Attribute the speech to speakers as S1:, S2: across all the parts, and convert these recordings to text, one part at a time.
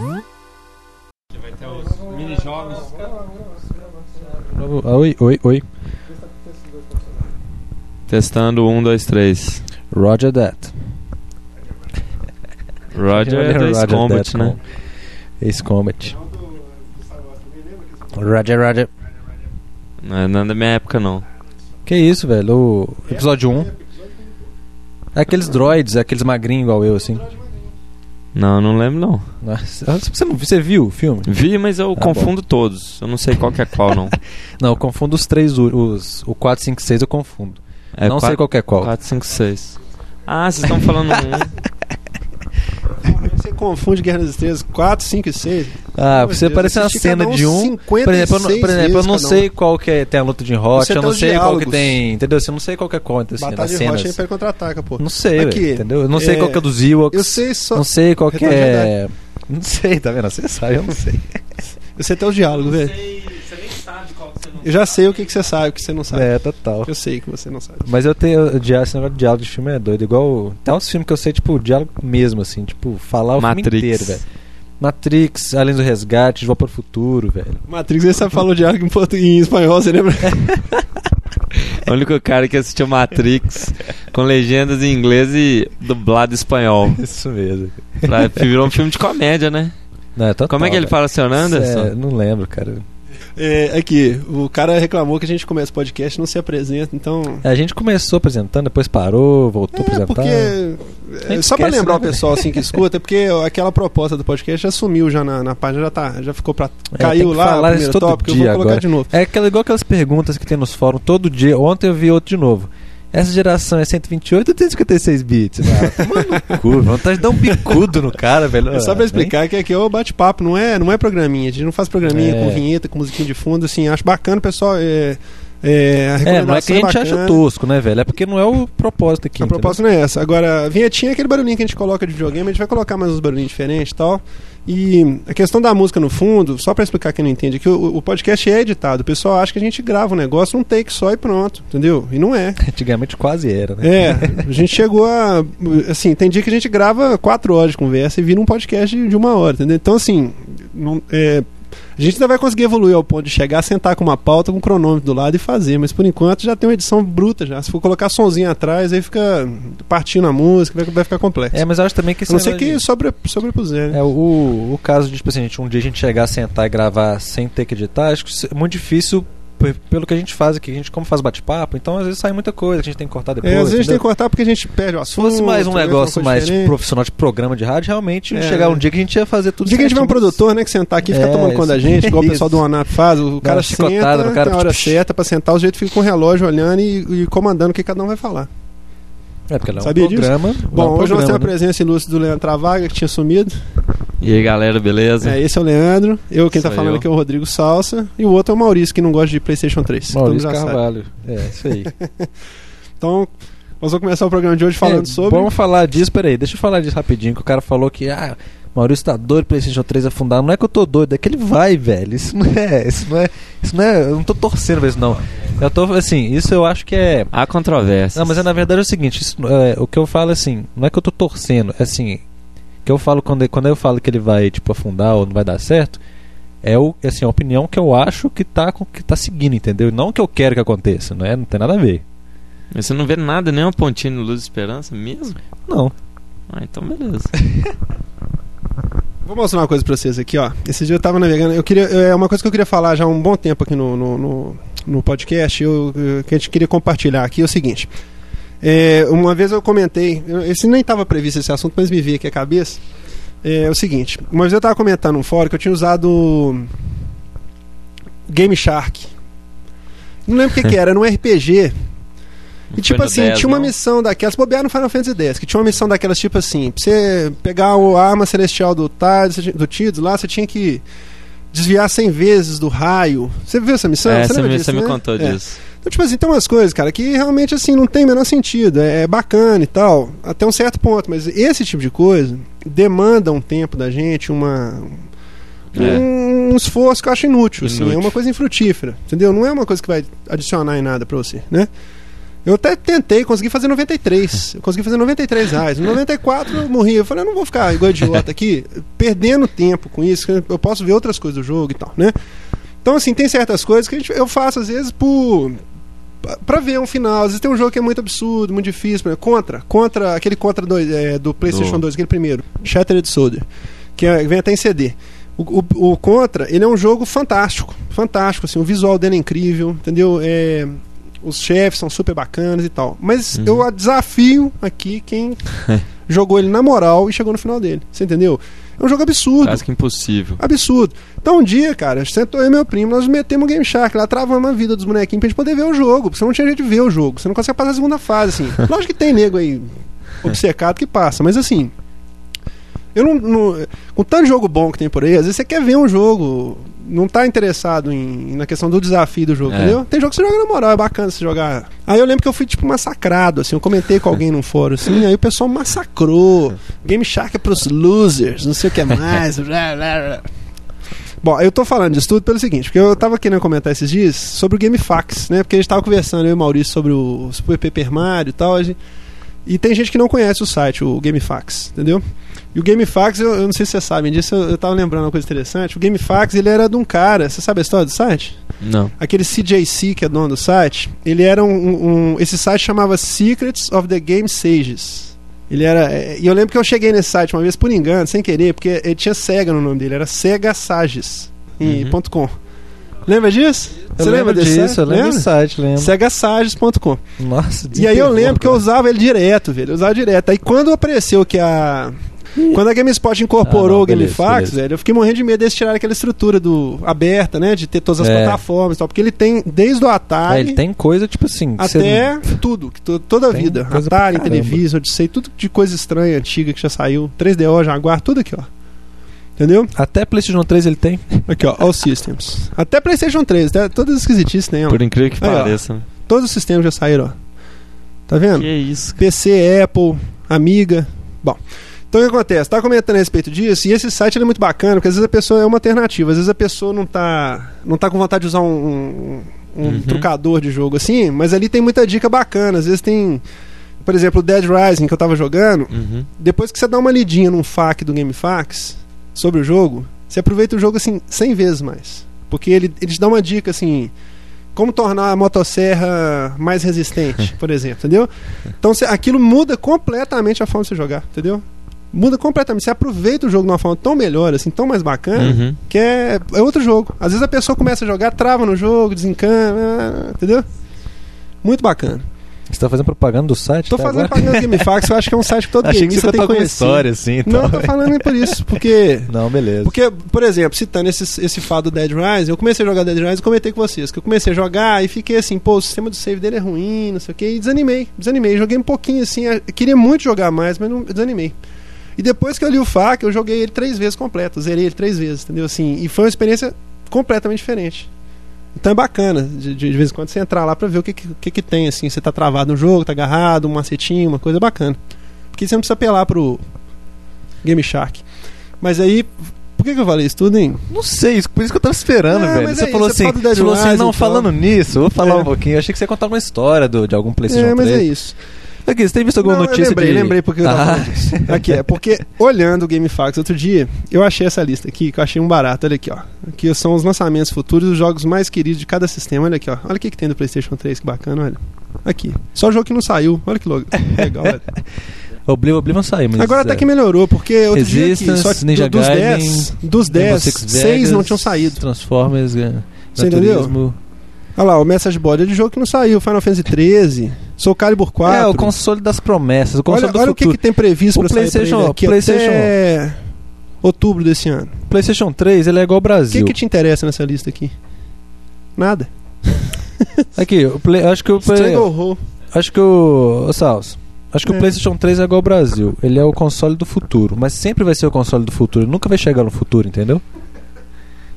S1: Ah, Oi, oi, oi.
S2: Testando um, dois, três.
S1: Roger that.
S2: Roger é do Ace
S1: Roger
S2: Combat,
S1: that
S2: né?
S1: com- Ace Combat. Roger, Roger.
S2: Não é não é da minha época, não.
S1: Que isso, velho? O episódio 1. É aqueles droids, é aqueles magrinhos igual eu, assim.
S2: Não, não lembro, não. Tá
S1: Nossa, Você, não, você viu o filme?
S2: Vi, mas eu
S1: Ah,
S2: confundo todos. Eu não sei qual que é qual, não.
S1: Não, eu confundo os três, ú- os, o 4, 5, 6 eu confundo.
S2: É
S1: não sei
S2: qual
S1: qual que é qual.
S2: 4, 5, 6. Ah, vocês estão falando um.
S3: Você confunde Guerra nas Estrelas 4, 5 e 6.
S1: Ah,
S3: Meu
S1: você
S3: Deus,
S1: parece uma
S3: assisti
S1: cena
S3: cada um
S1: de um. Por
S3: 56
S1: exemplo, eu não, por exemplo, eu
S3: vezes
S1: não
S3: cada um.
S1: sei qual que é, tem a luta de rocha,
S3: sei
S1: eu não
S3: até os
S1: sei qual que
S3: diálogos.
S1: tem, entendeu? Assim, Eu não sei qual que é qual entre assim,
S3: Batalha
S1: nas
S3: de Rocha e
S1: cenas.
S3: Império Contra-Ataca, pô.
S1: Não sei,
S3: Aqui,
S1: velho, entendeu? Eu não sei
S3: é,
S1: qual que é dos Ewoks.
S3: Eu sei só.
S1: Não sei qual que
S3: Retorno de
S1: é. Não sei, tá vendo? Você sabe, eu não sei.
S3: Eu sei até os diálogos, velho.
S2: Você nem sabe qual que você não
S3: Eu já sei o que, que você sabe, o que você não sabe.
S1: É, total.
S3: Eu sei que você não sabe.
S1: Mas eu tenho. eu- dia- Esse negócio de diálogo de filme é doido. Igual. Tem uns filmes que eu sei, tipo, diálogo mesmo, assim. Tipo, falar o filme inteiro, velho.
S2: Matrix.
S1: Matrix, Além do Resgate, De Volta para o Futuro, velho.
S3: Matrix, você sabe falar o diálogo em, português, em espanhol, você lembra?
S2: O único cara que assistiu Matrix com legendas em inglês e dublado em espanhol.
S1: Isso mesmo.
S2: Pra- Virou um filme de comédia, né?
S1: Não, é total,
S2: Como é que ele
S1: velho.
S2: fala, seu
S1: É,
S2: Anderson?
S1: não lembro, cara.
S3: É, aqui, o cara reclamou que a gente começa podcast e não se apresenta, então.
S1: A gente começou apresentando, depois parou, voltou É, a
S3: É,
S1: apresentar.
S3: porque. é,
S1: gente
S3: só pra
S1: esquece,
S3: lembrar
S1: né,
S3: o pessoal assim que escuta, é porque aquela proposta do podcast já sumiu já na, na página, já tá, já ficou pra.
S1: É, tem
S3: caiu
S1: que
S3: lá
S1: falar
S3: o
S1: isso
S3: primeiro
S1: todo
S3: tópico, eu vou
S1: dia
S3: colocar
S1: agora.
S3: de novo.
S1: É aquela, igual aquelas perguntas que tem nos fóruns todo dia. Ontem eu vi outro de novo. Essa geração é 128 ou 156 bits? Ah, toma no cu, vontade de dar um bicudo no cara, velho.
S3: É só pra explicar que aqui é o bate-papo, não é, não é programinha. A gente não faz programinha
S1: É.
S3: com vinheta, com musiquinha de fundo, assim. Acho bacana, pessoal. É, é, a
S1: É, não é que
S3: recomendação
S1: a gente
S3: bacana.
S1: acha tosco, né, velho? É porque não é o propósito aqui.
S3: A
S1: entendeu?
S3: proposta não é essa. Agora, a vinhetinha é aquele barulhinho que a gente coloca de videogame, a gente vai colocar mais uns barulhinhos diferentes e tal. E a questão da música no fundo, só pra explicar quem não entende, é que o, o podcast é editado. O pessoal acha que a gente grava um negócio, um take só e pronto, entendeu? E não é.
S1: Antigamente quase era, né?
S3: É, a gente chegou a. Assim, tem dia que a gente grava quatro horas de conversa e vira um podcast de- de uma hora, entendeu? Então, assim, não- é, a gente ainda vai conseguir evoluir ao ponto de chegar, sentar com uma pauta, com um cronômetro do lado e fazer, mas por enquanto já tem uma edição bruta já. Se for colocar sonzinho atrás, aí fica partindo a música, vai, vai ficar complexo.
S1: É, mas eu acho também que
S3: a não ser
S1: negócio
S3: que
S1: de-
S3: sobre, sobrepuser, né?
S1: É, o, o caso de, tipo assim, gente, um dia a gente chegar, sentar e gravar sem ter que editar, acho que isso é muito difícil p- pelo que a gente faz aqui. A gente, como faz bate-papo, então às vezes sai muita coisa, a gente tem que cortar depois.
S3: É, às vezes a gente tem
S1: entendeu?
S3: que cortar porque a gente perde o
S1: Se
S3: assunto.
S1: fosse mais um
S3: né,
S1: negócio
S3: uma coisa
S1: mais tipo,
S3: diferente.
S1: profissional de programa de rádio, realmente
S3: É.
S1: chegar um dia que a gente ia fazer tudo
S3: O dia que a gente tiver um
S1: certinho.
S3: produtor, né, que sentar aqui e ficar
S1: É,
S3: tomando conta da
S1: isso.
S3: gente, igual o
S1: Isso.
S3: pessoal do ONAP faz, o cara
S1: uma chicotada
S3: senta
S1: no cara,
S3: na hora
S1: tipo,
S3: certa pra sentar, o jeito fica com o relógio olhando e, e comandando o que cada um vai falar.
S1: É, porque lá é um
S3: Sabia disso?
S1: programa. lá
S3: Bom,
S1: é um
S3: hoje nós
S1: programa,
S3: temos a
S1: né?
S3: presença ilustre do Leandro Travaga, que tinha sumido.
S2: E aí, galera, beleza?
S3: É, esse é o Leandro. Eu, quem tá
S2: Sou
S3: falando
S2: eu.
S3: aqui é o Rodrigo Salsa. E o outro é o Maurício, que não gosta de PlayStation 3. Todo mundo
S1: Maurício
S3: já sabe.
S1: Carvalho. É, isso aí.
S3: Então, nós vamos começar o programa de hoje falando
S1: É,
S3: sobre.
S1: Vamos falar disso, peraí, deixa eu falar disso rapidinho, que o cara falou que, ah, Maurício tá doido pra PlayStation 3 afundar. Não é que eu tô doido, é que ele vai, velho. Isso não é, isso não é, isso não é, eu não tô torcendo pra isso, não. Eu tô, assim, isso eu acho que é.
S2: Há controvérsia.
S1: Não, mas é, na verdade é o seguinte, isso, é, o que eu falo, assim, não é que eu tô torcendo, é assim, que eu falo quando, quando eu falo que ele vai, tipo, afundar ou não vai dar certo, é o, é, assim, a opinião que eu acho que tá, com- que tá seguindo, entendeu? Não que eu quero que aconteça, não é? Não tem nada a ver.
S2: Mas Você não vê nada, nenhuma pontinha no Luz de Esperança mesmo?
S1: Não.
S2: Ah, então beleza.
S3: Vou mostrar uma coisa pra vocês aqui, ó. Esse dia eu tava navegando. Eu queria, é uma coisa que eu queria falar já há um bom tempo aqui no, no, no, no podcast, eu, eu- que a gente queria compartilhar aqui é o seguinte. É, uma vez eu comentei, eu- esse nem estava previsto esse assunto, mas me veio aqui a cabeça. É, o seguinte, uma vez eu tava comentando num fórum que eu tinha usado Game Shark. Não lembro o que, que era, era um RPG. E
S2: Não
S3: tipo
S2: foi no
S3: assim,
S2: 10,
S3: tinha uma
S2: não?
S3: missão daquelas, bobear no Final Fantasy X, que tinha uma missão daquelas, tipo assim, pra você pegar o- a arma celestial do Tide, você tinha- do Tidus lá, você tinha que desviar 100 vezes do raio. Você viu essa missão?
S2: é,
S3: você
S2: você,
S3: lembra
S2: me,
S3: disso,
S2: você me
S3: né?
S2: contou
S3: É.
S2: disso.
S3: Então, tipo assim, tem umas coisas, cara, que realmente assim não tem o menor sentido. É, é bacana e tal, até um certo ponto, mas esse tipo de coisa demanda um tempo da gente, uma
S2: É.
S3: um esforço que eu acho inútil, assim,
S2: Inútil.
S3: é uma coisa infrutífera, entendeu? Não é uma coisa que vai adicionar em nada pra você, né? Eu até tentei, consegui fazer 93. Eu consegui fazer 93 reais. No 94 eu morri. Eu falei, eu não vou ficar igual idiota aqui, perdendo tempo com isso. que Eu posso ver outras coisas do jogo e tal, né? Então, assim, tem certas coisas que a gente, eu faço, às vezes, por. pra- Pra ver um final. Às vezes tem um jogo que é muito absurdo, muito difícil. por exemplo, Contra. Contra. Aquele contra do, é, do PlayStation
S2: Do-
S3: 2, aquele primeiro. Shattered Soldier. Que é- vem até em CD. O, o- o Contra, ele é um jogo fantástico. Fantástico, assim. O visual dele é incrível, entendeu? É, os chefes são super bacanas e tal. Mas
S2: Uhum.
S3: eu desafio aqui quem jogou ele na moral e chegou no final dele. Você entendeu? É um jogo absurdo.
S2: Quase que impossível.
S3: Absurdo. Então um dia, cara, sentou eu e meu primo, nós metemos um Game Shark lá, travamos a vida dos bonequinhos pra gente poder ver o jogo, porque senão não tinha jeito de ver o jogo. Você não consegue passar a segunda fase, assim. Lógico que tem nego aí obcecado que passa, mas assim. Eu não, não- Com tanto jogo bom que tem por aí, às vezes você quer ver um jogo, não tá interessado em, na questão do desafio do jogo,
S2: É.
S3: entendeu? Tem jogo que você joga na moral, é bacana você jogar. Aí eu lembro que eu fui, tipo, massacrado, assim. Eu comentei com alguém num fórum, assim, aí o pessoal massacrou. Game Shark é pros losers, não sei o que mais. blá, blá, blá. Bom, eu tô falando disso tudo pelo seguinte, porque eu tava querendo comentar esses dias sobre o Game Fax, né? Porque a gente tava conversando, eu e o Maurício, sobre o Super Paper Mario e tal. a gente- E tem gente que não conhece o site, o Game Fax, entendeu? E o Game Fax, eu, eu não sei se vocês sabem disso, eu, eu tava lembrando uma coisa interessante. O Game Fax, ele era de um cara, você sabe a história do site?
S2: Não.
S3: Aquele CJC, que é dono do site, ele era um, um- um- Esse site chamava Secrets of the Game Sages. Ele era. é, E eu lembro que eu cheguei nesse site uma vez por engano, sem querer, porque ele tinha Sega no nome dele, era Sega Sages. Em
S2: Uhum.
S3: ponto .com. Lembra disso?
S1: Eu lembro disso, eu lembro do site, lembro.
S3: SegaSages.com.
S1: Nossa, né?
S3: E aí eu lembro que eu
S1: desenterrou,
S3: usava ele direto, velho. Eu usava direto. Aí quando apareceu que a. Quando a GameSpot
S1: Ah,
S3: incorporou
S1: não,
S3: o
S1: beleza,
S3: GameFAQs,
S1: beleza.
S3: velho, eu fiquei morrendo de medo deles tirarem aquela estrutura do aberta, né? De ter todas as
S1: É.
S3: plataformas e tal. Porque ele tem desde o
S1: cara. É,
S3: Atari
S1: ele tem coisa, tipo assim, que
S3: até tudo, que to- toda a
S1: Tem
S3: vida.
S1: coisa pra
S3: Atari,
S1: caramba.
S3: Television, Odyssey, tudo de coisa estranha, antiga que já saiu. 3DO, Jaguar, tudo aqui, ó. Entendeu?
S1: você- até PlayStation 3 ele tem.
S3: Aqui, ó, All Systems. Até PlayStation 3, até todas as esquisitices tem, ó.
S2: Por incrível que
S3: Aí, ó.
S2: pareça.
S3: Todos os sistemas já saíram, ó. Tá vendo?
S2: Que isso,
S3: PC, Apple, Amiga. Bom, então o que acontece? Tá comentando a respeito disso, e esse site ele é muito bacana, porque às vezes a pessoa é uma alternativa, às vezes a pessoa não tá, não tá com vontade de usar um, um- um
S2: Uhum.
S3: trucador de jogo assim, mas ali tem muita dica bacana, às vezes tem. Por exemplo, o Dead Rising que eu tava jogando,
S2: cara. Uhum.
S3: depois que você dá uma lidinha num FAQ do GameFAQs sobre o jogo, você aproveita o jogo assim 100 vezes mais. Porque ele, ele te dá uma dica assim. Como tornar a motosserra mais resistente, por exemplo, entendeu? Então você- aquilo muda completamente a forma de você jogar, entendeu? Muda completamente. Você aproveita o jogo de uma forma tão melhor, assim, tão mais bacana,
S2: Uhum.
S3: que é, é outro jogo. Às vezes a pessoa começa a jogar, trava no jogo, desencana, entendeu? Muito bacana.
S1: Você tá fazendo propaganda do site?
S3: Tô
S1: até
S3: fazendo
S1: agora?
S3: propaganda do GameFAQs, eu acho que é um site que todo
S1: Achei que
S3: gamista
S1: você
S3: tem que
S1: contou alguma
S3: conhecer.
S1: história, assim, e
S3: Não,
S1: tal.
S3: tô falando por isso, porque.
S1: Não, beleza.
S3: Porque, por exemplo, citando esse, esse fato do Dead Rise, eu comecei a jogar Dead Rise e comentei com vocês que eu comecei a jogar e fiquei assim, pô, o sistema de save dele é ruim, não sei o que, e desanimei, desanimei. Joguei um pouquinho assim, a- queria muito jogar mais, mas não desanimei. E depois que eu li o FAQ, eu joguei ele três vezes completo, zerei ele três vezes, entendeu? Assim, e foi uma experiência completamente diferente. Então é bacana, de, de- de vez em quando você entrar lá pra ver o que, que, o que que tem, assim, você tá travado no jogo, tá agarrado, um macetinho, uma coisa bacana. Porque você não precisa apelar pro Game Shark. Mas aí, por que, que eu falei isso tudo, hein?
S1: Não sei, isso- por isso que eu tava esperando,
S3: É,
S1: velho.
S3: mas
S1: Você
S3: é
S1: falou
S3: isso, é
S1: assim,
S3: foda do Dead
S1: você falou assim,
S3: Rising
S1: não,
S3: e tal.
S1: falando nisso, eu vou falar
S3: É.
S1: um pouquinho. Eu achei que você ia contar uma história do, de algum PlayStation
S3: é, mas
S1: 3.
S3: é isso.
S1: Aqui, você tem visto alguma
S3: Não, eu
S1: notícia
S3: lembrei,
S1: de...
S3: lembrei porque eu tava
S1: Ah,
S3: falando Aqui é, porque olhando o GameFAQs outro dia, eu achei essa lista aqui, que eu achei um barato. Olha aqui, ó. Aqui são os lançamentos futuros, os jogos mais queridos de cada sistema. Olha aqui, ó. Olha o que, que tem do PlayStation 3, que bacana, olha. Aqui. Só jogo que não saiu. Olha que logo. legal, olha.
S1: Oblivion, Oblivion saiu, mas...
S3: Agora até que melhorou, porque outro dia aqui,
S1: é. Resistance,
S3: só que
S1: Ninja
S3: do- dos
S1: Gaiden,
S3: 10, dos
S1: Rainbow
S3: 10,
S1: Six
S3: 6 não
S1: Vegas,
S3: tinham saído.
S1: Transformers, Gran
S3: Você
S1: Gran
S3: entendeu?
S1: Turismo...
S3: Olha lá, o Message Board é de jogo que não saiu. Final Fantasy 13, Soul Calibur 4.
S1: É, o console das promessas, o console
S3: olha
S1: do
S3: olha o que,
S1: futuro.
S3: que tem previsto
S1: O
S3: pra sair pra
S1: PlayStation,
S3: ele
S1: ó,
S3: aqui
S1: PlayStation.
S3: até outubro desse ano.
S1: PlayStation 3, ele é igual ao
S3: O que,
S1: Brasil.
S3: que te interessa nessa lista aqui? Nada.
S1: Aqui, o play, acho que o... Play,
S3: Strangle Roll.
S1: Acho que o. Ô, Salso, acho que
S3: É.
S1: o PlayStation 3 é igual ao Brasil. Ele é o console do futuro. Mas sempre vai ser o console do futuro. Ele nunca vai chegar no futuro, entendeu?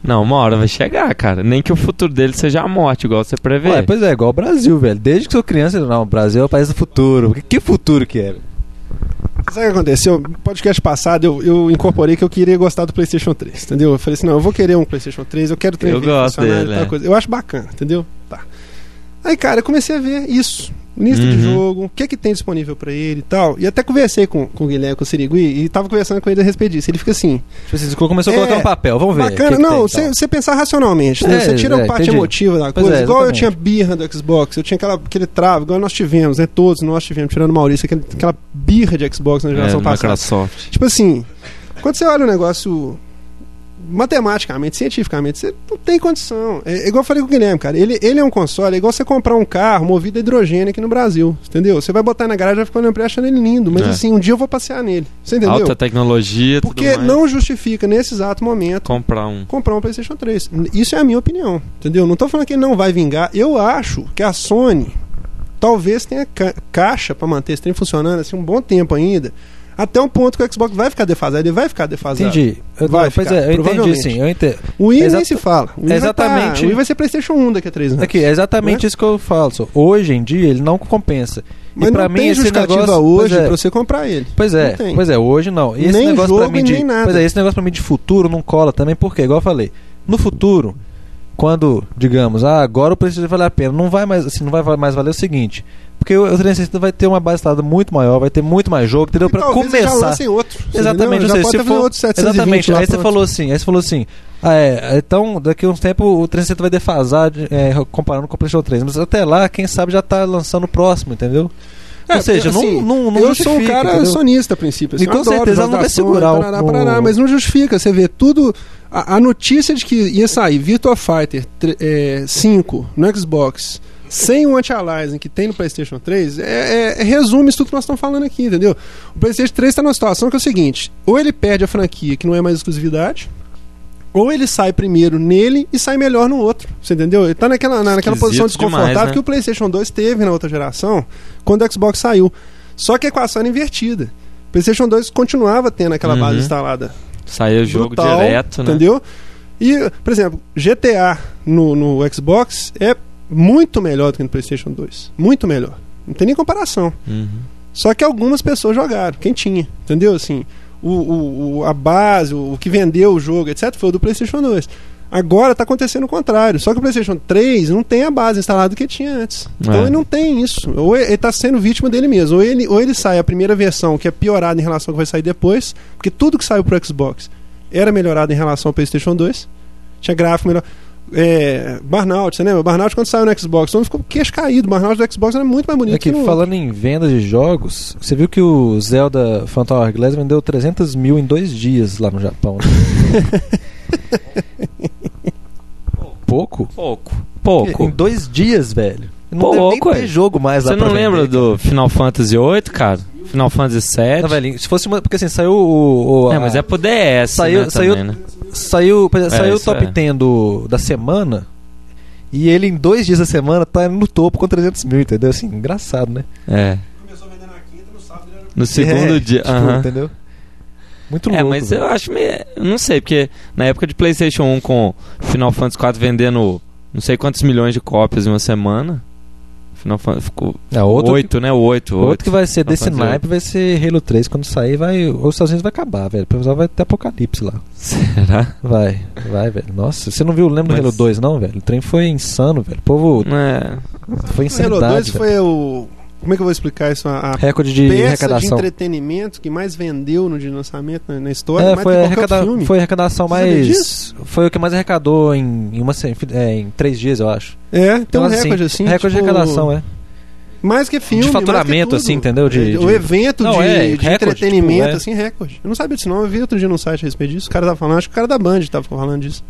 S2: Não, uma hora vai chegar, cara. Nem que o futuro dele seja a morte, igual você prevê.
S1: Ué, pois é, igual ao Brasil, velho. Desde que sou criança, eu, não, o Brasil é o país do futuro. Que, que futuro que é?
S3: Sabe o que aconteceu? No podcast passado eu, eu incorporei que eu queria gostar do PlayStation 3, entendeu? Eu falei assim: não, eu vou querer um PlayStation 3, eu quero ter
S2: Eu gosto dele,
S3: tal
S2: é.
S3: coisa. Eu acho bacana, entendeu? Tá. Aí, cara, eu comecei a ver isso. Lista de
S2: Uhum.
S3: jogo, o que é que tem disponível pra ele e tal. E até conversei com, com o Guilherme, com o Sirigui, e tava conversando com ele a respeito disso. Ele fica assim,
S1: Tipo assim, você começou a
S3: É,
S1: colocar um papel, vamos ver. o
S3: bacana,
S1: que que
S3: não,
S1: tem,
S3: você
S1: então.
S3: você pensar racionalmente, né?
S1: É,
S3: Você tira
S1: é,
S3: a parte
S1: entendi.
S3: emotiva da
S1: Pois
S3: coisa.
S1: é,
S3: igual eu
S1: exatamente.
S3: tinha birra do Xbox, eu tinha aquela, aquele travo, igual nós tivemos, né? Todos nós tivemos, tirando o Maurício, aquele- aquela birra de Xbox na
S2: É,
S3: geração passada.
S2: Microsoft.
S3: Tipo assim, quando você olha um negócio matematicamente, cientificamente, você não tem condição. É, é igual eu falei com o Guilherme, cara. Ele, ele é um console, é igual você comprar um carro movido a hidrogênio aqui no Brasil, entendeu? Você vai botar na garagem, vai ficar olhando pra ele achando ele lindo, mas
S2: É.
S3: assim, um dia eu vou passear nele. Você entendeu?
S2: Alta tecnologia, tudo
S3: Porque
S2: mais.
S3: não justifica nesse exato momento
S2: comprar um.
S3: comprar um PlayStation 3. Isso é a minha opinião, entendeu? Não tô falando que ele não vai vingar. Eu acho que a Sony talvez tenha ca- caixa para manter esse trem funcionando assim um bom tempo ainda. Até um ponto que o Xbox vai ficar defasado, ele vai ficar defasado.
S1: Entendi. Eu,
S3: Vai
S1: não, pois
S3: ficar,
S1: é, eu entendi
S3: provavelmente.
S1: sim. Eu entendo.
S3: O Wii nem
S1: Exata-
S3: se fala. O Wii vai
S1: Exatamente.
S3: tá- o Wii vai ser PlayStation 1 daqui a três anos.
S1: Aqui, é exatamente
S3: Né?
S1: isso que eu falo. só. Hoje em dia ele não compensa.
S3: Mas
S1: e pra
S3: não
S1: mim
S3: tem
S1: esse
S3: justificativa
S1: negócio
S3: hoje
S1: pois é,
S3: pra você comprar ele.
S1: Pois
S3: Não
S1: é,
S3: tem.
S1: pois é, hoje não. E esse
S3: Nem
S1: negócio pra
S3: jogo
S1: mim
S3: e
S1: de,
S3: nem nada.
S1: Pois é, esse negócio pra mim de futuro não cola também, porque, igual eu falei, no futuro, quando, digamos, ah, agora o preço vai valer a pena, não vai mais, assim, não vai mais valer o seguinte. Porque o o 360 vai ter uma base instalada muito maior, vai ter muito mais jogo, entendeu?
S3: E
S1: Pra
S3: talvez eles Já
S1: começar.
S3: lancem outro. você
S1: Exatamente, ou
S3: entendeu? já
S1: seja, se
S3: pode ter
S1: for-
S3: outro 720
S1: Exatamente,
S3: lá
S1: aí você
S3: pronto.
S1: falou assim, aí você falou assim, ah, é, então daqui a uns tempos o 360 vai defasar de- é, comparando com o PlayStation 3, mas até lá, quem sabe já tá lançando o próximo, entendeu?
S3: É,
S1: Ou seja,
S3: porque, assim,
S1: não, não, não
S3: eu sou um
S1: justifica,
S3: cara
S1: entendeu?
S3: sonista a princípio. Assim,
S1: E com
S3: eu adoro
S1: certeza ela não
S3: jogar
S1: vai
S3: Sony,
S1: segurar o-
S3: tarará, parará,
S1: o-
S3: mas não justifica. Você vê tudo. A, a notícia de que ia sair Virtua Fighter tre- é, 5 no Xbox sem o anti-aliasing que tem no PlayStation 3 é, é- é- resume isso tudo que nós estamos falando aqui, entendeu? O PlayStation 3 está numa situação que é o seguinte: ou ele perde a franquia que não é mais exclusividade. Ou ele sai primeiro nele e sai melhor no outro. Você entendeu? Ele tá naquela, na- naquela
S2: Esquisito
S3: posição
S2: demais,
S3: desconfortável
S2: né?
S3: que o PlayStation 2 teve na outra geração quando o Xbox saiu. Só que a equação era invertida. O PlayStation 2 continuava tendo aquela
S2: Uhum.
S3: base instalada.
S2: Saiu o jogo
S3: brutal,
S2: direto, né?
S3: Entendeu? E, por exemplo, GTA no, no Xbox é muito melhor do que no PlayStation 2. Muito melhor. Não tem nem comparação.
S2: Uhum.
S3: Só que algumas pessoas jogaram, quem tinha, entendeu? Assim, o, o- o- a base, o, o que vendeu o jogo, etc., foi o do PlayStation 2. Agora tá acontecendo o contrário. Só que o PlayStation 3 não tem a base instalada que tinha antes. Então
S2: É.
S3: ele não tem isso. Ou ele tá sendo vítima dele mesmo. Ou ele, ou ele sai a primeira versão, que é piorada em relação ao que vai sair depois, porque tudo que saiu pro Xbox era melhorado em relação ao PlayStation 2. Tinha gráfico melhor. É, Burnout, você lembra? Burnout quando saiu no Xbox, todo mundo ficou com o queixo caído. Burnout do Xbox era muito mais bonito né?
S1: Aqui,
S3: que no
S1: falando em venda de jogos, você viu que o Zelda Phantom Hourglass vendeu 300 mil em dois dias lá no Japão. né? Pouco?
S2: Pouco.
S1: Em
S2: Pouco.
S1: dois dias, velho. Não
S2: Pô,
S1: deve
S2: louco,
S1: nem ter
S2: ué.
S1: jogo mais lá
S2: Você não
S1: pra
S2: lembra
S1: vender.
S2: do Final Fantasy VIII, cara? Final Fantasy VII?
S1: Não, velho, se fosse uma... Porque assim, saiu o... o-
S2: é,
S1: a-
S2: mas é pro DS,
S1: Saiu-
S2: né,
S1: saiu-
S2: também, né?
S1: Saiu, pois é,
S2: É,
S1: saiu o
S2: isso
S1: top
S2: é.
S1: 10 do, da semana... E ele, em dois dias da semana, tá no topo com 300 mil, entendeu? Assim, engraçado, né?
S2: É. No segundo
S1: É,
S2: dia.
S1: tipo,
S2: aham.
S1: Entendeu? Muito
S2: É,
S1: louco.
S2: mas
S1: velho.
S2: eu acho meio. eu Não sei, porque na época de PlayStation 1 com Final Fantasy IV vendendo não sei quantos milhões de cópias em uma semana. Final Fantasy. Ficou
S1: É, outro, que-
S2: 8, né? 8,
S1: Outro que vai ser
S2: Vai
S1: desse
S2: fazer
S1: naipe vai ser Halo 3. Quando sair, vai. Os Estados Unidos vai acabar, velho. O pessoal vai ter apocalipse lá.
S2: Será?
S1: Vai, vai, velho. Nossa, você não viu o lembro
S2: Mas-
S1: do Halo 2, não, velho? O trem foi insano, velho. O povo.
S2: É.
S1: Foi
S3: O Halo
S1: insanidade.
S3: 2
S1: velho.
S3: foi o. Como é que eu vou explicar isso? A, a
S1: Recorde de
S3: peça de
S1: arrecadação.
S3: entretenimento que mais vendeu no dia de lançamento né, na, na história,
S1: É,
S3: mais
S1: foi,
S3: do
S1: a
S3: que qualquer outro
S1: arrecada...
S3: filme.
S1: foi a arrecadação
S3: Você sabia
S1: mais.
S3: disso?
S1: Foi o que mais arrecadou em, em, uma, se- é, em três dias, eu acho.
S3: É, tem um
S1: assim,
S3: recorde assim.
S1: Recorde
S3: tipo,
S1: de arrecadação, é.
S3: Mais que filme.
S1: de
S3: mais que
S1: faturamento,
S3: tudo.
S1: assim, entendeu? De-
S3: É, O
S1: de-
S3: evento
S1: Não,
S3: de,
S1: é,
S3: de
S1: recorde,
S3: entretenimento,
S1: tipo, é.
S3: assim, recorde. Eu não sabia disso, não. Eu vi outro dia num site a respeito disso. O cara tava falando, acho que o cara da Band tava falando disso.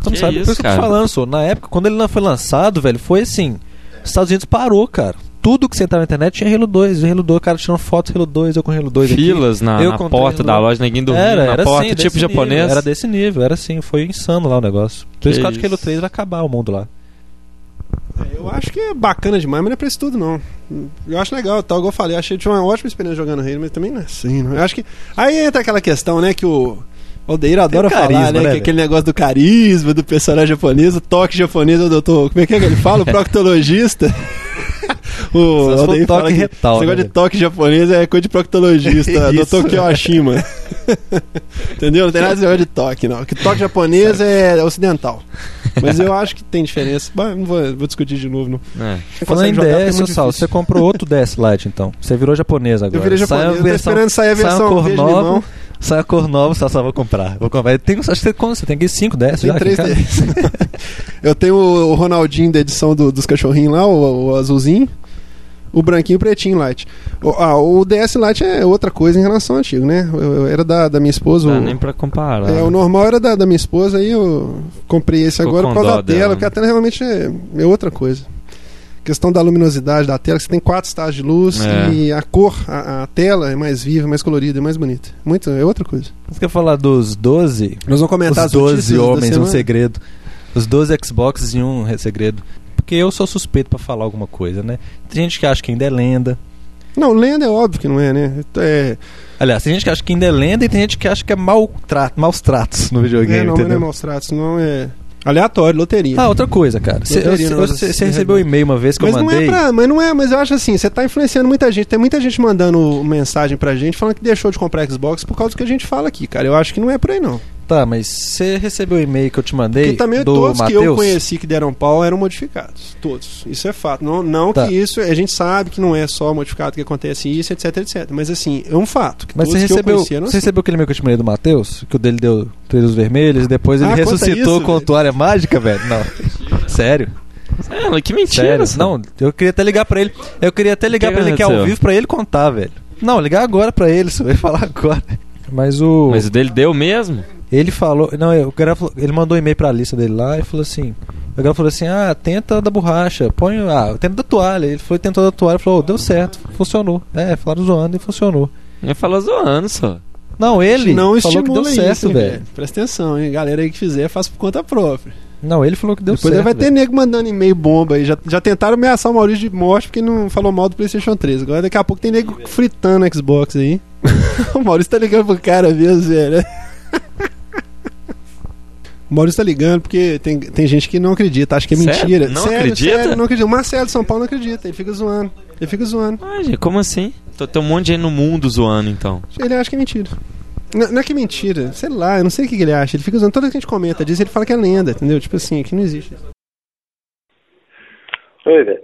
S1: Então,
S2: Que
S1: sabe?
S2: isso,
S1: por isso que eu tô
S2: cara.
S1: falando, só. Na época, quando ele lan- foi lançado, velho, foi assim. Os Estados Unidos parou, cara. Tudo que você entrava na internet tinha Halo 2. O Halo 2, o cara tirando foto do Halo 2, eu com o Halo 2 aqui.
S2: Filas na,
S1: eu
S2: na
S1: comprei um
S2: porta
S1: no-
S2: da loja, ninguém dormindo na porta,
S1: assim,
S2: tipo
S1: desse
S2: japonês.
S1: nível, era desse nível, era assim, foi insano lá o negócio. Por isso que eu acho que Halo
S2: isso.
S1: 3 vai acabar o mundo lá.
S3: É, Eu acho que é bacana demais, mas não é pra isso tudo, não. Eu acho legal, tal, igual eu falei. Achei que tinha uma ótima experiência jogando Halo, mas também não é assim, não. Eu acho que. Aí entra aquela questão, né, que o. O Odeiro adora
S1: Tem carisma,
S3: falar, né?
S1: né,
S3: que
S1: velho?
S3: aquele negócio do carisma, do personagem japonês, o toque japonês, o doutor. Como é que é que ele fala? O proctologista.
S1: Só
S3: o
S1: se for
S3: Odeiro fala
S1: toque
S3: que
S1: retal, né,
S3: esse negócio de
S1: velho?
S3: toque japonês é coisa de proctologista,
S1: Isso.
S3: doutor Kiyoshima. Entendeu? Não tem nada de negócio de toque, não. Que toque japonês é ocidental. Mas eu acho que tem diferença. Bah, não vou, vou discutir de novo. Não.
S2: É.
S3: Não
S1: Falando em
S3: consegue jogar porque é
S1: DS,
S3: muito
S1: ô Sal,
S3: difícil.
S1: você comprou outro DS Lite então. Você virou japonês agora.
S3: Eu virei
S1: Sai a
S3: japonês. Eu tô
S1: versão-
S3: esperando sair a
S1: sai uma
S3: versão
S1: cor
S3: verde
S1: nova.
S3: limão.
S1: Sai a cor nova, Sal, Sal, vou comprar. Vou comprar. Tem, um, acho que você, como você tem aqui 5 DS
S3: Tem
S1: já? aqui em
S3: três
S1: casa?
S3: deles. Eu tenho o Ronaldinho da edição do- dos cachorrinhos lá, o, o azulzinho. O branquinho e o pretinho Lite. O, ah, o DS Lite é outra coisa em relação ao antigo, né? Eu, eu era da, da minha esposa.
S2: Não dá
S3: o-
S2: Tá, nem pra comparar.
S3: é, o normal era da, da minha esposa, aí eu comprei esse
S2: Ficou
S3: agora
S2: com
S3: por causa da
S2: dó dela,
S3: tela,
S2: né?
S3: porque a tela realmente é, é outra coisa. Questão da luminosidade da tela, que você tem quatro estágios de luz
S2: É.
S3: e a cor, a, a tela é mais viva, mais colorida, é mais bonita. Muito, é outra coisa.
S1: Você quer falar dos 12?
S3: Nós vamos comentar
S1: Os
S3: as
S1: 12
S3: notícias da
S1: homens, um
S3: semana.
S1: segredo. Os 12 Xbox e um segredo. Porque eu sou suspeito pra falar alguma coisa, né? Tem gente que acha que ainda é lenda.
S3: Não, lenda é óbvio que não é, né? É,
S1: Aliás, tem gente que acha que ainda é lenda e tem gente que acha que é maltrato, maus tratos no videogame,
S3: é, não, mas não é
S1: entendeu?
S3: maus tratos, não é. Aleatório, loteria.
S1: ah, outra coisa, cara. Você
S3: Loteria,
S1: eu- eu-
S3: negócio
S1: você-
S3: de
S1: você recebeu um e-mail uma vez que
S3: mas
S1: eu mandei.
S3: não é pra. Mas não é, mas eu acho assim, você tá influenciando muita gente. Tem muita gente mandando mensagem pra gente falando que deixou de comprar Xbox por causa do que a gente fala aqui, cara. Eu acho que não é por aí, não.
S1: Tá, mas você recebeu o e-mail que eu te mandei
S3: Porque também é
S1: do
S3: todos que eu
S1: Matheus?
S3: conheci que deram pau eram modificados. Todos. Isso é fato. Não, não
S1: Tá.
S3: que isso. A gente sabe que não é só modificado que acontece isso, etc, etc. Mas assim, é um fato. Que
S1: Mas você
S3: todos que eu
S1: recebeu,
S3: conheci eram
S1: você recebeu aquele e-mail que eu te mandei do Matheus? Que o dele deu três luzes vermelhas e depois ele
S3: Ah, conta
S1: ressuscitou
S3: isso,
S1: com
S3: velho.
S1: toalha mágica, velho? Não. Sério?
S2: É, que mentira.
S1: Sério?
S2: essa.
S1: Não, eu queria até ligar pra ele. Eu queria até ligar
S2: que
S1: pra ele aqui ao
S2: aconteceu?
S1: vivo pra ele contar, velho. Não, ligar agora pra ele, só vai falar agora. Mas o.
S2: Mas o dele deu mesmo?
S1: Ele falou. Não, eu- o cara falou- ele mandou um e-mail pra lista dele lá e falou assim. O cara falou assim: ah, tenta da borracha, põe. Ah, tenta da toalha. Ele foi, tentou da toalha, falou: "Oh, deu certo, funcionou. É, falaram zoando e funcionou.
S2: Ele falou zoando só.
S1: Não, ele
S3: não
S1: falou que
S3: estimula
S1: deu certo,
S3: isso, hein,
S1: velho.
S3: Presta atenção, hein? Galera aí que fizer, faz por conta própria.
S1: Não, ele falou que deu
S3: Depois
S1: certo.
S3: vai ter
S1: velho.
S3: nego mandando e-mail bomba aí. Já, já tentaram ameaçar o Maurício de morte porque não falou mal do PlayStation 3. Agora daqui a pouco tem nego fritando o Xbox aí. o Maurício tá ligando pro cara mesmo, velho. O Maurício tá ligando porque tem, tem gente que não acredita, acha que é
S2: Sério?
S3: mentira.
S2: Não acredita?
S3: Sério, não acredita. O Marcelo de São Paulo não acredita, ele fica zoando. Ele fica zoando.
S2: Ah, gente, como assim? Tô- Tem um monte de gente no mundo zoando, então.
S3: Ele acha que é mentira. Não, não é que é mentira, sei lá, eu não sei o que, que ele acha. Ele fica usando toda vez que a gente comenta disso, ele fala que é lenda, entendeu? Tipo assim, que não existe.
S4: Oi, velho.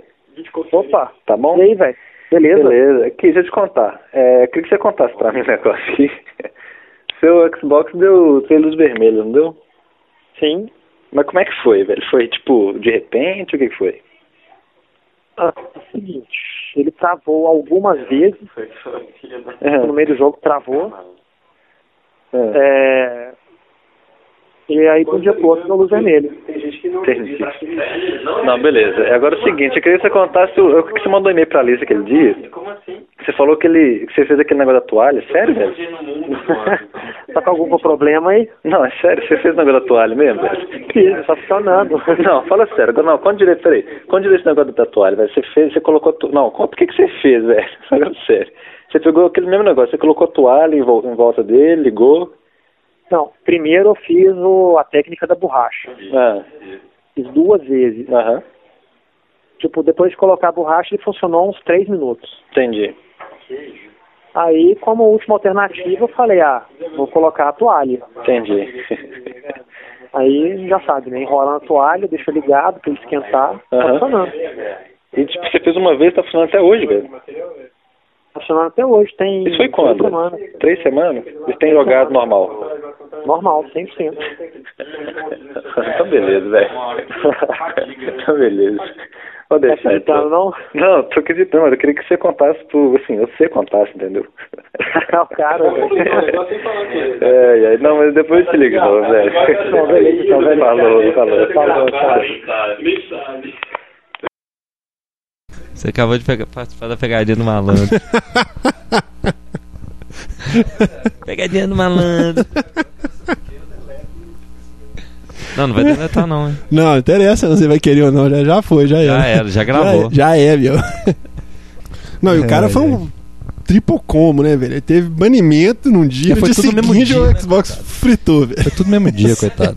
S4: Opa, tá bom?
S5: E aí, velho? Beleza?
S4: Beleza. Aqui, deixa eu te contar. É, queria que você contasse pra mim um negócio aqui. Seu Xbox deu três luzes vermelhas, não deu?
S5: Sim.
S4: Mas como é que foi, velho? Foi, tipo, de repente? O que que foi?
S5: Ah, é o seguinte, ele travou algumas vezes, no meio do jogo travou.
S4: É,
S5: É... E aí, de um dia pro outro, deu luz vermelha.
S4: entendi. Não, beleza. Agora é o seguinte, eu queria que você contasse o, o que que você mandou um e-mail pra Lisa aquele dia. Como assim? Você falou que, ele, que você fez aquele negócio da toalha. Sério, velho?
S5: Tá com algum problema aí?
S4: Não, é sério, você fez o negócio da toalha mesmo, velho?
S5: Sim, tá funcionando.
S4: Não, fala sério. Agora, Não, conta direito, peraí. Conta direito esse negócio da toalha, velho. Você fez, você colocou... To... Não, conta o que, que você fez, velho. Agora, sério. Você pegou aquele mesmo negócio, você colocou a toalha em, vol- em volta dele, ligou...
S5: Não, primeiro eu fiz o- a técnica da borracha.
S4: Ah,
S5: Fiz duas vezes.
S4: aham,
S5: Tipo, depois de colocar a borracha, ele funcionou uns três minutos.
S4: entendi.
S5: Aí, como última alternativa, eu falei, ah, vou colocar a toalha.
S4: Entendi.
S5: Aí já sabe, né? Enrola na toalha, deixa ligado pra ele esquentar, tá
S4: Aham.
S5: funcionando.
S4: E, tipo, você fez uma vez, tá funcionando até hoje, velho.
S5: Tá funcionando até hoje, tem
S4: Isso foi
S5: três
S4: quando?
S5: semanas.
S4: Três semanas? Você tem jogado normal?
S5: Normal, 100%.
S4: então, beleza, velho. então, beleza. Vou
S5: Tá
S4: deixar, então.
S5: acreditando, não?
S4: Não, tô acreditando, mas eu queria que você contasse pro. Assim, você contasse, entendeu?
S5: O cara.
S4: é, é, não, mas depois eu te ligo, não, velho.
S5: Não, beleza, então, beleza.
S4: Falou, falou.
S5: Falou, tchau.
S2: Você acabou de pegar- participar da pegadinha do malandro. pegadinha do malandro. Não, não vai deletar não, hein?
S3: Não, não interessa não você vai querer ou não. Já, já foi, já,
S2: Já era, já gravou.
S3: Já, é, meu. Não, e o cara
S1: Ai,
S3: foi um triplo combo, né, velho? Ele teve banimento num dia,
S1: É, foi
S3: no dia
S1: tudo no mesmo
S3: seguinte
S1: dia,
S3: o Xbox fritou, velho.
S1: Foi tudo no mesmo dia, coitado.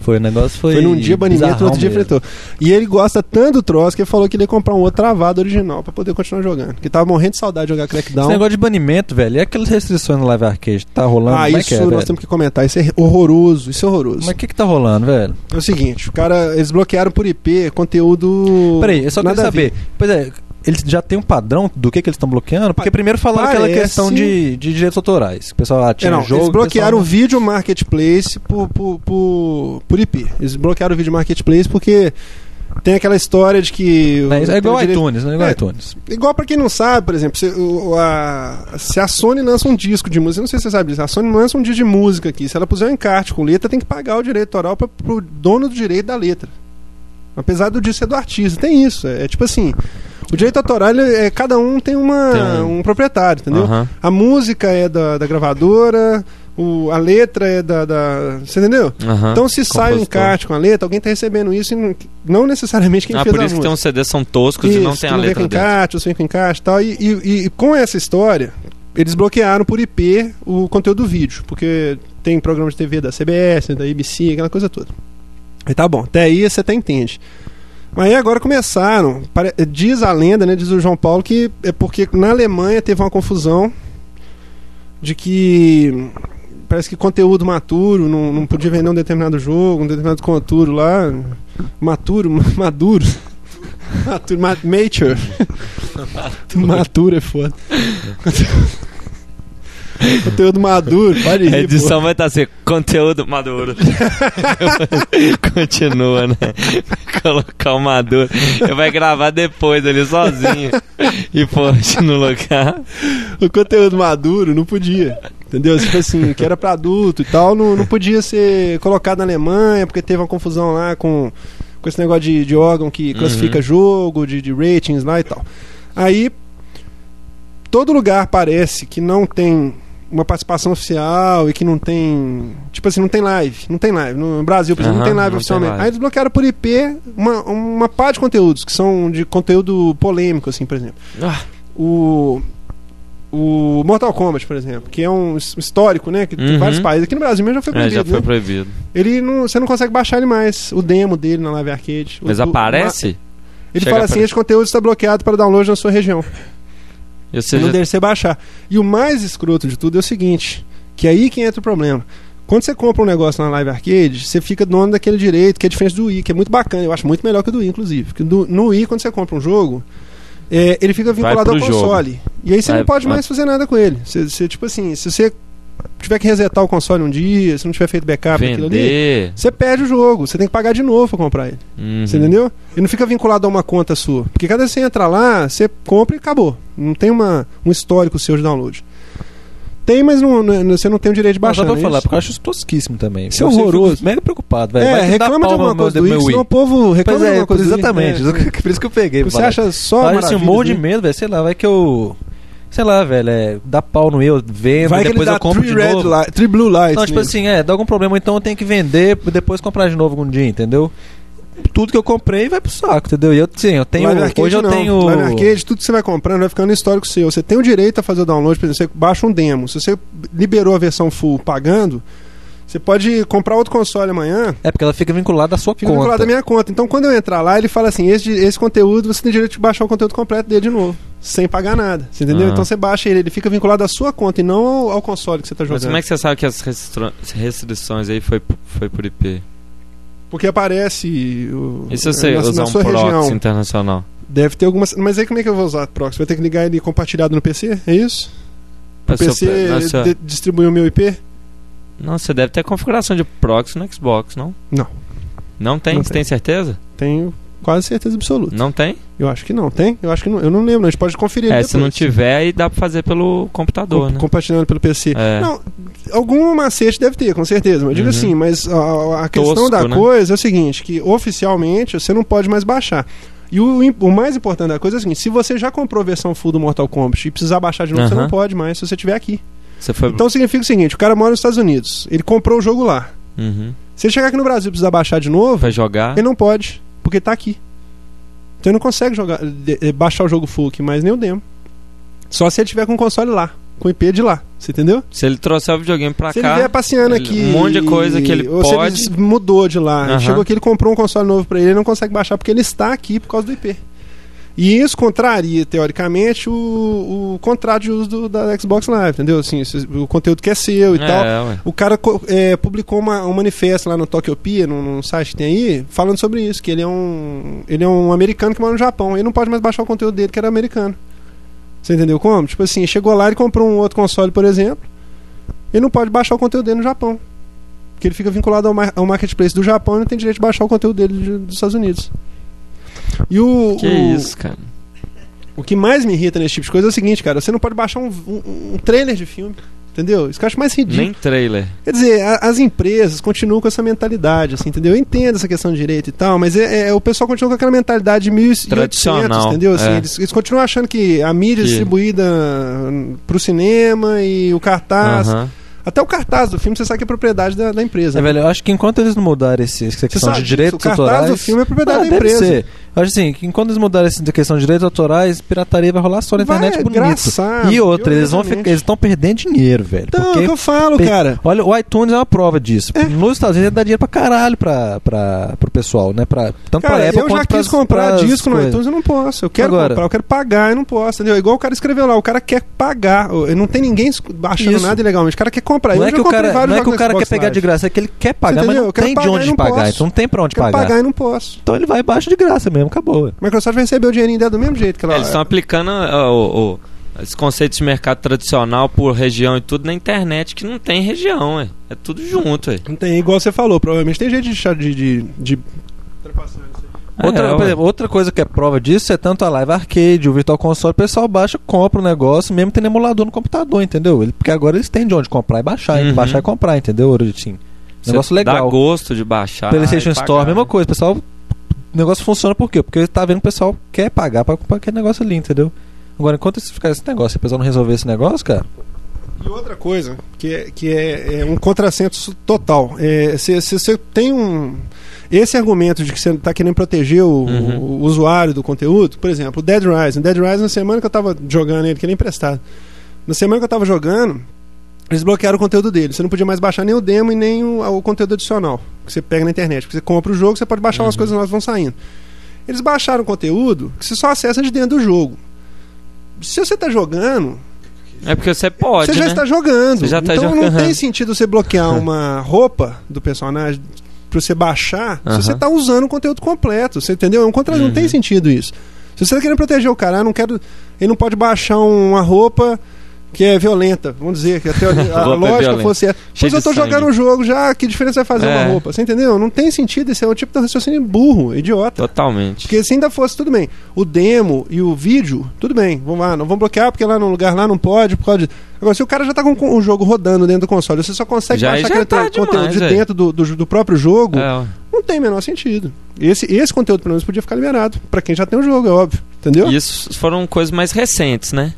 S1: Foi, o negócio foi.
S3: Foi num dia banimento, no outro dia
S1: bizarrão mesmo.
S3: fritou. E ele gosta tanto do troço que ele falou que ele ia comprar um outro travado original pra poder continuar jogando. Que tava morrendo de saudade de jogar
S1: Esse
S3: Crackdown.
S1: negócio de banimento, velho, e aquelas restrições no Live Arcade? Tá rolando?
S3: Ah,
S1: Como é
S3: isso
S1: que é,
S3: nós
S1: velho?
S3: temos que comentar. Isso é horroroso. Isso é horroroso.
S1: Mas o que que tá rolando, velho?
S3: É o seguinte, o cara, eles bloquearam por IP conteúdo.
S1: Peraí, eu só quero
S3: nada a
S1: saber.
S3: ver.
S1: Pois é, eles já tem um padrão do que, que eles estão bloqueando? Porque primeiro falaram aquela
S3: parece-
S1: questão de, de direitos autorais. O pessoal ah,
S3: É,
S1: tinha
S3: não,
S1: jogo.
S3: eles
S1: o pessoal
S3: bloquearam
S1: não-
S3: o vídeo marketplace por, por, por, por IP. Eles bloquearam o vídeo marketplace porque tem aquela história de que.
S1: Né, isso É igual
S3: tem o direito-
S1: iTunes, né? Igual
S3: É.
S1: iTunes.
S3: Igual pra quem não sabe, por exemplo, se, o- a, se a Sony lança um disco de música, eu não sei se você sabe disso, a Sony lança um disco de música aqui. Se ela puser um encarte com letra, tem que pagar o direito autoral pra, pro dono do direito da letra. Apesar do disco ser do artista, tem isso. É, é tipo assim. O direito autoral, ele é, cada um tem, uma,
S2: Tem um-
S3: um... proprietário, entendeu?
S2: Aham.
S3: A música é da, da gravadora, o, a letra é da, da. Você entendeu?
S2: Aham.
S3: Então, se sai um
S2: Compositor.
S3: encarte com a letra, alguém tá recebendo isso e não, não necessariamente quem
S2: Ah,
S3: fez
S2: por
S3: a
S2: isso que tem
S3: música.
S2: uns CDs são toscos e não
S3: Isso,
S2: tem
S3: que
S2: a
S3: vem
S2: letra
S3: com
S2: dentro.
S3: encaixe, os vem com encaixe e tal. E, e- e com essa história, eles bloquearam por IP o conteúdo do vídeo, porque tem programa de TV da CBS, né, da ABC, aquela coisa toda. E tá bom, até aí você até entende. Mas aí agora começaram, pare- diz a lenda, né, diz o João Paulo, que é porque na Alemanha teve uma confusão de que parece que conteúdo maturo, não, não podia vender um determinado jogo, um determinado conteúdo lá, maturo, maduro, maturo, ma- mature, maturo é foda. conteúdo maduro, pode rir,
S2: A
S3: pô.
S2: edição vai estar assim, conteúdo maduro. Continua, né? Colocar o maduro. Ele vai gravar depois ali sozinho. E post no lugar.
S3: o conteúdo maduro não podia. Entendeu? Tipo assim, que era pra adulto e tal, não, não podia ser colocado na Alemanha, porque teve uma confusão lá com, com esse negócio de, de órgão
S2: Uhum.
S3: que classifica jogo, de, de ratings lá e tal. Aí, todo lugar parece que não tem uma participação oficial e que não tem. Tipo assim, não tem live. Não tem live. No Brasil, por exemplo,
S2: Aham,
S3: não tem live
S2: não tem
S3: oficialmente.
S2: live.
S3: Aí eles bloquearam por IP uma, uma parte de conteúdos, que são de conteúdo polêmico, assim, por exemplo
S2: Ah,
S3: o o Mortal Kombat, por exemplo, que é um his- histórico, né? Que tem
S2: Uhum.
S3: vários países. Aqui no Brasil mesmo já foi
S2: é,
S3: proibido.
S2: já foi
S3: né?
S2: proibido.
S3: Ele não, você não consegue baixar ele mais, o demo dele na Live Arcade. O-
S2: Mas
S3: o-
S2: aparece?
S3: ma- ele
S2: Chega
S3: fala
S2: a
S3: assim:
S2: aparecer.
S3: esse conteúdo está bloqueado para download na sua região.
S2: Eu
S3: Você
S2: sei,
S3: não
S2: já-
S3: deve ser baixar. E o mais escroto de tudo é o seguinte: que é aí que entra o problema. Quando você compra um negócio na Live Arcade, você fica dono daquele direito, que é diferente do Wii, que é muito bacana. Eu acho muito melhor que o do Wii, inclusive. Porque do- no Wii, quando você compra um jogo, é, ele fica vinculado ao
S2: pro jogo.
S3: console. E aí você
S2: Vai-
S3: não pode
S2: vai-
S3: mais fazer nada com ele. Você, você, tipo assim, se você tiver que resetar o console um dia, se não tiver feito backup daquilo ali,
S2: vender.
S3: você perde o jogo. Você tem que pagar de novo pra comprar ele.
S2: Uhum.
S3: Você entendeu? Ele não fica vinculado a uma conta sua. Porque cada vez que você entra lá, você compra e acabou. Não tem uma, um histórico seu de download. Tem, mas não, é, não- não- você não tem o direito de
S1: Mas só
S3: baixar.
S1: pra
S3: não é
S1: falar,
S3: isso?
S1: porque eu acho isso tosquíssimo também.
S3: Isso é
S1: Eu fico
S3: horroroso.
S1: Mega preocupado, velho.
S3: É,
S1: Vai que dá
S3: reclama de
S1: palma
S3: alguma
S1: no
S3: coisa do
S1: meu
S3: Wix,
S1: Wii.
S3: senão o povo
S1: Pois
S3: reclama de
S1: é,
S3: alguma coisa do Wix,
S1: exatamente.
S3: é.
S1: Por isso que eu peguei.
S3: Você
S1: mano.
S3: acha só
S1: Olha, assim, um
S3: maravilhas
S1: monte de
S3: dele?
S1: medo, velho. Sei lá, vai que eu. Sei lá, velho. É, dá pau no eu, vendo,
S3: Vai que ele
S1: depois
S3: dá
S1: eu compro
S3: three
S1: de
S3: red
S1: novo.
S3: light, three blue lights. né?
S1: Não, tipo
S3: nele.
S1: assim, é, dá algum problema, então eu tenho que vender, depois comprar de novo algum dia, entendeu? Tudo que eu comprei vai pro saco, entendeu? E eu, sim, eu tenho.
S3: Live Arcade
S1: hoje eu
S3: não.
S1: tenho.
S3: Live Arcade, tudo que você vai comprando vai ficando no histórico seu. Você tem o direito a fazer o download, por exemplo, você baixa um demo. Se você liberou a versão full pagando, você pode comprar outro console amanhã
S1: É porque ela fica vinculada à sua
S3: Fica
S1: conta.
S3: vinculado à minha conta. Então, quando eu entrar lá, ele fala assim: esse, esse conteúdo, você tem direito de baixar o conteúdo completo dele de novo. Sem pagar nada. Você entendeu?
S2: Ah.
S3: Então você baixa ele, ele fica vinculado à sua conta e não ao, ao console que você está jogando.
S2: Mas como é que você sabe que as restri- restrições aí foi, foi por IP?
S3: Porque aparece. O,
S2: E se você
S3: na, na
S2: usar um
S3: sua
S2: proxy
S3: região.
S2: internacional?
S3: Deve ter algumas. Mas aí como é que eu vou usar proxy? Vai ter que ligar ele compartilhado no PC? É isso? O
S2: Na sua-
S3: PC
S2: É na sua-
S3: de- distribui o meu IP?
S2: Não, você deve ter configuração de proxy no Xbox, não?
S3: Não.
S2: Não tem?
S3: Não
S2: você
S3: tem.
S2: tem certeza?
S3: Tenho quase certeza absoluta.
S2: Não tem?
S3: Eu acho que não. Tem? Eu acho que não. Eu não lembro. A gente pode conferir
S2: É,
S3: depois.
S2: se não tiver, aí dá pra fazer pelo computador,
S3: Com-
S2: né?
S3: Compartilhando pelo PC.
S2: É.
S3: Não, algum macete deve ter, com certeza. Mas eu digo
S2: Uhum.
S3: assim, mas a, a questão
S2: Tosco,
S3: da
S2: né?
S3: coisa é o seguinte, que oficialmente você não pode mais baixar. E o, im- o mais importante da coisa é o seguinte, se você já comprou a versão full do Mortal Kombat e precisar baixar de novo, você
S2: Aham.
S3: não pode mais se você estiver aqui.
S2: Você foi.
S3: Então significa o seguinte, o cara mora nos Estados Unidos, ele comprou o jogo lá.
S2: Uhum.
S3: Se ele chegar aqui no Brasil e precisar baixar de novo,
S2: Vai jogar.
S3: ele não pode, porque tá aqui. Então ele não consegue jogar, de- eh, baixar o jogo full aqui, mas nem o demo. Só se ele tiver com o console lá, com o IP de lá. Você entendeu?
S2: Se ele trouxer o videogame pra
S3: Se
S2: cá.
S3: ele vier passeando
S2: ele-
S3: aqui.
S2: Um monte de coisa que ele
S3: ou
S2: pode.
S3: Se ele mudou de lá.
S2: Aham.
S3: Chegou aqui, ele comprou um console novo pra ele, ele não consegue baixar porque ele está aqui por causa do IP. E isso contraria, teoricamente, o, o contrato de uso do- da Xbox Live, entendeu? Assim, se- o conteúdo que é seu e
S2: é,
S3: tal.
S2: ué.
S3: O cara co- é, publicou uma, um manifesto lá no Tokyopia, num, num site que tem aí, falando sobre isso, que ele é um. Ele é um americano que mora no Japão. Ele não pode mais baixar o conteúdo dele, que era americano. Você entendeu como? Tipo assim, chegou lá e comprou um outro console, por exemplo. Ele não pode baixar o conteúdo dele no Japão. Porque ele fica vinculado ao, mar- ao marketplace do Japão e não tem direito de baixar o conteúdo dele de- dos Estados Unidos. E o,
S2: Que
S3: o-
S2: isso, cara.
S3: o que mais me irrita nesse tipo de coisa é o seguinte, cara, você não pode baixar um, um- um trailer de filme. Entendeu? Isso que eu acho mais ridículo.
S2: Nem trailer.
S3: Quer dizer, a- as empresas continuam com essa mentalidade, assim, entendeu? Eu entendo essa questão de direito e tal, mas é, é- o pessoal continua com aquela mentalidade de 1800,
S2: Tradicional,
S3: entendeu? Assim,
S2: é.
S3: eles, eles continuam achando que a mídia é
S2: Que-
S3: distribuída hum, pro cinema e o cartaz.
S2: Aham.
S3: Até o cartaz do filme você sabe que é propriedade da, da empresa.
S1: É, velho, eu acho que enquanto eles não mudarem esse- essa
S3: Você
S1: questão de
S3: sabe disso,
S1: direitos
S3: o cartaz
S1: autorais.
S3: do filme é propriedade
S1: Ah,
S3: da
S1: deve
S3: empresa.
S1: ser. Eu acho assim, que enquanto eles mudarem essa questão de direitos autorais, pirataria vai rolar só na
S3: Vai,
S1: internet
S3: é
S1: bonito.
S3: engraçado,
S1: e outra, eles vão
S3: obviamente.
S1: ficar- eles estão perdendo dinheiro, velho.
S3: Então, é
S1: porque
S3: o que eu falo,
S1: pe-
S3: cara.
S1: Olha, o iTunes é uma prova disso.
S3: É.
S1: Nos Estados Unidos ele dá dinheiro pra caralho pra, pra, pro pessoal, né? Pra, tanto
S3: Cara,
S1: pra Apple
S3: eu
S1: quanto
S3: já quis
S1: pras-
S3: comprar
S1: pras
S3: disco no
S1: coisas.
S3: iTunes, eu não posso. Eu quero
S1: Agora-
S3: comprar, eu quero pagar, eu não posso, entendeu? Igual o cara escreveu lá, o cara quer pagar. ô, Não tem ninguém escu- baixando
S1: Isso.
S3: nada ilegalmente. O cara quer comprar.
S1: Não
S3: eu
S1: é,
S3: já
S1: que o
S3: comprei
S1: cara,
S3: vários
S1: não é que o
S3: jogos
S1: cara
S3: no
S1: quer
S3: Xbox
S1: pegar
S3: Live.
S1: de graça, é que ele quer pagar,
S3: Você
S1: mas
S3: entendeu?
S1: não
S3: Eu quero
S1: tem de
S3: pagar e
S1: onde
S3: não
S1: pagar.
S3: posso.
S1: Então não tem pra onde
S3: Eu quero
S1: pagar.
S3: pagar e não posso.
S1: Então ele vai embaixo de graça mesmo, acabou. ué.
S3: Microsoft vai receber o dinheirinho dela do mesmo jeito que ela é.
S1: é.
S2: Eles estão aplicando ó, o- o- esse conceito de mercado tradicional por região e tudo na internet, que não tem região, ué. É tudo junto, ué.
S3: Não tem, igual você falou, provavelmente tem jeito de deixar de. de, de...
S1: Outra,
S2: É,
S1: por
S2: ué.
S1: exemplo, outra coisa que é prova disso é tanto a Live Arcade, o Virtual Console, o pessoal baixa, compra o negócio, mesmo tendo emulador no computador, entendeu? Ele- porque agora eles têm de onde comprar e baixar,
S2: Uhum.
S1: baixar e comprar, entendeu? Assim,
S2: Você
S1: negócio legal.
S2: Dá gosto de baixar.
S1: PlayStation
S2: Ah, e pagar.
S1: Store, mesma coisa, o pessoal. O negócio funciona por quê? Porque tá vendo que o pessoal quer pagar pra comprar aquele negócio ali, entendeu? Agora, enquanto isso ficar esse negócio, se o pessoal não resolver esse negócio, cara,
S3: E outra coisa, que é, que é, é um contrassenso total. É, se se você tem um. Esse argumento de que você está querendo proteger o,
S2: Uhum.
S3: o usuário do conteúdo, por exemplo, o Dead Rising. Dead Rising, na semana que eu estava jogando ele, que ele é emprestado. Na semana que eu estava jogando, eles bloquearam o conteúdo dele. Você não podia mais baixar nem o demo e nem o, o conteúdo adicional que você pega na internet. Porque você compra o jogo, você pode baixar umas coisas novas que vão saindo. Eles baixaram o conteúdo que você só acessa de dentro do jogo. Se você está jogando,
S2: É porque você pode,
S3: você já
S2: né?
S3: está jogando.
S2: Você já tá
S3: então
S2: jogando.
S3: não tem sentido você bloquear uma roupa do personagem pra você baixar
S2: Aham. Uhum.
S3: se você tá usando o conteúdo completo. Você entendeu? É um contra... Não tem sentido isso. Se você tá querendo proteger o cara, ah, não quero... ele não pode baixar um, uma roupa que é violenta. Vamos dizer que até a, a
S2: Roupa
S3: lógica
S2: violenta.
S3: fosse. é,
S2: Cheio
S3: Pois eu
S2: de
S3: tô
S2: sangue.
S3: jogando o jogo já, que diferença vai fazer
S2: É.
S3: uma roupa? Você entendeu? Não tem sentido. Esse é um tipo de raciocínio burro, idiota.
S2: Totalmente.
S3: Porque se ainda fosse, tudo bem. O demo e o vídeo, tudo bem. Vamos lá, não vamos bloquear porque lá no lugar lá não pode, por causa de... Agora, se o cara já tá com o jogo rodando dentro do console, você só consegue
S2: Já-
S3: baixar
S2: já
S3: aquele
S2: tá
S3: tra- conteúdo
S2: demais,
S3: de
S2: velho.
S3: dentro do, do, do próprio jogo,
S2: É, ué.
S3: não tem o menor sentido. Esse, esse conteúdo, pelo menos, podia ficar liberado. Pra quem já tem o jogo, é óbvio. Entendeu?
S2: E isso foram coisas mais recentes, né?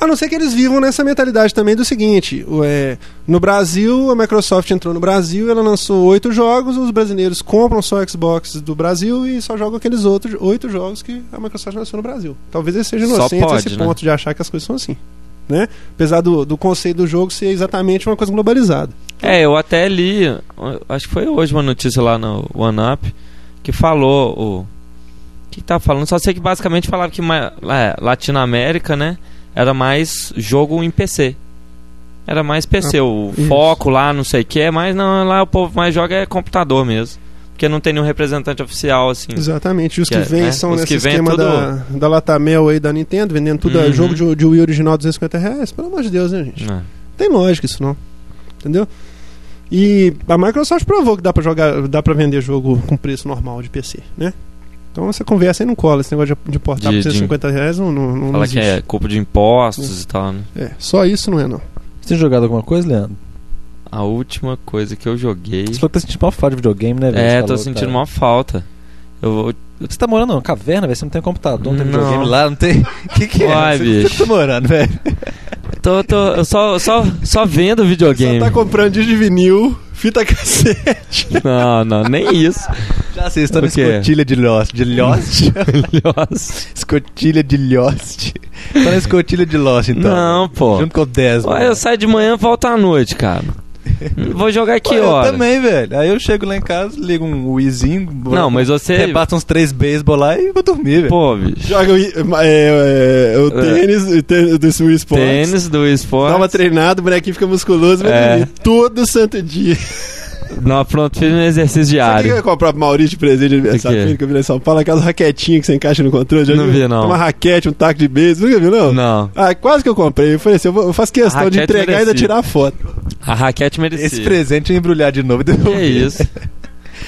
S3: A não ser que eles vivam nessa mentalidade também do seguinte: o, é, no Brasil, a Microsoft entrou no Brasil, ela lançou oito jogos, os brasileiros compram só Xbox do Brasil e só jogam aqueles outros oito jogos que a Microsoft lançou no Brasil. Talvez eles sejam
S2: Só
S3: inocentes a
S2: pode,
S3: esse
S2: né?
S3: ponto de achar que as coisas são assim. Né? Apesar do, do conceito do jogo ser exatamente uma coisa globalizada.
S2: É, eu até li, eu acho que foi hoje uma notícia lá no OneUp, que falou o. que tá falando? Só sei que basicamente falava que ma- é, Latinoamérica, né? Era mais jogo em PC. Era mais PC. o
S3: Ah, isso.
S2: foco lá, não sei o que, mas não, lá o povo mais joga é computador mesmo. Porque não tem nenhum representante oficial, assim.
S3: Exatamente. Os
S2: Que
S3: que,
S2: é,
S3: vêm
S2: né?
S3: são
S2: Os
S3: nesse
S2: que vêm é
S3: esquema
S2: tudo-
S3: da, da Latamel aí da Nintendo, vendendo tudo a
S2: Uhum.
S3: jogo de, de Wii original R$ 250 reais. Pelo amor de Deus, né, gente?
S2: Né?
S3: tem lógica isso não. Entendeu? E a Microsoft provou que dá pra jogar, dá para vender jogo com preço normal de PC, né? Então você conversa e não cola esse negócio de, de portar
S2: De-
S3: por 150 reais, não, não, não
S2: Fala que
S3: existe.
S2: é culpa de impostos e tal, né?
S3: É, só isso não é não.
S1: você tem jogado alguma coisa, Leandro?
S2: A última coisa que eu joguei.
S1: Você falou que tá sentindo mal falta de videogame, né, velho? Você
S2: É, tô
S1: falou,
S2: sentindo
S1: cara.
S2: uma falta. Eu vou
S1: Você tá morando numa caverna, velho? Você não tem computador, não tem
S2: Não.
S1: videogame lá, não tem. que que é?
S2: Uai,
S1: Você-
S2: bicho.
S1: Você tá morando, velho?
S2: Tô, tô, eu só, só, só vendo
S1: tá
S3: tá
S2: videogame.
S3: comprando disco de vinil, fita cassete.
S2: Não, não, nem isso.
S1: Cara, vocês estão na
S2: O quê?
S1: escotilha de Lost. De Lost?
S2: Maravilhosa.
S1: escotilha de Lost. Tá na escotilha de Lost, então.
S2: Não, pô.
S1: Junto com o Desmond.
S2: Ué, eu saio de manhã volto à noite, cara. Vou jogar
S1: Pô,
S2: que hora?
S1: Eu também, velho. Aí eu chego lá em casa, ligo um Wizinho.
S2: Não, mas você.
S1: Rebato uns três beisebol lá e vou dormir, velho.
S2: Pô, bicho.
S3: Joga o, i- é, é, o
S2: É.
S3: tênis, o tênis do Swing Sports.
S2: Tênis do esporte.
S3: Dá uma treinada, o bonequinho fica musculoso, vai
S2: É.
S3: dormir todo santo dia.
S2: Não, pronto, fiz um exercício
S3: Sabe o que eu
S1: é
S2: diário.
S3: ia comprar pro Maurício de presente de aniversário
S2: quê?
S3: dele, que eu vi lá em São Paulo? Aquelas raquetinhas que você encaixa no controle. já
S2: Não
S3: viu?
S2: vi, não.
S3: Uma raquete, um taco de beisebol, nunca viu, não?
S2: Não,
S3: Ah, quase que eu comprei. Eu falei assim, eu, vou- eu faço questão de
S2: Raquete
S3: entregar e ainda
S2: merecia.
S3: tirar a foto.
S2: a raquete merecia.
S1: Esse é um presente eu ia embrulhar de novo e
S2: Que
S1: devolver.
S2: isso.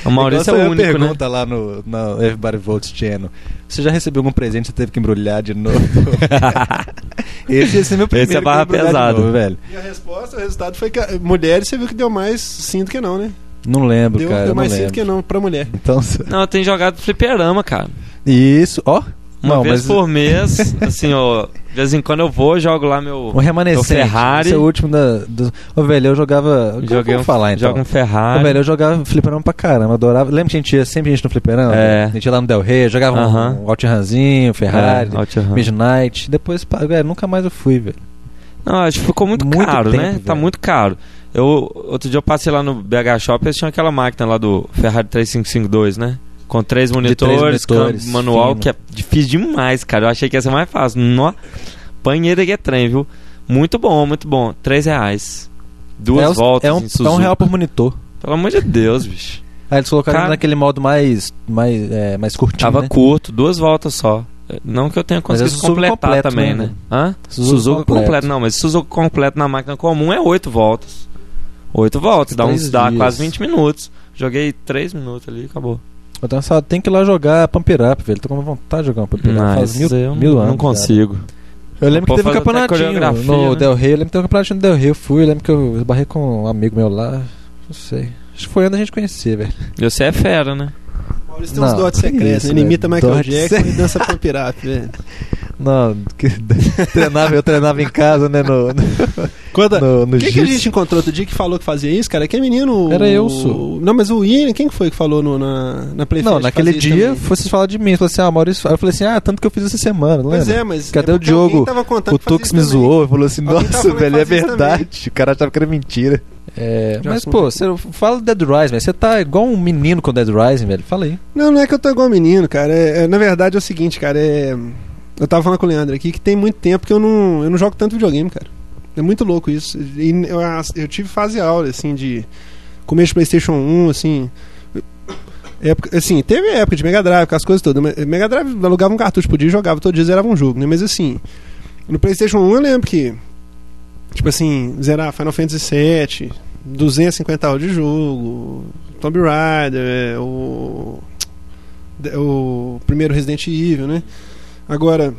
S2: O Maurício
S1: Igual saiu
S2: é o
S1: a
S2: único, né?
S1: pergunta lá no, na Everybody Votes Channel. Você já recebeu algum presente que você teve que embrulhar de novo? esse, esse é meu primeiro
S2: Esse é barra
S1: que eu embrulhar de
S2: pesada.
S1: novo, velho.
S3: E a resposta, o resultado foi que mulheres você viu que deu mais sim do que não, né?
S1: Não lembro,
S3: Deu,
S1: cara.
S3: deu
S1: eu
S3: mais
S1: não
S3: sim do
S1: lembro.
S3: que não pra mulher.
S1: Então,
S2: Não, eu tenho jogado fliperama, cara.
S1: isso, ó.
S2: Uma
S1: não, mas
S2: vez por mês, assim, ó. De vez em quando eu vou, jogo lá meu.
S1: um remanescente.
S2: o Ferrari.
S1: Esse é o último da. Do... Ô, velho, eu jogava.
S2: Joguei um,
S1: Vamos falar então.
S2: Jogo um
S1: Ô,
S2: Ferrari.
S1: velho, eu jogava fliperama pra caramba, adorava. Lembra que a gente ia sempre a gente no fliperama?
S2: É.
S1: A gente ia lá no Del Rey, jogava
S2: Aham.
S1: um Outrunzinho, Ferrari,
S2: É, Outrun.
S1: Midnight. Depois, pá, velho, nunca mais eu fui, velho.
S2: Não, acho que ficou muito,
S1: Muito
S2: caro,
S1: tempo,
S2: né? Tá
S1: velho.
S2: muito caro. Eu, outro dia eu passei lá no BH Shop e eles tinham aquela máquina lá do Ferrari 3552, né? Com três monitores, câmbio
S1: monitores,
S2: manual,
S1: fino.
S2: que é difícil demais, cara. Eu achei que ia ser mais fácil. Nó, banheira que é trem, viu? Muito bom, muito bom. Três reais. Duas
S1: é, os-
S2: voltas
S1: é um,
S2: em
S1: é
S2: Suzuka.
S1: um real por monitor.
S2: Pelo amor de Deus, bicho.
S1: Aí eles colocaram
S2: Cara-
S1: naquele modo mais, mais, é, mais curtinho,
S2: Tava
S1: né?
S2: curto, duas voltas só. Não que eu tenha conseguido
S1: Suzuka
S2: completar
S1: completo,
S2: também,
S1: né?
S2: né? Hã?
S1: Suzuka
S2: Suzuka,
S1: completo.
S2: completo. Não, mas Suzuka completo na máquina comum é oito voltas. Oito voltas, dá,
S1: Três
S2: uns, dá
S1: dias.
S2: quase 20 minutos. Joguei três minutos ali e acabou.
S1: Eu tava só, tem que ir lá jogar Pump It Up, velho. Tô com vontade de jogar um Pump It Up. Faz
S2: Mas
S1: mil,
S2: eu
S1: mil
S2: não
S1: anos.
S2: consigo.
S1: já. Eu lembro que
S2: Pô,
S1: teve um
S2: faz até
S1: campeonatinho
S2: coreografia,
S1: no
S2: né?
S1: Del Rey. Eu lembro que teve um campeonatinho no Del Rey. Eu fui, eu lembro que eu esbarrei com um amigo meu lá. Não sei. Acho que foi onde a gente conhecia, velho.
S2: E Você é fera, né?
S3: Maurício tem uns
S1: Não,
S3: dotes
S1: que
S3: secretos,
S1: isso,
S3: né? Ele imita
S1: velho.
S3: Michael
S1: Dotes
S3: Jackson
S1: secretos.
S3: e dança pump it up, velho.
S1: Não, que- treinava, eu treinava em casa, né? No,
S3: Conta,
S1: no, no
S3: Quem que a
S1: jiu-jitsu.
S3: gente encontrou outro dia que falou que fazia isso, cara? Que menino.
S1: Era eu, Su.
S3: sou. Não, mas o Ian, quem que foi que falou no, na, na Playfair?
S1: Não, naquele dia foi vocês falar de mim. Falou assim, ah, Maurício. Aí eu falei assim, ah, tanto que eu fiz essa semana,
S3: Pois
S1: lembra?
S3: é, mas.
S1: Cadê
S3: é
S1: o
S3: porque alguém
S1: Diogo?
S3: tava contando
S1: O
S3: que fazia
S1: Tux
S3: isso
S1: me
S3: também.
S1: zoou e falou assim:
S3: Alguém tava
S1: Nossa,
S3: falando que
S1: velho, é
S3: fazia isso
S1: verdade. O cara achava que era mentira. É,
S3: Já um
S1: mas,
S3: fui.
S1: pô, você fala Dead Rising, velho. Você tá igual um menino com Dead Rising, velho. Fala aí.
S3: Não, não é que eu tô igual menino, cara. É- é- na verdade é o seguinte, cara. É, eu tava falando com o Leandro aqui que tem muito tempo que eu não, eu não jogo tanto videogame, cara. É muito louco isso. E eu, eu tive fase áurea, assim, de começo de PlayStation 1, assim. Época, assim, teve época de Mega Drive, com as coisas todas. mas Mega Drive alugava um cartucho por dia, jogava todo dia, zerava um jogo, né? Mas assim, no PlayStation 1 eu lembro que, tipo assim, zerar Final Fantasy VII, 250 horas de jogo, Tomb Raider, é, o. O primeiro Resident Evil, né? Agora,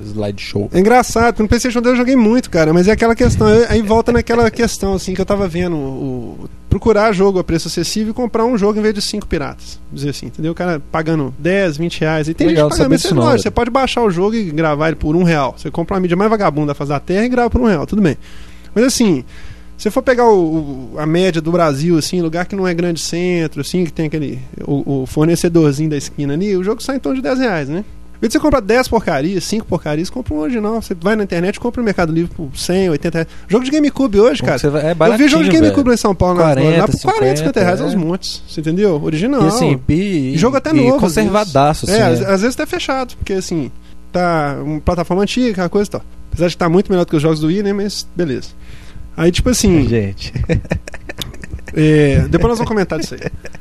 S1: Slideshow.
S3: é engraçado, porque no PlayStation 2 eu joguei muito, cara, mas é aquela questão, eu- aí volta naquela questão, assim, que eu tava vendo, o, procurar jogo a preço acessível e comprar um jogo em vez de cinco piratas, dizer assim, entendeu? O cara pagando 10, 20 reais, e tem
S1: Legal,
S3: gente
S1: saber
S3: pagando, mas
S1: disso
S3: você,
S1: não, né?
S3: lógico,
S1: velho.
S3: você pode baixar o jogo e gravar ele por um real, você compra uma mídia mais vagabunda da face da terra e grava por um real, tudo bem. Mas assim, se for pegar o- o- a média do Brasil, assim, lugar que não é grande centro, assim, que tem aquele, o, o fornecedorzinho da esquina ali, o jogo sai em torno de 10 reais, né? Em vez de você comprar 10 porcarias, 5 porcarias, compra um original. Você vai na internet, compra no Mercado Livre por 100, 80 reais. Jogo de GameCube hoje, cara.
S1: Você vai, é
S3: eu vi jogo de GameCube lá em São Paulo, na
S1: 40,
S3: lá por 40, 50 reais,
S1: é.
S3: uns montes. Você entendeu? Original.
S1: E assim, e,
S3: Jogo até
S1: e
S3: novo, às
S1: conservadaço, assim.
S3: é, às,
S1: né?
S3: às vezes tá fechado, porque assim, tá uma plataforma antiga, aquela coisa e tal. Apesar de estar muito melhor do que os jogos do Wii, né? Mas beleza. Aí, tipo assim.
S1: Gente.
S3: É, depois nós vamos comentar disso aí.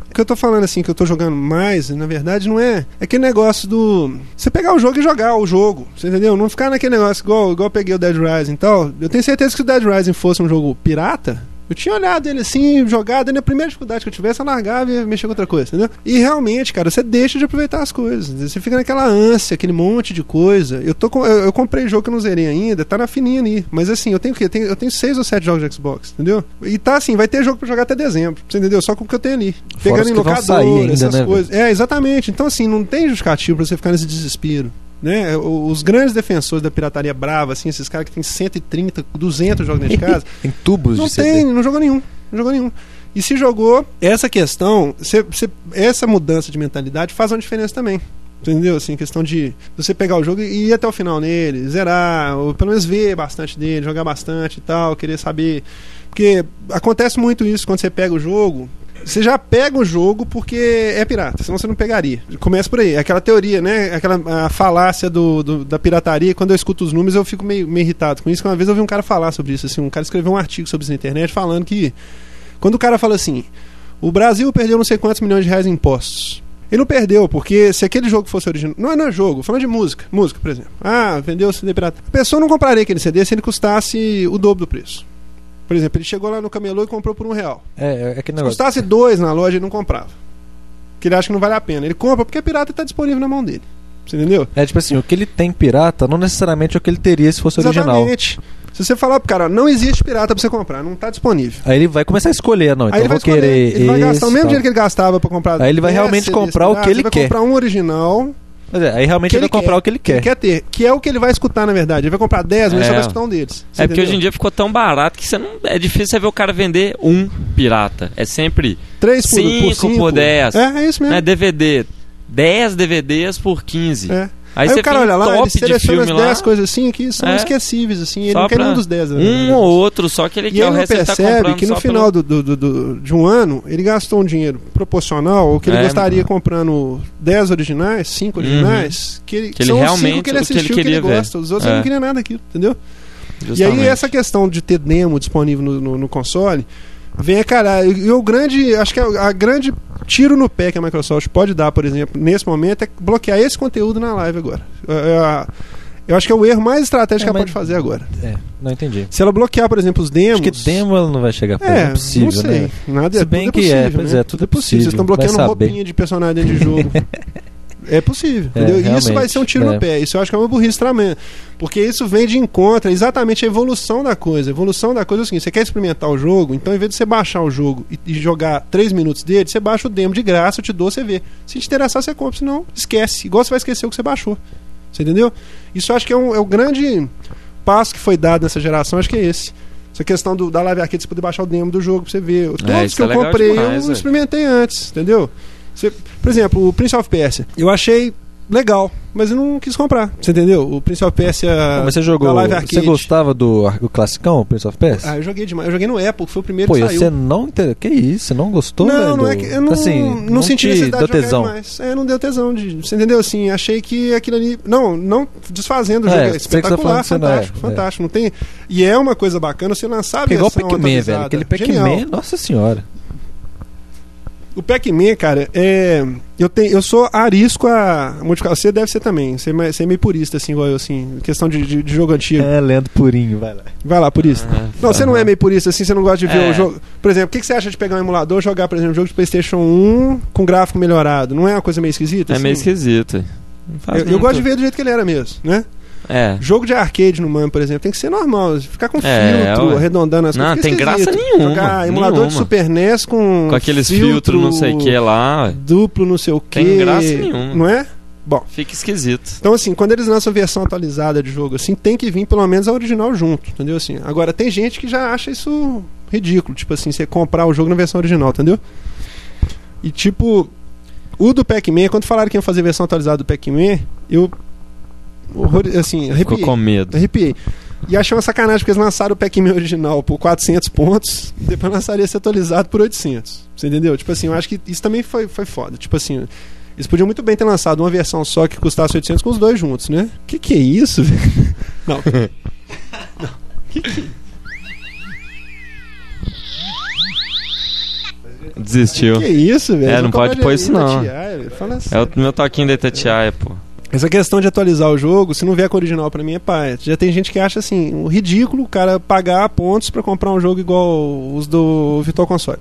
S3: O que eu tô falando assim, que eu tô jogando mais, na verdade, não é. É aquele negócio do. Você pegar o jogo e jogar o jogo. Você entendeu? Não ficar naquele negócio igual, igual eu peguei o Dead Rising e tal. Eu tenho certeza que se o Dead Rising fosse um jogo pirata. Eu tinha olhado ele assim, jogado, e na primeira dificuldade que eu tivesse, eu largava e ia mexer com outra coisa, entendeu? E realmente, cara, você deixa de aproveitar as coisas. Você fica naquela ânsia, aquele monte de coisa. Eu, tô com- eu, eu comprei jogo que eu não zerei ainda, tá na fininha ali. Mas assim, eu tenho o quê? Eu tenho, eu tenho seis ou sete jogos de Xbox, entendeu? E tá assim, vai ter jogo pra jogar até dezembro, você entendeu? Só com o que eu tenho ali.
S1: Fora os
S3: Pegando em
S1: que vão
S3: locador,
S1: sair ainda,
S3: essas
S1: né, velho?
S3: coisas. É, exatamente. Então, assim, não tem justificativo pra você ficar nesse desespero. Né? O- Os grandes defensores da pirataria brava, assim, esses caras que tem 130, 200 jogos dentro de casa,
S1: Em tubos
S3: não
S1: de CD.
S3: tem, não joga nenhum. Não jogou nenhum. E se jogou, essa questão, cê- cê- essa mudança de mentalidade faz uma diferença também. Entendeu? Assim, questão de você pegar o jogo e ir até o final nele, zerar, ou pelo menos ver bastante dele, jogar bastante e tal, querer saber. Porque acontece muito isso quando você pega o jogo. Você já pega o jogo porque é pirata, senão você não pegaria. Começa por aí. É Aquela teoria, né? Aquela a falácia do, do- da pirataria. Quando eu escuto os números, eu fico meio, meio irritado com isso. Que uma vez eu vi um cara falar sobre isso. Assim, um cara escreveu um artigo sobre isso na internet falando que quando o cara fala assim, o Brasil perdeu não sei quantos milhões de reais em impostos. Ele não perdeu, porque se aquele jogo fosse original. Não é não é jogo, falando de música. Música, por exemplo. Ah, vendeu o CD pirata. A pessoa não compraria aquele CD se ele custasse o dobro do preço. Por exemplo, ele chegou lá no camelô e comprou por um real.
S1: É, é aquele
S3: Se
S1: negócio.
S3: custasse dois na loja, ele não comprava. Porque ele acha que não vale a pena. Ele compra porque a pirata está disponível na mão dele. Você entendeu?
S1: É tipo assim, o que ele tem pirata não necessariamente é o que ele teria se fosse original.
S3: Exatamente. Se você falar pro cara, ó, não existe pirata pra você comprar, não tá disponível.
S1: Aí ele vai começar a escolher, não. Então
S3: Aí ele
S1: vou
S3: vai escolher,
S1: querer.
S3: ele vai gastar o
S1: esse,
S3: mesmo
S1: tal.
S3: dinheiro que ele gastava pra comprar.
S1: Aí ele vai
S3: dez
S1: realmente
S3: CDs
S1: comprar o que
S3: piratas,
S1: ele quer.
S3: Vai comprar um original
S1: Pois é, aí realmente
S3: que
S1: ele
S3: ele
S1: vai comprar
S3: quer.
S1: o que ele
S3: que
S1: quer.
S3: ele quer ter, que é o que ele vai escutar na verdade. Ele vai comprar 10, mas ele só
S2: É.
S3: vai escutar um deles.
S2: É porque hoje em dia ficou tão barato que você não, é difícil você ver o cara vender um pirata. É sempre
S3: 3 por
S2: cinco
S3: 5
S2: por 10.
S3: É, é isso mesmo.
S2: né, DVD. 10 DVDs por 15.
S3: É.
S2: Aí,
S3: Aí,
S2: você
S3: o cara
S2: tem
S3: olha
S2: um
S3: lá,
S2: top
S3: ele
S2: de
S3: seleciona
S2: filme
S3: as
S2: lá,
S3: 10 coisas assim que são
S2: É.
S3: esquecíveis, assim, ele
S2: Só
S3: não quer
S2: pra
S3: nenhum dos né? 10. na verdade.
S2: um ou outro só que ele
S3: E
S2: quer.
S3: ele
S2: O
S3: não
S2: resto ele tá
S3: percebe
S2: comprando
S3: que no
S2: só
S3: final do, do- do- do- de um ano ele gastou um dinheiro proporcional ao que ele
S2: É,
S3: gastaria
S2: mano.
S3: comprando 10 originais, 5
S2: Uhum.
S3: originais, que, ele,
S2: Que ele
S3: são os
S2: realmente-
S3: 5 que ele
S2: o que ele
S3: assistiu, que ele,
S2: queria ver.
S3: gosta. Os outros ele
S2: É.
S3: não queria nada daquilo, entendeu?
S2: pelo- justamente.
S3: E aí essa questão de ter demo disponível no, no- no console vem a caralho. E o grande, acho que a, a grande tiro no pé que a Microsoft pode dar, por exemplo, nesse momento é bloquear esse conteúdo na live agora. É- é a- eu acho que é o erro mais estratégico
S1: É,
S3: que ela
S1: mas-
S3: pode fazer agora.
S1: É, não entendi.
S3: Se ela bloquear, por exemplo, os demos.
S1: Acho que demo ela não vai chegar perto.
S3: É,
S1: não é possível,
S3: não sei.
S1: né?
S3: Nada
S1: Se
S3: é,
S1: bem
S3: tudo
S1: que é,
S3: possível,
S1: pois
S3: né?
S1: é, tudo é
S3: Vocês
S1: possível,
S3: estão
S1: vai
S3: bloqueando
S1: saber.
S3: roupinha de personagem dentro de jogo. É possível,
S1: É,
S3: entendeu? E isso
S1: realmente,
S3: vai ser um tiro
S1: é.
S3: no pé. Isso eu acho que é uma burrice tremenda. Porque isso vem de encontro, é exatamente a evolução da coisa. A evolução da coisa é o seguinte: você quer experimentar o jogo, então em vez de você baixar o jogo e, e jogar 3 minutos dele, você baixa o demo de graça, eu te dou, você vê. Se te interessar, você compra, senão esquece. Igual você vai esquecer o que você baixou. Você entendeu? Isso eu acho que é, um, é o grande passo que foi dado nessa geração, acho que é esse. Essa questão do, da Live Arcade, você poder baixar o demo do jogo pra você ver. Todos
S2: isso
S3: que
S2: é
S3: eu
S2: legal
S3: comprei,
S2: demais,
S3: eu
S2: velho.
S3: experimentei antes, entendeu? Você- por exemplo, o Prince of Persia, eu achei legal, mas eu não quis comprar, você entendeu? O Prince of Persia
S1: Pô, Mas você jogou.
S3: da Live
S1: Você
S3: Arcade.
S1: gostava do, do classicão, Prince of Persia?
S3: Ah, eu joguei demais, eu joguei no Apple, que foi o primeiro
S1: Pô,
S3: que
S1: e
S3: saiu.
S1: você não. Inter... Que isso? Você não gostou?
S3: Não,
S1: velho?
S3: não é que eu não,
S1: assim,
S3: não, senti
S1: te
S3: necessidade
S1: deu
S3: de
S1: tesão.
S3: jogar mais. É, não deu tesão de, você entendeu assim, achei que aquilo ali, não, não desfazendo o
S1: É,
S3: jogo, é,
S1: sei que você tá falando
S3: espetacular,
S1: que você não é,
S3: fantástico,
S1: é.
S3: fantástico, não tem. E é uma coisa bacana você lançar a
S1: Pegou o
S3: versão
S1: Pac-Man, velho.
S3: atualizada.
S1: Aquele
S3: Genial.
S1: Pac-Man, nossa senhora.
S3: O Pac-Man, cara, é. Eu, tenho, eu sou arisco a modificação. Você deve ser também. Você é mais- você é meio purista, assim, igual eu, assim. Questão de, de- de jogo antigo.
S1: É, Leandro Purinho, vai lá.
S3: Vai lá, purista.
S2: Ah,
S3: Não, você não é meio purista, assim, você não gosta de ver
S2: É.
S3: o jogo. Por exemplo, o que que você acha de pegar um emulador e jogar, por exemplo, um jogo de PlayStation 1 com gráfico melhorado? Não é uma coisa meio esquisita?
S2: É
S3: assim?
S2: meio esquisito. Não faz
S3: Eu, eu
S2: muito-
S3: gosto de ver do jeito que ele era mesmo, né?
S2: É.
S3: Jogo de arcade no MAM, por exemplo, tem que ser normal. Ficar com
S2: É,
S3: filtro,
S2: ué.
S3: arredondando as
S2: Não,
S3: coisas. fica
S2: tem graça
S3: esquisito.
S2: nenhuma,
S3: Jogar emulador de
S2: nenhuma.
S3: Super NES com.
S2: Com aqueles filtros, não sei o que lá. ué.
S3: duplo, não sei o quê.
S2: Tem graça nenhuma.
S3: Não é?
S2: Fica esquisito.
S3: Então, assim, quando eles lançam a versão atualizada de jogo, assim, tem que vir pelo menos a original junto, entendeu? Assim, agora, tem gente que já acha isso ridículo, tipo assim, você comprar o jogo na versão original, entendeu? E, tipo, o do Pac-Man, quando falaram que iam fazer a versão atualizada do Pac-Man, eu, horror- assim,
S2: Ficou
S3: arrepiei.
S2: com medo.
S3: Arrepiei. E achei uma sacanagem, porque eles lançaram o Pac-Man original por 400 pontos, e depois lançaram esse atualizado por 800. Você entendeu? Tipo assim, eu acho que isso também foi, foi foda. Tipo assim, eles podiam muito bem ter lançado uma versão só que custasse 800 com os dois juntos, né? Que que é isso, velho? Não. Não. Que que-
S2: Desistiu.
S3: Que é isso, velho?
S2: É, não pode pôr isso, não.
S3: Fala assim.
S2: É o meu toquinho da Itatiaia, pô.
S3: Essa questão de atualizar o jogo, se não vier com o original pra mim, é pai. Já tem gente que acha assim, um ridículo o cara pagar pontos pra comprar um jogo igual os do Virtual Console.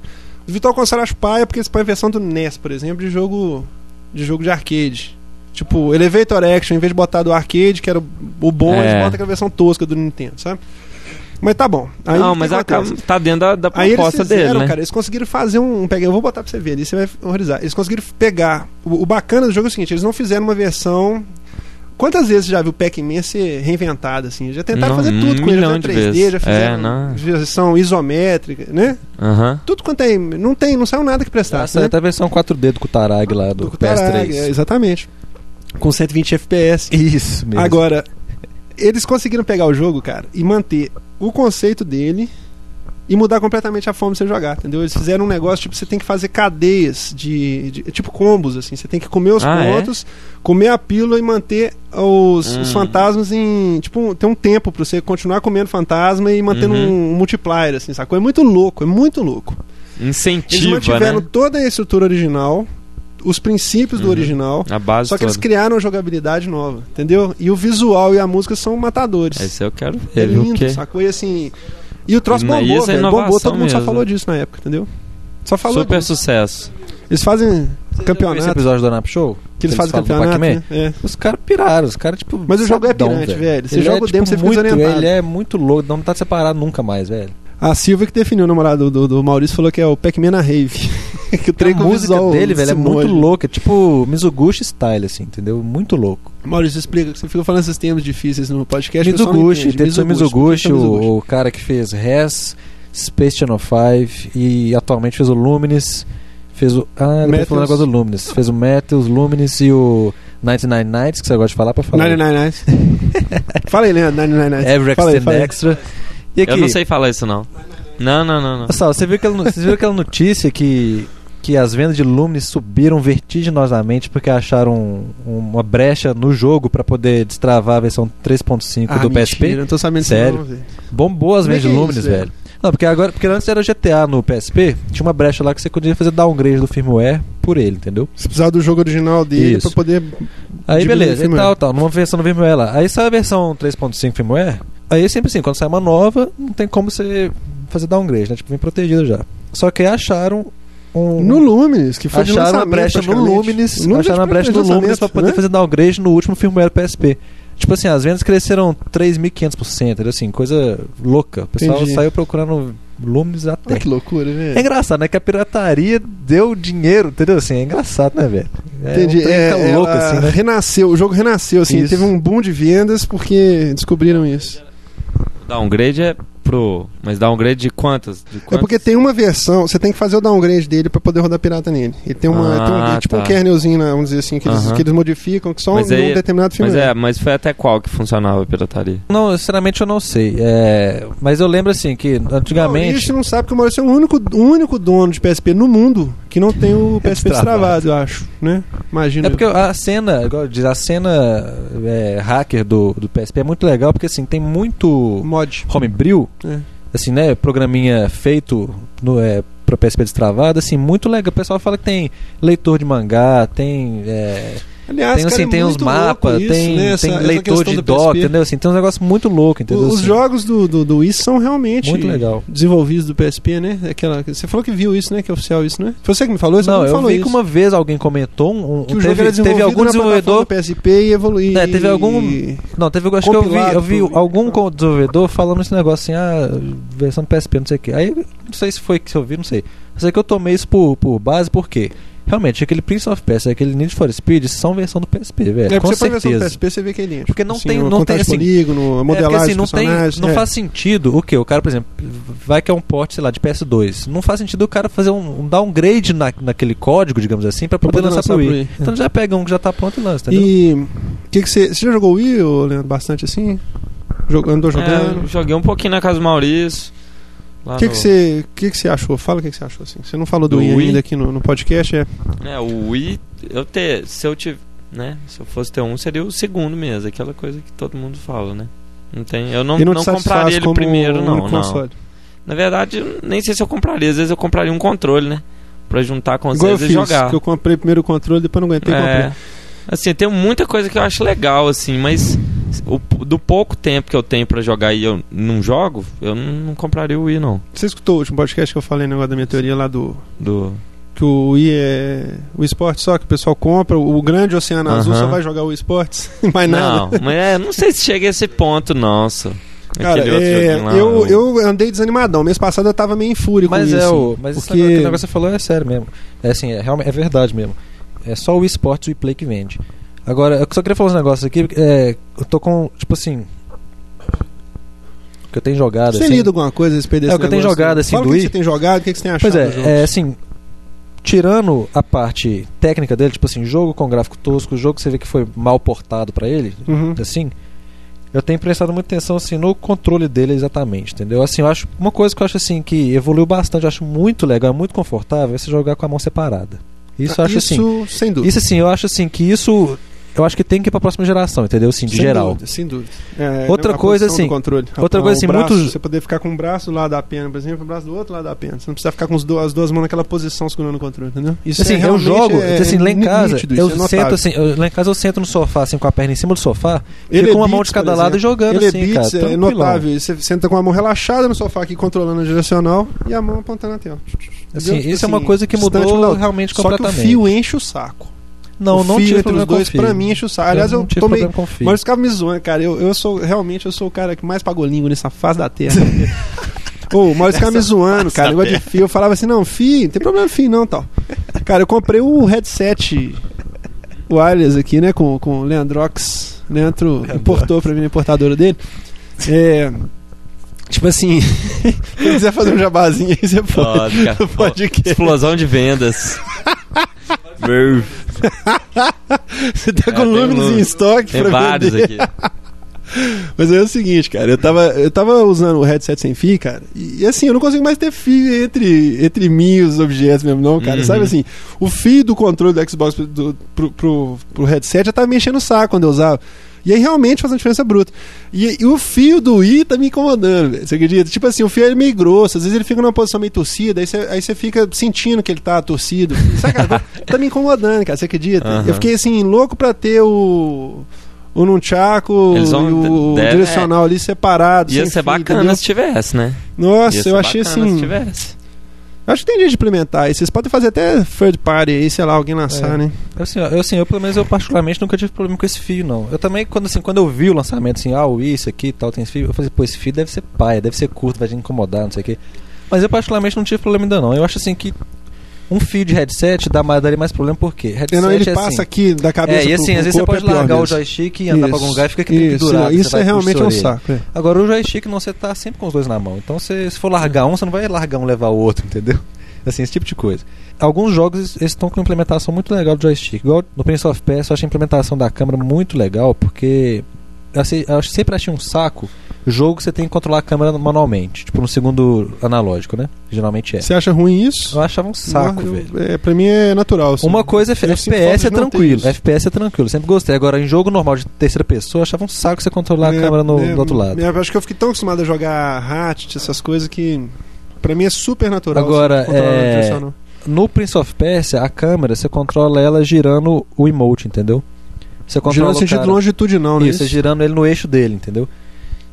S3: O Virtual Console eu acho paia porque eles põem a versão do NES, por exemplo, de jogo de jogo de arcade. Tipo, Elevator Action, em vez de botar do arcade, que era o- o bom,
S2: É.
S3: eles botam aquela versão tosca do Nintendo, sabe? Mas tá bom. Aí o
S2: não,
S3: que
S2: mas
S3: que
S2: acaba,
S3: acontece?
S2: tá dentro da, da
S3: Aí eles
S2: proposta
S3: fizeram,
S2: dele, né?
S3: cara, eles conseguiram fazer um, um pega- Eu vou botar pra você ver ali, você vai horrorizar. Eles conseguiram pegar. O, o bacana do jogo é o seguinte: eles não fizeram uma versão Quantas vezes você já viu Pac-Man ser reinventado, assim? Já tentaram
S2: Não,
S3: fazer tudo
S2: um
S3: com ele, já
S2: milhão de
S3: fizeram 3D,
S2: vezes.
S3: já
S2: É,
S3: fizeram
S2: não.
S3: versão isométrica, né?
S2: Aham.
S3: Tudo quanto é. Não tem, não saiu nada que
S1: Tá,
S3: prestasse.
S1: saiu
S3: né?
S1: até a versão 4D do Kutarag lá do,
S3: Do Tarag, é,
S1: PS3.
S3: Exatamente. Com 120 FPS.
S1: Isso mesmo.
S3: Agora, eles conseguiram pegar o jogo, cara, e manter o conceito dele e mudar completamente a forma de você jogar, entendeu? Eles fizeram um negócio, tipo, você tem que fazer cadeias de. de- tipo combos, assim. Você tem que comer os
S2: Ah, é?
S3: pontos, comer a pílula e manter os, os
S2: Hum.
S3: fantasmas em. Tipo, um- tem um tempo pra você continuar comendo fantasma e mantendo
S2: Uhum.
S3: um, um multiplier, assim, sacou? É muito louco, é muito louco. Eles
S2: Incentiva,
S3: mantiveram
S2: né?
S3: toda a estrutura original, os princípios do
S2: Uhum.
S3: original.
S2: A base
S3: Só que eles
S2: toda.
S3: criaram uma jogabilidade nova, entendeu? E o visual e a música são matadores.
S2: Esse eu quero
S3: É
S2: ver, viu?
S3: lindo,
S2: Porque...
S3: sacou? E assim. E o troço
S2: E na- e
S3: bombou,
S2: isso é
S3: velho. Bombou,
S2: inovação
S3: todo mundo só
S2: mesmo,
S3: falou
S2: né?
S3: disso na época, entendeu? Só falou.
S2: Super
S3: disso.
S2: sucesso.
S3: Eles fazem
S1: Esse
S3: campeonato.
S1: episódio do Anap Show?
S3: Que eles fazem
S1: falam do
S3: campeonato.
S1: Pac-Man?
S3: Né? É.
S1: Os caras piraram, os caras, tipo.
S3: Mas o jogo é
S1: sabidão,
S3: pirante, velho. é Você joga o demo, você fica
S1: muito,
S3: desorientado.
S1: Ele é muito louco, não tá separado nunca mais, velho.
S3: A Silvia que definiu o namorado do, do Maurício falou que é o Pac-Man na Rave. que o trem
S1: É a
S3: com
S1: música
S3: visual
S1: dele, velho, é muito
S3: simone.
S1: louca. É tipo Mizuguchi style, assim, entendeu? Muito louco.
S3: Maurício, explica que você fica falando esses termos difíceis no podcast. o pessoal não
S1: Mizuguchi,
S3: entende.
S1: Tetsuya
S3: Mizuguchi,
S1: Mizuguchi,
S3: Tetsuya Mizuguchi.
S1: o, o cara que fez Res, Space Channel 5 e atualmente fez o Luminous. Fez o. Ah, ele
S3: Metals.
S1: falou um negócio do Luminous. Fez o Metals, Luminous e o 99 Nights, que você gosta de falar pra falar.
S3: 99 Nights. Fala aí, Leandro, 99 Nights.
S1: Every
S3: Fala aí,
S1: Extend
S3: fala aí.
S1: Extra. E aqui,
S2: Eu não sei falar isso, não. Não, não, não, não.
S1: Pessoal, você viu aquela, no- vocês viram aquela notícia que, que as vendas de Lumines subiram vertiginosamente porque acharam um- uma brecha no jogo pra poder destravar a versão 3.5 do
S3: Ah, mentira,
S1: PSP?
S3: Não tô sabendo
S1: Sério.
S3: Disso, não, velho.
S1: Bombou as
S3: Como é
S1: vendas de
S3: que é
S1: Lumines,
S3: isso, velho?
S1: velho. Não, porque agora, porque antes era GTA no PSP, tinha uma brecha lá que você podia fazer downgrade do firmware por ele, entendeu?
S3: Você precisava do jogo original dele
S1: Isso.
S3: pra poder.
S1: Aí
S3: Diminuir o
S1: beleza, então, e
S3: firmware.
S1: tal, tal, numa versão do firmware lá. Aí sai a versão 3.5 firmware, aí sempre assim, quando sai uma nova, não tem como você fazer downgrade, né? Tipo, vem protegido já. Só que aí acharam um...
S3: No Lumines, que foi de
S1: acharam uma
S3: lançamento,
S1: brecha no
S3: praticamente.
S1: Lumines,
S3: Lumines
S1: acharam uma
S3: foi de
S1: brecha no Lumines
S3: lançamento,
S1: pra poder
S3: né?
S1: fazer downgrade no último firmware PSP. Tipo assim, as vendas cresceram 3.500%, entendeu? assim, coisa louca. O pessoal
S3: Entendi.
S1: saiu procurando Lumines até.
S3: Olha que loucura, né?
S1: É engraçado, né? Que a pirataria deu dinheiro, entendeu? Assim, é engraçado, né, velho? É
S3: Entendi.
S1: um trem que é louco,
S3: ela
S1: assim, né?
S3: Renasceu, o jogo renasceu, assim,
S1: Isso.
S3: teve um boom de vendas porque descobriram isso. É
S2: Downgrade é pro. Mas downgrade de quantas? De
S3: É
S2: quantas?
S3: porque tem uma versão, você tem que fazer o downgrade dele pra poder rodar pirata nele. Ele tem uma,
S2: Ah,
S3: tem um, tipo um
S2: tá.
S3: kernelzinho, né, vamos dizer assim, que eles,
S2: Aham.
S3: que eles modificam, que só
S2: Mas
S3: num
S2: aí-
S3: determinado filme.
S2: Mas é, mas foi até qual que funcionava a pirataria?
S1: Não, sinceramente eu não sei. É, mas eu lembro assim que antigamente.
S3: Maurício não sabe que o Maurício é o único, o único dono de PSP no mundo que não tem o PSP
S1: Destravado.
S3: destravado, eu acho, né? Imagina.
S1: É porque a cena, igual diz, a cena é, hacker do, do PSP é muito legal, porque assim, tem muito
S3: mod.
S1: homebrew,
S3: É.
S1: assim, né? Programinha feito no, é, pro PSP destravado, assim, muito legal. O pessoal fala que tem leitor de mangá, tem. é,
S3: Aliás,
S1: tem, assim,
S3: cara, é
S1: tem uns
S3: muito
S1: mapas,
S3: louco isso,
S1: tem,
S3: né? Essa-
S1: tem
S3: essa
S1: leitor
S3: questão
S1: de
S3: do
S1: dock,
S3: PSP.
S1: entendeu? Assim, tem um negócio muito louco, entendeu?
S3: Os
S1: Assim,
S3: jogos do, do, do Wii são realmente
S1: Muito legal.
S3: desenvolvidos do PSP, né? Aquela, você falou que viu isso, né? Que é oficial isso, né? Foi você que me falou isso?
S1: Não,
S3: Alguém
S1: eu
S3: falou
S1: vi
S3: isso.
S1: que uma vez alguém comentou um, um-
S3: Que o jogo
S1: teve, teve
S3: era desenvolvido
S1: algum
S3: na plataforma
S1: desenvolvedor
S3: do PSP e evoluiu.
S1: É, teve algum- Não, teve, eu acho que eu vi, eu
S3: Compilado
S1: vi
S3: por-
S1: algum co- desenvolvedor falando esse negócio assim, ah, versão do PSP, não sei o que. Aí, não sei se foi que eu vi, não sei. Eu sei que eu tomei isso por, por base, porque realmente aquele Prince of Persia, aquele Need for Speed são versão do PSP, velho.
S3: É,
S1: com
S3: porque você põe a versão do
S1: certeza.
S3: PSP, você vê que é lindo.
S1: Porque não tem- não tem, assim,
S3: polígono, a
S1: É, porque,
S3: modelagem
S1: assim, não,
S3: dos
S1: tem,
S3: personagens,
S1: não
S3: é.
S1: faz sentido o que? O cara, por exemplo, vai que é um porte, sei lá, de PS2. Não faz sentido o cara fazer um, um downgrade na, naquele código, digamos assim, pra
S3: Pra
S1: poder, lançar, pro Wii.
S3: Wii. É.
S1: Então já pega um que já tá pronto e lança, entendeu?
S3: E que que você, você já jogou Wii, ô, Leandro, bastante assim? Jog- andou
S2: É, eu
S3: jogando?
S2: joguei um pouquinho na casa do Maurício.
S3: O
S2: lá
S3: que
S2: no-
S3: que você que que você achou? Fala o que que você achou assim. Você não falou do,
S2: Do
S3: Wii,
S2: Wii?
S3: ainda aqui no, no podcast, é.
S2: É, o Wii, eu ter, se eu tive, né, se eu fosse ter um, seria o segundo mesmo, aquela coisa que todo mundo fala, né? Não tem, eu não,
S3: E
S2: não,
S3: te satisfaz
S2: compraria ele
S3: como
S2: primeiro, não,
S3: único
S2: não.
S3: console.
S2: Na verdade, eu nem sei se eu compraria, às vezes eu compraria um controle, né? Pra juntar com
S3: Igual eu
S2: vocês e
S3: fiz,
S2: jogar.
S3: que eu comprei primeiro o controle, depois não aguentei e comprei.
S2: É, assim, tem muita coisa que eu acho legal, assim, mas o- do pouco tempo que eu tenho pra jogar e eu não jogo, eu não, não compraria o Wii, não.
S3: Você escutou o último podcast que eu falei o negócio da minha teoria lá do.
S2: Do...
S3: Que o Wii é. O esporte só que o pessoal compra, o grande oceano azul
S2: Aham.
S3: só vai jogar o esportes, mais
S2: não,
S3: nada.
S2: mas é, não sei se chega a esse ponto, nossa.
S3: Cara,
S2: Aquele outro
S3: é,
S2: joguinho lá,
S3: eu,
S2: o-
S3: eu andei desanimadão. Mês passado eu tava meio em fúria
S1: Mas
S3: com
S1: é
S3: isso.
S1: o. Mas esse negócio,
S3: porque-
S1: que o negócio que você falou é sério mesmo. É assim, é, realmente, é verdade mesmo. É só o esporte e o play que vende. Agora, eu só queria falar uns negócios aqui. É, eu tô com, tipo assim. O que eu tenho jogado.
S3: Você
S1: assim,
S3: lida alguma coisa a respeito desse
S1: É, o que eu tenho
S3: negócio?
S1: jogado, assim,
S3: Fala
S1: do
S3: o que
S1: Wii.
S3: você tem jogado, o que que você tem achado
S1: Pois
S3: do jogo?
S1: é, é, assim, tirando a parte técnica dele, tipo assim, jogo com gráfico tosco, jogo que você vê que foi mal portado pra ele,
S3: Uhum.
S1: assim, eu tenho prestado muita atenção assim no controle dele exatamente, entendeu? Assim, eu acho uma coisa que eu acho assim que evoluiu bastante, eu acho muito legal, é muito confortável, é você jogar com a mão separada. Isso eu acho assim.
S3: Isso, sem dúvida.
S1: Isso assim, eu acho assim que isso eu acho que tem que ir pra próxima geração, entendeu? Assim, de
S3: Sem
S1: geral.
S3: dúvida, sem dúvida. É,
S1: Outra
S3: a
S1: coisa,
S3: posição do
S1: assim,
S3: controle.
S1: outra
S3: Ah,
S1: coisa,
S3: o
S1: assim,
S3: braço,
S1: muitos-
S3: Você poder ficar com um braço do lado da pena, por exemplo, e o braço do outro lado da pena. Você não precisa ficar com os do- as duas mãos naquela posição segurando o controle, entendeu? Isso
S1: assim,
S3: é
S1: eu
S3: realmente
S1: jogo,
S3: é-
S1: assim, lá em
S3: é
S1: casa,
S3: nítido, isso
S1: eu
S3: é notável.
S1: sento assim, eu- lá em casa eu sento no sofá, assim, com a perna em cima do sofá,
S3: Ele
S1: fico
S3: é
S1: com uma mão
S3: beats,
S1: de cada
S3: por
S1: lado e
S3: exemplo.
S1: jogando
S3: Ele é
S1: assim,
S3: beats,
S1: cara.
S3: é
S1: tranquilão.
S3: notável. Você senta com a mão relaxada no sofá aqui, controlando a direcional e a mão apontando a tela.
S1: Assim,
S3: Entendeu?
S1: isso é uma
S3: Assim,
S1: coisa que
S3: distante
S1: mudou
S3: um da outra.
S1: realmente
S3: Só que o
S1: completamente.
S3: fio enche o saco.
S1: não,
S3: o
S1: não
S3: fio
S1: tive
S3: entre os
S1: problema com
S3: dois,
S1: o fio.
S3: pra mim, é enche o saco. Aliás,
S1: não
S3: eu
S1: tive
S3: tomei.
S1: problema com o fio.
S3: Mas os caras me zoando, cara. Eu, eu sou, realmente, eu sou o cara que mais pagou língua nessa face da terra. Ô, o Maurício ficava me zoando, cara. Negócio de fio. Eu falava assim, não, fio, não tem problema fio não, tal. Cara, eu comprei o headset wireless aqui, né, com, com o Leandrox. Leandro importou pra mim na importadora dele. É... Tipo assim, quem quiser fazer um jabazinho aí, você pode.
S2: Pode, cara.
S3: Pode que
S2: Explosão de vendas.
S3: você tá
S2: É,
S3: com
S2: tem
S3: Lumines
S2: um-
S3: em estoque
S2: Tem
S3: pra
S2: vários
S3: vender.
S2: aqui.
S3: Mas é o seguinte, cara, eu tava, eu tava usando o headset sem fio, cara, e, e assim, eu não consigo mais ter fio entre, entre mim e os objetos mesmo, não, cara.
S2: Uhum.
S3: Sabe assim, o fio do controle do Xbox pro, do- pro, pro- pro headset já tava me enchendo o saco quando eu usava. E aí realmente faz uma diferença bruta. E, e o fio do Wii tá me incomodando, velho. Você acredita? Tipo assim, o fio é meio grosso, às vezes ele fica numa posição meio torcida, aí você, aí você fica sentindo que ele tá torcido. Sabe, cara? tá me incomodando, cara, você acredita?
S2: Aham.
S3: Eu fiquei assim, louco pra ter o. O Nunchaku
S2: Eles vão-
S3: e o
S1: é.
S2: deve-
S3: direcional ali separado.
S2: Ia
S3: sem
S2: ser
S3: fio,
S2: bacana
S3: entendeu?
S2: se tivesse, né?
S3: Nossa,
S2: Ia ser
S3: eu achei
S2: bacana
S3: assim.
S2: Se tivesse.
S3: Acho que tem jeito de implementar isso. Vocês podem fazer até third party aí, sei lá, alguém lançar,
S1: É.
S3: né?
S1: Assim, ó, eu, assim, eu, pelo menos eu particularmente nunca tive problema com esse fio, não. Eu também, quando, assim, quando eu vi o lançamento, assim, ah, o Wii, isso aqui e tal, tem esse fio, eu falei, assim, pô, esse fio deve ser paia, deve ser curto, vai te incomodar, não sei o quê. Mas eu particularmente não tive problema ainda não. Eu acho assim que um fio de headset dá, mais- daria mais problema porque headset
S3: Não, ele
S1: é
S3: passa
S1: assim,
S3: aqui da cabeça.
S1: É, e assim, às
S3: pro- pro
S1: vezes você
S3: corpo,
S1: pode
S3: é pior
S1: largar o
S3: mesmo.
S1: joystick e andar pra
S3: Isso,
S1: algum lugar e fica que tem que
S3: isso,
S1: durar. que
S3: Isso
S1: você
S3: é
S1: vai puxar
S3: realmente
S1: a
S3: um
S1: orelha.
S3: saco. é.
S1: Agora o joystick não, você tá sempre com os dois na mão. Então você, se for largar um, você não vai largar um e levar o outro, entendeu? Assim, esse tipo de coisa. Alguns jogos eles- eles estão com uma implementação muito legal do joystick. Igual no Prince of Persia, eu achei a implementação da câmera muito legal, porque eu, sei- eu sempre achei um saco jogo que você tem que controlar a câmera manualmente, tipo no segundo analógico, né? Geralmente é.
S3: Você acha ruim isso?
S1: Eu achava um saco,
S3: Não, eu-
S1: velho.
S3: É, pra mim é natural. assim.
S1: Uma coisa é F-
S3: Eu sinto falta
S1: FPS é
S3: de não ter
S1: tranquilo.
S3: isso.
S1: FPS é tranquilo, sempre gostei. Agora, em jogo normal de terceira pessoa, eu achava um saco você controlar
S3: É,
S1: a câmera no,
S3: é,
S1: do outro lado.
S3: é, eu acho que eu fiquei tão acostumado a jogar Ratchet, essas coisas que. Pra mim é super natural.
S1: Agora,
S3: assim, controlar
S1: é,
S3: o direcional.
S1: No Prince of Persia, a câmera, você controla ela girando o emote, entendeu? Você
S3: Girando
S1: controla
S3: no
S1: o
S3: sentido
S1: cara...
S3: longitudinal, né?
S1: Isso, você girando ele no eixo dele, entendeu?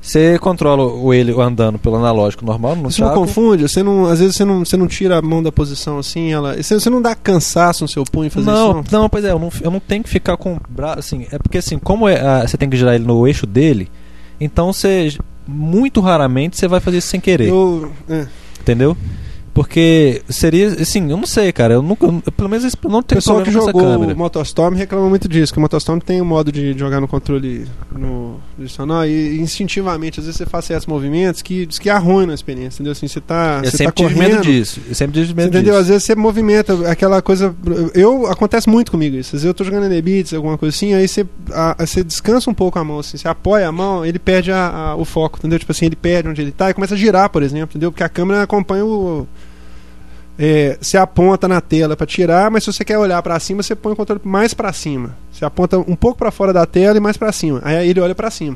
S1: Você controla o ele andando pelo analógico normal, no
S3: Você não
S1: chaco.
S3: confunde, você não, às vezes você não, você não tira a mão da posição assim, ela. Você, você não dá cansaço no seu punho fazer
S1: não,
S3: isso?
S1: não, pois é, eu não, eu não tenho que ficar com o braço, assim, é porque assim, como é, ah, você tem que girar ele no eixo dele, então você, muito raramente, você vai fazer isso sem querer.
S3: Eu, é.
S1: Entendeu? Porque seria, assim, eu não sei, cara. Eu nunca. eu- pelo menos eu não
S3: O
S1: tenho
S3: pessoal que
S1: problema com essa
S3: jogou
S1: câmera.
S3: o Motostorm reclama muito disso, que o Motostorm tem um modo de jogar no controle no direcional e instintivamente, às vezes você faz certos movimentos que diz que arruinam a experiência, entendeu? Assim, você tá,
S1: eu
S3: você tá
S1: É sempre tive medo
S3: correndo,
S1: disso. Eu sempre tive
S3: Você
S1: medo
S3: entendeu?
S1: disso.
S3: Às vezes você movimenta aquela coisa. Eu acontece muito comigo isso. Às vezes eu tô jogando Enebits, alguma coisa assim, aí você, a- a- você descansa um pouco a mão, assim, você apoia a mão, ele perde a- a- o foco, entendeu? Tipo assim, ele perde onde ele tá e começa a girar, por exemplo, entendeu? Porque a câmera acompanha o. É, você aponta na tela pra tirar, mas se você quer olhar pra cima, você põe o controle mais pra cima. Você aponta um pouco pra fora da tela e mais pra cima. Aí ele olha pra cima.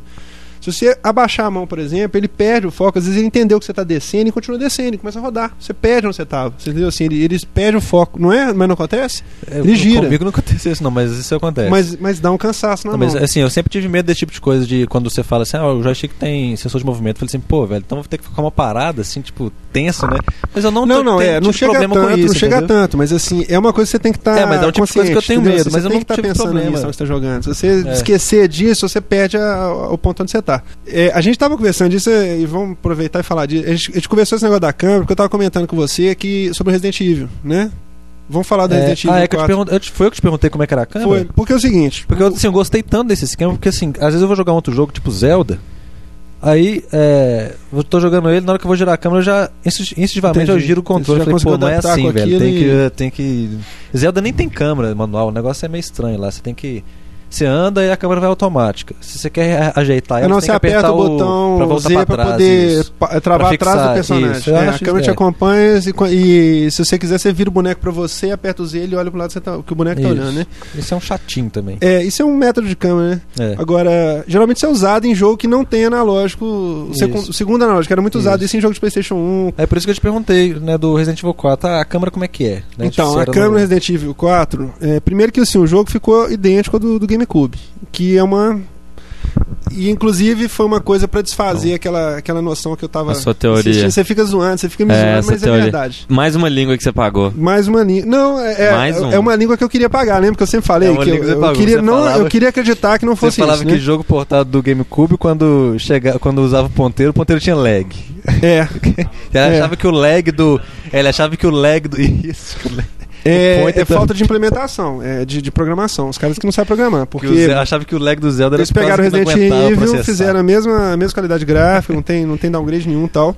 S3: Se você abaixar a mão, por exemplo, ele perde o foco. Às vezes ele entendeu que você está descendo e continua descendo, e começa a rodar. Você perde onde você estava. Você entendeu? Assim, ele, ele perde o foco. Não é? Mas não acontece?
S1: É,
S3: ele gira.
S1: Comigo nunca aconteceu isso, não, mas isso acontece.
S3: Mas, mas dá um cansaço na
S1: Não,
S3: mão.
S1: mas, assim, eu sempre tive medo desse tipo de coisa de quando você fala assim, ah, o joystick tem sensor de movimento. Eu falei assim, pô, velho, então eu vou ter que ficar uma parada, assim, tipo, tenso, né? Mas eu não
S3: Não,
S1: tô-
S3: não,
S1: tenho
S3: é, não
S1: tido
S3: chega
S1: problema
S3: tanto,
S1: com isso,
S3: não chega
S1: entendeu?
S3: tanto, mas assim, é uma coisa que você tem que estar
S1: É, mas é o tipo de coisa que eu tenho medo, mas
S3: você
S1: eu
S3: tem
S1: não
S3: que estar
S1: tive
S3: pensando
S1: problema.
S3: nisso, onde você tá jogando. Se você
S1: É.
S3: esquecer disso, você perde a- o ponto onde você tá. É, a gente tava conversando disso, é, e vamos aproveitar e falar disso. A gente, a gente conversou esse negócio da câmera, porque eu tava comentando com você que sobre o Resident Evil, né? Vamos falar do
S1: É,
S3: Resident Evil
S1: ah, é que eu te
S3: 4.
S1: perguntei, eu te- foi eu que te perguntei como é que era a câmera?
S3: Foi, porque é o seguinte,
S1: Porque eu, assim, eu gostei tanto desse esquema, porque assim, às vezes eu vou jogar um outro jogo, tipo Zelda, aí é, eu tô jogando ele, na hora que eu vou girar a câmera, eu já insti- instintivamente
S3: Entendi.
S1: eu giro o controle. Eu
S3: Você já
S1: Falei,
S3: conseguiu
S1: pô, não é
S3: adaptar
S1: assim,
S3: com
S1: velho. Tem que,
S3: aquilo e-
S1: tem que. Zelda nem tem câmera manual, o negócio é meio estranho lá. Você tem que. Você anda e a câmera vai automática. Se você quer a- ajeitar ela,
S3: eu É não
S1: você tem
S3: se
S1: que apertar
S3: aperta o botão
S1: pra voltar
S3: Z pra,
S1: pra trás.
S3: poder
S1: isso.
S3: pa- travar
S1: Pra fixar,
S3: atrás do personagem.
S1: isso, eu
S3: É, a
S1: acho
S3: câmera te
S1: isso, é.
S3: acompanha e, co- e se você quiser, você vira o boneco pra você, aperta o Z, ele olha pro lado que você tá- que o boneco tá
S1: Isso.
S3: olhando, né?
S1: Isso é um chatinho também.
S3: É, isso é um método de câmera, né?
S1: É.
S3: Agora, geralmente isso é usado em jogo que não tem analógico, o secu-
S1: Isso.
S3: o segundo analógico, era muito usado
S1: Isso.
S3: isso em jogo de Playstation 1,
S1: É por isso que eu te perguntei, né, do Resident Evil 4, ah, a câmera como é que é? Né,
S3: Então,
S1: se
S3: a
S1: era
S3: câmera
S1: no-
S3: Resident Evil 4, é, primeiro que assim, o jogo ficou idêntico ao do, do GameCube, que é uma. E inclusive foi uma coisa pra desfazer aquela, aquela noção que eu tava.
S2: A sua teoria.
S3: assistindo. Você fica zoando, você fica me
S2: É,
S3: zoando,
S2: essa
S3: mas é
S2: teoria.
S3: verdade.
S2: Mais uma língua que você pagou.
S3: Mais uma língua. Não, é, é-
S2: Mais um.
S3: é uma língua que eu queria pagar, lembra que eu sempre falei?
S1: É uma
S3: que eu,
S1: língua que você
S3: eu
S1: pagou,
S3: queria,
S1: você
S3: não,
S1: falava-
S3: eu queria acreditar que não
S1: Você
S3: fosse
S1: falava
S3: isso.
S1: que
S3: né?
S1: jogo portado do GameCube, quando, chega, quando usava o ponteiro, o ponteiro tinha lag.
S3: É.
S1: Ela
S3: É.
S1: achava que o lag do. Ela achava que o lag do. Isso, que o lag- O
S3: É,
S1: pointer
S3: é
S1: da-
S3: falta de implementação, é, de, de programação. Os caras que não sabem programar.
S1: que
S3: Porque
S1: o Ze- achava que o lag do Zelda era
S3: Eles
S1: por causa
S3: pegaram o
S1: que não
S3: Resident
S1: aguentava
S3: Evil,
S1: processar.
S3: fizeram a mesma, a mesma qualidade gráfica, não tem, não tem downgrade nenhum e tal.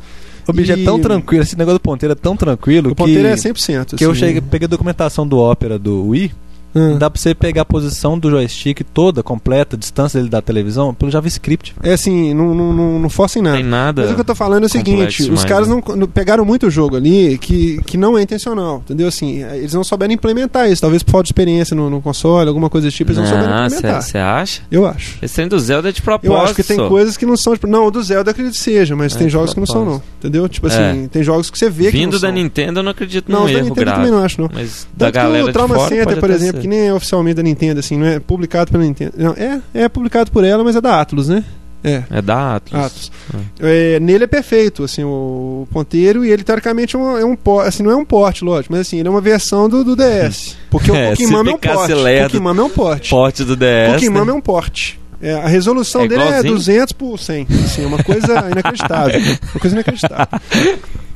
S1: O bicho é
S3: e-
S1: tão tranquilo, esse negócio do ponteiro é tão tranquilo
S3: O
S1: que.
S3: ponteiro é 100%.
S1: que eu
S3: assim.
S1: cheguei, peguei a documentação do Opera do Wii,
S3: Ah.
S1: dá pra você pegar a posição do joystick toda, completa, a distância dele da televisão, pelo JavaScript.
S3: É assim, não, não, não, não força em
S2: Não
S3: nada.
S2: tem nada.
S3: Mas o que eu tô falando é o seguinte,
S2: complexo
S3: os
S2: demais,
S3: caras
S2: né?
S3: não, não- pegaram muito o jogo ali que, que não é intencional, entendeu? Assim, eles não souberam implementar isso, talvez por falta de experiência no, no console, alguma coisa desse tipo,
S2: Ah,
S3: eles não,
S2: é
S3: souberam implementar.
S2: Você acha?
S3: Eu acho.
S2: Esse trem do Zelda é de propósito.
S3: Eu acho que tem coisas que não são, tipo, não, o do Zelda eu acredito que seja, mas
S2: É,
S3: tem jogos que não são não,
S2: propósito.
S3: entendeu? Tipo assim, tem jogos que você vê que não
S2: Vindo da
S3: são.
S2: Nintendo, eu não acredito
S3: Não,
S2: num
S3: os da
S2: erro
S3: Nintendo eu
S2: grave.
S3: também não acho não.
S2: Mas da
S3: Tanto
S2: galera
S3: que o
S2: de
S3: Trauma
S2: fora
S3: Center,
S2: pode
S3: por
S2: até
S3: exemplo,
S2: ser.
S3: que nem é oficialmente da Nintendo, assim, não é publicado pela Nintendo. Não, é, é publicado por ela, mas é da Atlus, né? É.
S2: É da Atlas.
S3: Atos.
S2: Ah.
S3: É, nele é perfeito, assim, o ponteiro, e ele teoricamente é um, é um po- assim, não é um porte, lógico, mas assim, ele é uma versão do, do DS. Porque
S2: É,
S3: o
S2: se
S3: Pokémon é um
S2: ficasse
S3: porte.
S2: lerdo.
S3: Pokémon é um porte.
S2: Porte do
S3: O
S2: DS.
S3: Pokémon
S2: né?
S3: é um porte. É, a resolução
S2: É
S3: dele é
S2: igualzinho?
S3: 200 por 100. Assim, é uma coisa inacreditável. uma coisa inacreditável.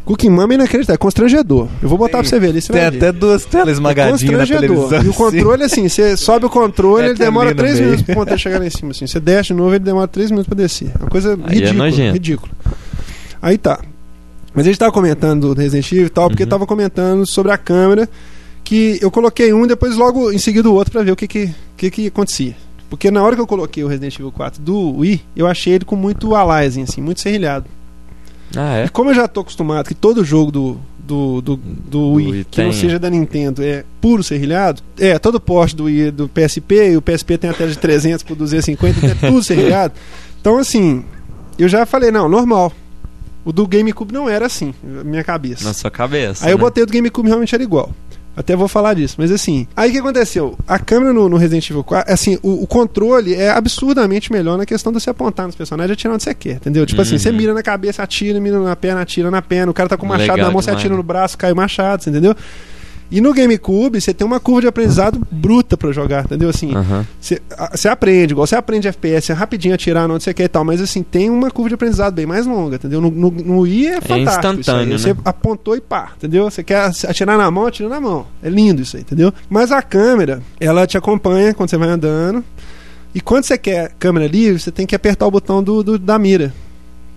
S3: Cookie Mama é inacreditável, é constrangedor. Eu vou botar pra você ver ali, você
S1: Tem
S3: vai ver.
S1: até duas telas esmagadinhas na
S3: É Constrangedor.
S1: televisão.
S3: E o
S1: assim.
S3: controle, assim, você sobe o controle,
S1: É
S3: ele
S1: telinha
S3: demora
S1: no
S3: 3
S1: meio.
S3: minutos pro ponteiro chegar lá em cima. Assim. Você desce de novo, ele demora 3 minutos pra descer. É uma coisa
S2: Aí é
S3: ridícula.
S2: nojento.
S3: ridícula. Aí tá. Mas a gente tava comentando do Resident Evil e tal, porque
S2: Uhum.
S3: tava comentando sobre a câmera. Que eu coloquei um, depois logo em seguida o outro pra ver o que que, que que acontecia. Porque na hora que eu coloquei o Resident Evil 4 do Wii, eu achei ele com muito aliasing, assim, muito serrilhado.
S2: Ah,
S3: E
S2: é?
S3: como eu já tô acostumado que todo jogo do, do, do, do Wii,
S2: Wii
S3: que
S2: tem,
S3: não seja da Nintendo, é puro serrilhado, é, todo porte do Wii é do PSP, e o PSP tem a tela de 300 por 250, é tudo serrilhado. Então, assim, eu já falei, não, normal. O do GameCube não era assim, na minha cabeça.
S2: Na sua cabeça.
S3: Aí eu
S2: né?
S3: botei o do GameCube realmente era igual. Até vou falar disso, mas assim. Aí o que aconteceu? A câmera no, no Resident Evil 4, assim, o, o controle é absurdamente melhor na questão de você apontar nos personagens e atirar onde você quer, entendeu? Tipo assim,
S2: Uhum.
S3: você mira na cabeça, atira, mira na perna, atira na perna, o cara tá com o machado
S2: Legal
S3: na mão, você
S2: demais,
S3: atira
S2: né?
S3: no braço, cai o machado, você entendeu? E no GameCube, você tem uma curva de aprendizado bruta pra jogar, entendeu? Assim,
S2: Aham.
S3: você a- você aprende, igual você aprende FPS, você rapidinho atirar onde você quer e tal, mas assim, tem uma curva de aprendizado bem mais longa, entendeu? No, no, no I é fantástico. isso aí.
S2: instantâneo, né?
S3: Você apontou e pá, entendeu? Você quer atirar na mão, atira na mão. É lindo isso aí, entendeu? Mas a câmera, ela te acompanha quando você vai andando. E quando você quer câmera livre, você tem que apertar o botão do, do- da mira.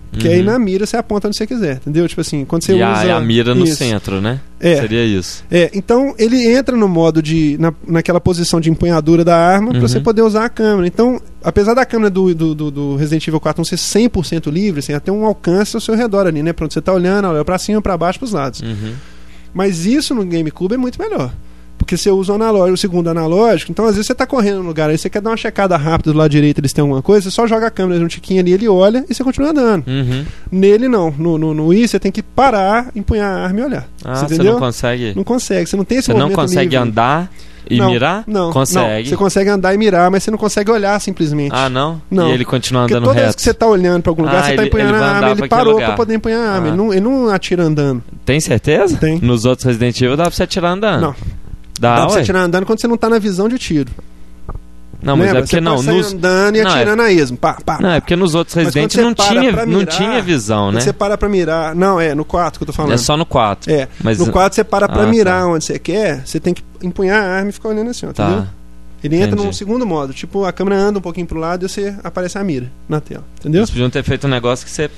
S3: Porque aí
S2: Uhum.
S3: na mira você aponta onde você quiser, entendeu? Tipo assim, quando você
S2: e
S3: usa.
S2: a, e a mira no
S3: Isso.
S2: centro, né?
S3: É.
S2: Seria isso.
S3: É, então ele entra no modo de. na, naquela posição de empunhadura da arma pra
S2: Uhum.
S3: você poder usar a câmera. Então, apesar da câmera do, do, do- do Resident Evil 4 não ser 100% livre, assim, ela tem um alcance ao seu redor ali, né? Pra onde você tá olhando, ela olha pra cima, pra baixo, pros lados.
S2: Uhum.
S3: Mas isso no GameCube é muito melhor. Porque você usa o analógico, o segundo analógico, então às vezes você tá correndo no lugar, aí você quer dar uma checada rápida do lado direito, eles têm alguma coisa, você só joga a câmera no tiquinho ali, ele olha e você continua andando.
S2: Uhum.
S3: Nele não, no, no, no Wii você tem que parar, empunhar a arma e olhar.
S2: Ah,
S3: Você
S2: você,
S3: entendeu?
S2: não consegue.
S3: Não consegue, você não tem esse
S2: Você não
S3: movimento
S2: consegue
S3: livre.
S2: andar e
S3: Não,
S2: mirar?
S3: Não,
S2: Consegue.
S3: não. Você consegue andar e mirar, mas você não consegue olhar simplesmente.
S2: Ah, não?
S3: Não.
S2: E ele continua
S3: Porque
S2: andando
S3: toda vez
S2: reto.
S3: que você tá olhando pra algum lugar,
S2: Ah,
S3: você tá
S2: ele-
S3: empunhando
S2: ele vai
S3: a arma,
S2: andar
S3: ele
S2: pra aquele
S3: parou
S2: lugar.
S3: pra poder empunhar a arma.
S2: Ah.
S3: Ele, não, ele não atira andando.
S2: Tem certeza?
S3: Tem.
S2: Nos outros Resident Evil dá pra você atirar andando.
S3: Não.
S2: Dá,
S3: Dá
S2: Ah.
S3: pra
S2: ué?
S3: tá você atirar andando quando você não tá na visão de tiro.
S2: Não, mas
S3: Lembra?
S2: é porque
S3: Você
S2: não.
S3: pode sair
S2: Nos...
S3: andando e
S2: Não, é-
S3: atirando a esmo. Pá, pá,
S2: Não,
S3: pá.
S2: é porque nos outros
S3: Mas
S2: Resident
S3: quando
S2: não,
S3: você para
S2: tinha,
S3: pra
S2: não
S3: mirar,
S2: tinha visão,
S3: Quando
S2: né?
S3: Você para pra mirar. Não, é, no 4 que eu tô falando.
S2: É só no 4.
S3: É,
S2: Mas-
S3: no 4 você para pra
S2: Ah,
S3: mirar
S2: tá.
S3: onde você quer, você tem que empunhar a arma e ficar olhando assim, ó, tá. entendeu?
S2: Tá.
S3: Ele entra
S2: Entendi.
S3: num segundo modo, tipo, a câmera anda um pouquinho pro lado e você aparece a mira na tela, entendeu?
S2: Eles podiam ter feito um negócio que você.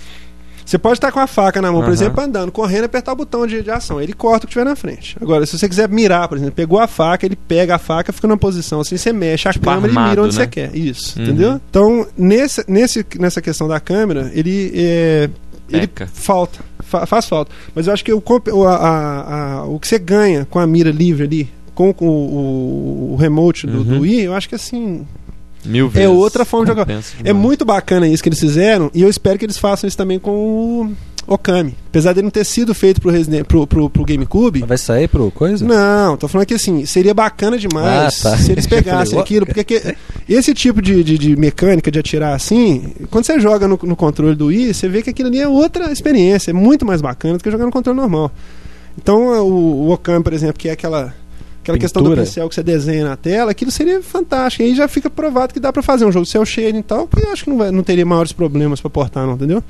S3: Você pode estar com a faca na mão, por
S2: Aham.
S3: exemplo, andando, correndo e apertar o botão de, de ação. Ele corta o que tiver na frente. Agora, se você quiser mirar, por exemplo, pegou a faca, ele pega a faca, fica numa posição assim, você mexe a
S2: Tipo
S3: câmera e
S2: armado,
S3: mira onde
S2: né?
S3: você quer. Isso,
S2: Uhum.
S3: entendeu? Então, nesse, nesse, nessa questão da câmera, ele é, ele
S2: Peca.
S3: falta. fa- faz falta. Mas eu acho que o, comp- o, a- a- a- o que você ganha com a mira livre ali, com, com o, o- o remote do,
S2: Uhum.
S3: do Wii, eu acho que assim.
S2: Mil vezes.
S3: outra forma de jogar.
S2: Compensa
S3: É
S2: demais.
S3: muito bacana isso que eles fizeram e eu espero que eles façam isso também com o Okami. Apesar dele não ter sido feito pro, Resident, pro, pro, pro GameCube.
S1: Vai sair pro coisa?
S3: Não, tô falando que assim, seria bacana demais
S1: Ah, tá.
S3: se eles
S1: Eu falei,
S3: pegassem
S1: "Ó,
S3: aquilo, porque que- esse tipo de, de, de mecânica de atirar assim, quando você joga no, no controle do Wii, você vê que aquilo ali é outra experiência, é muito mais bacana do que jogar no controle normal. Então o, o Okami, por exemplo, que é aquela. Aquela questão do
S1: Pintura.
S3: pincel que você desenha na tela, aquilo seria fantástico. E aí já fica provado que dá pra fazer um jogo de cel shading e tal, que eu acho que não, vai- não teria maiores problemas pra portar, não, entendeu?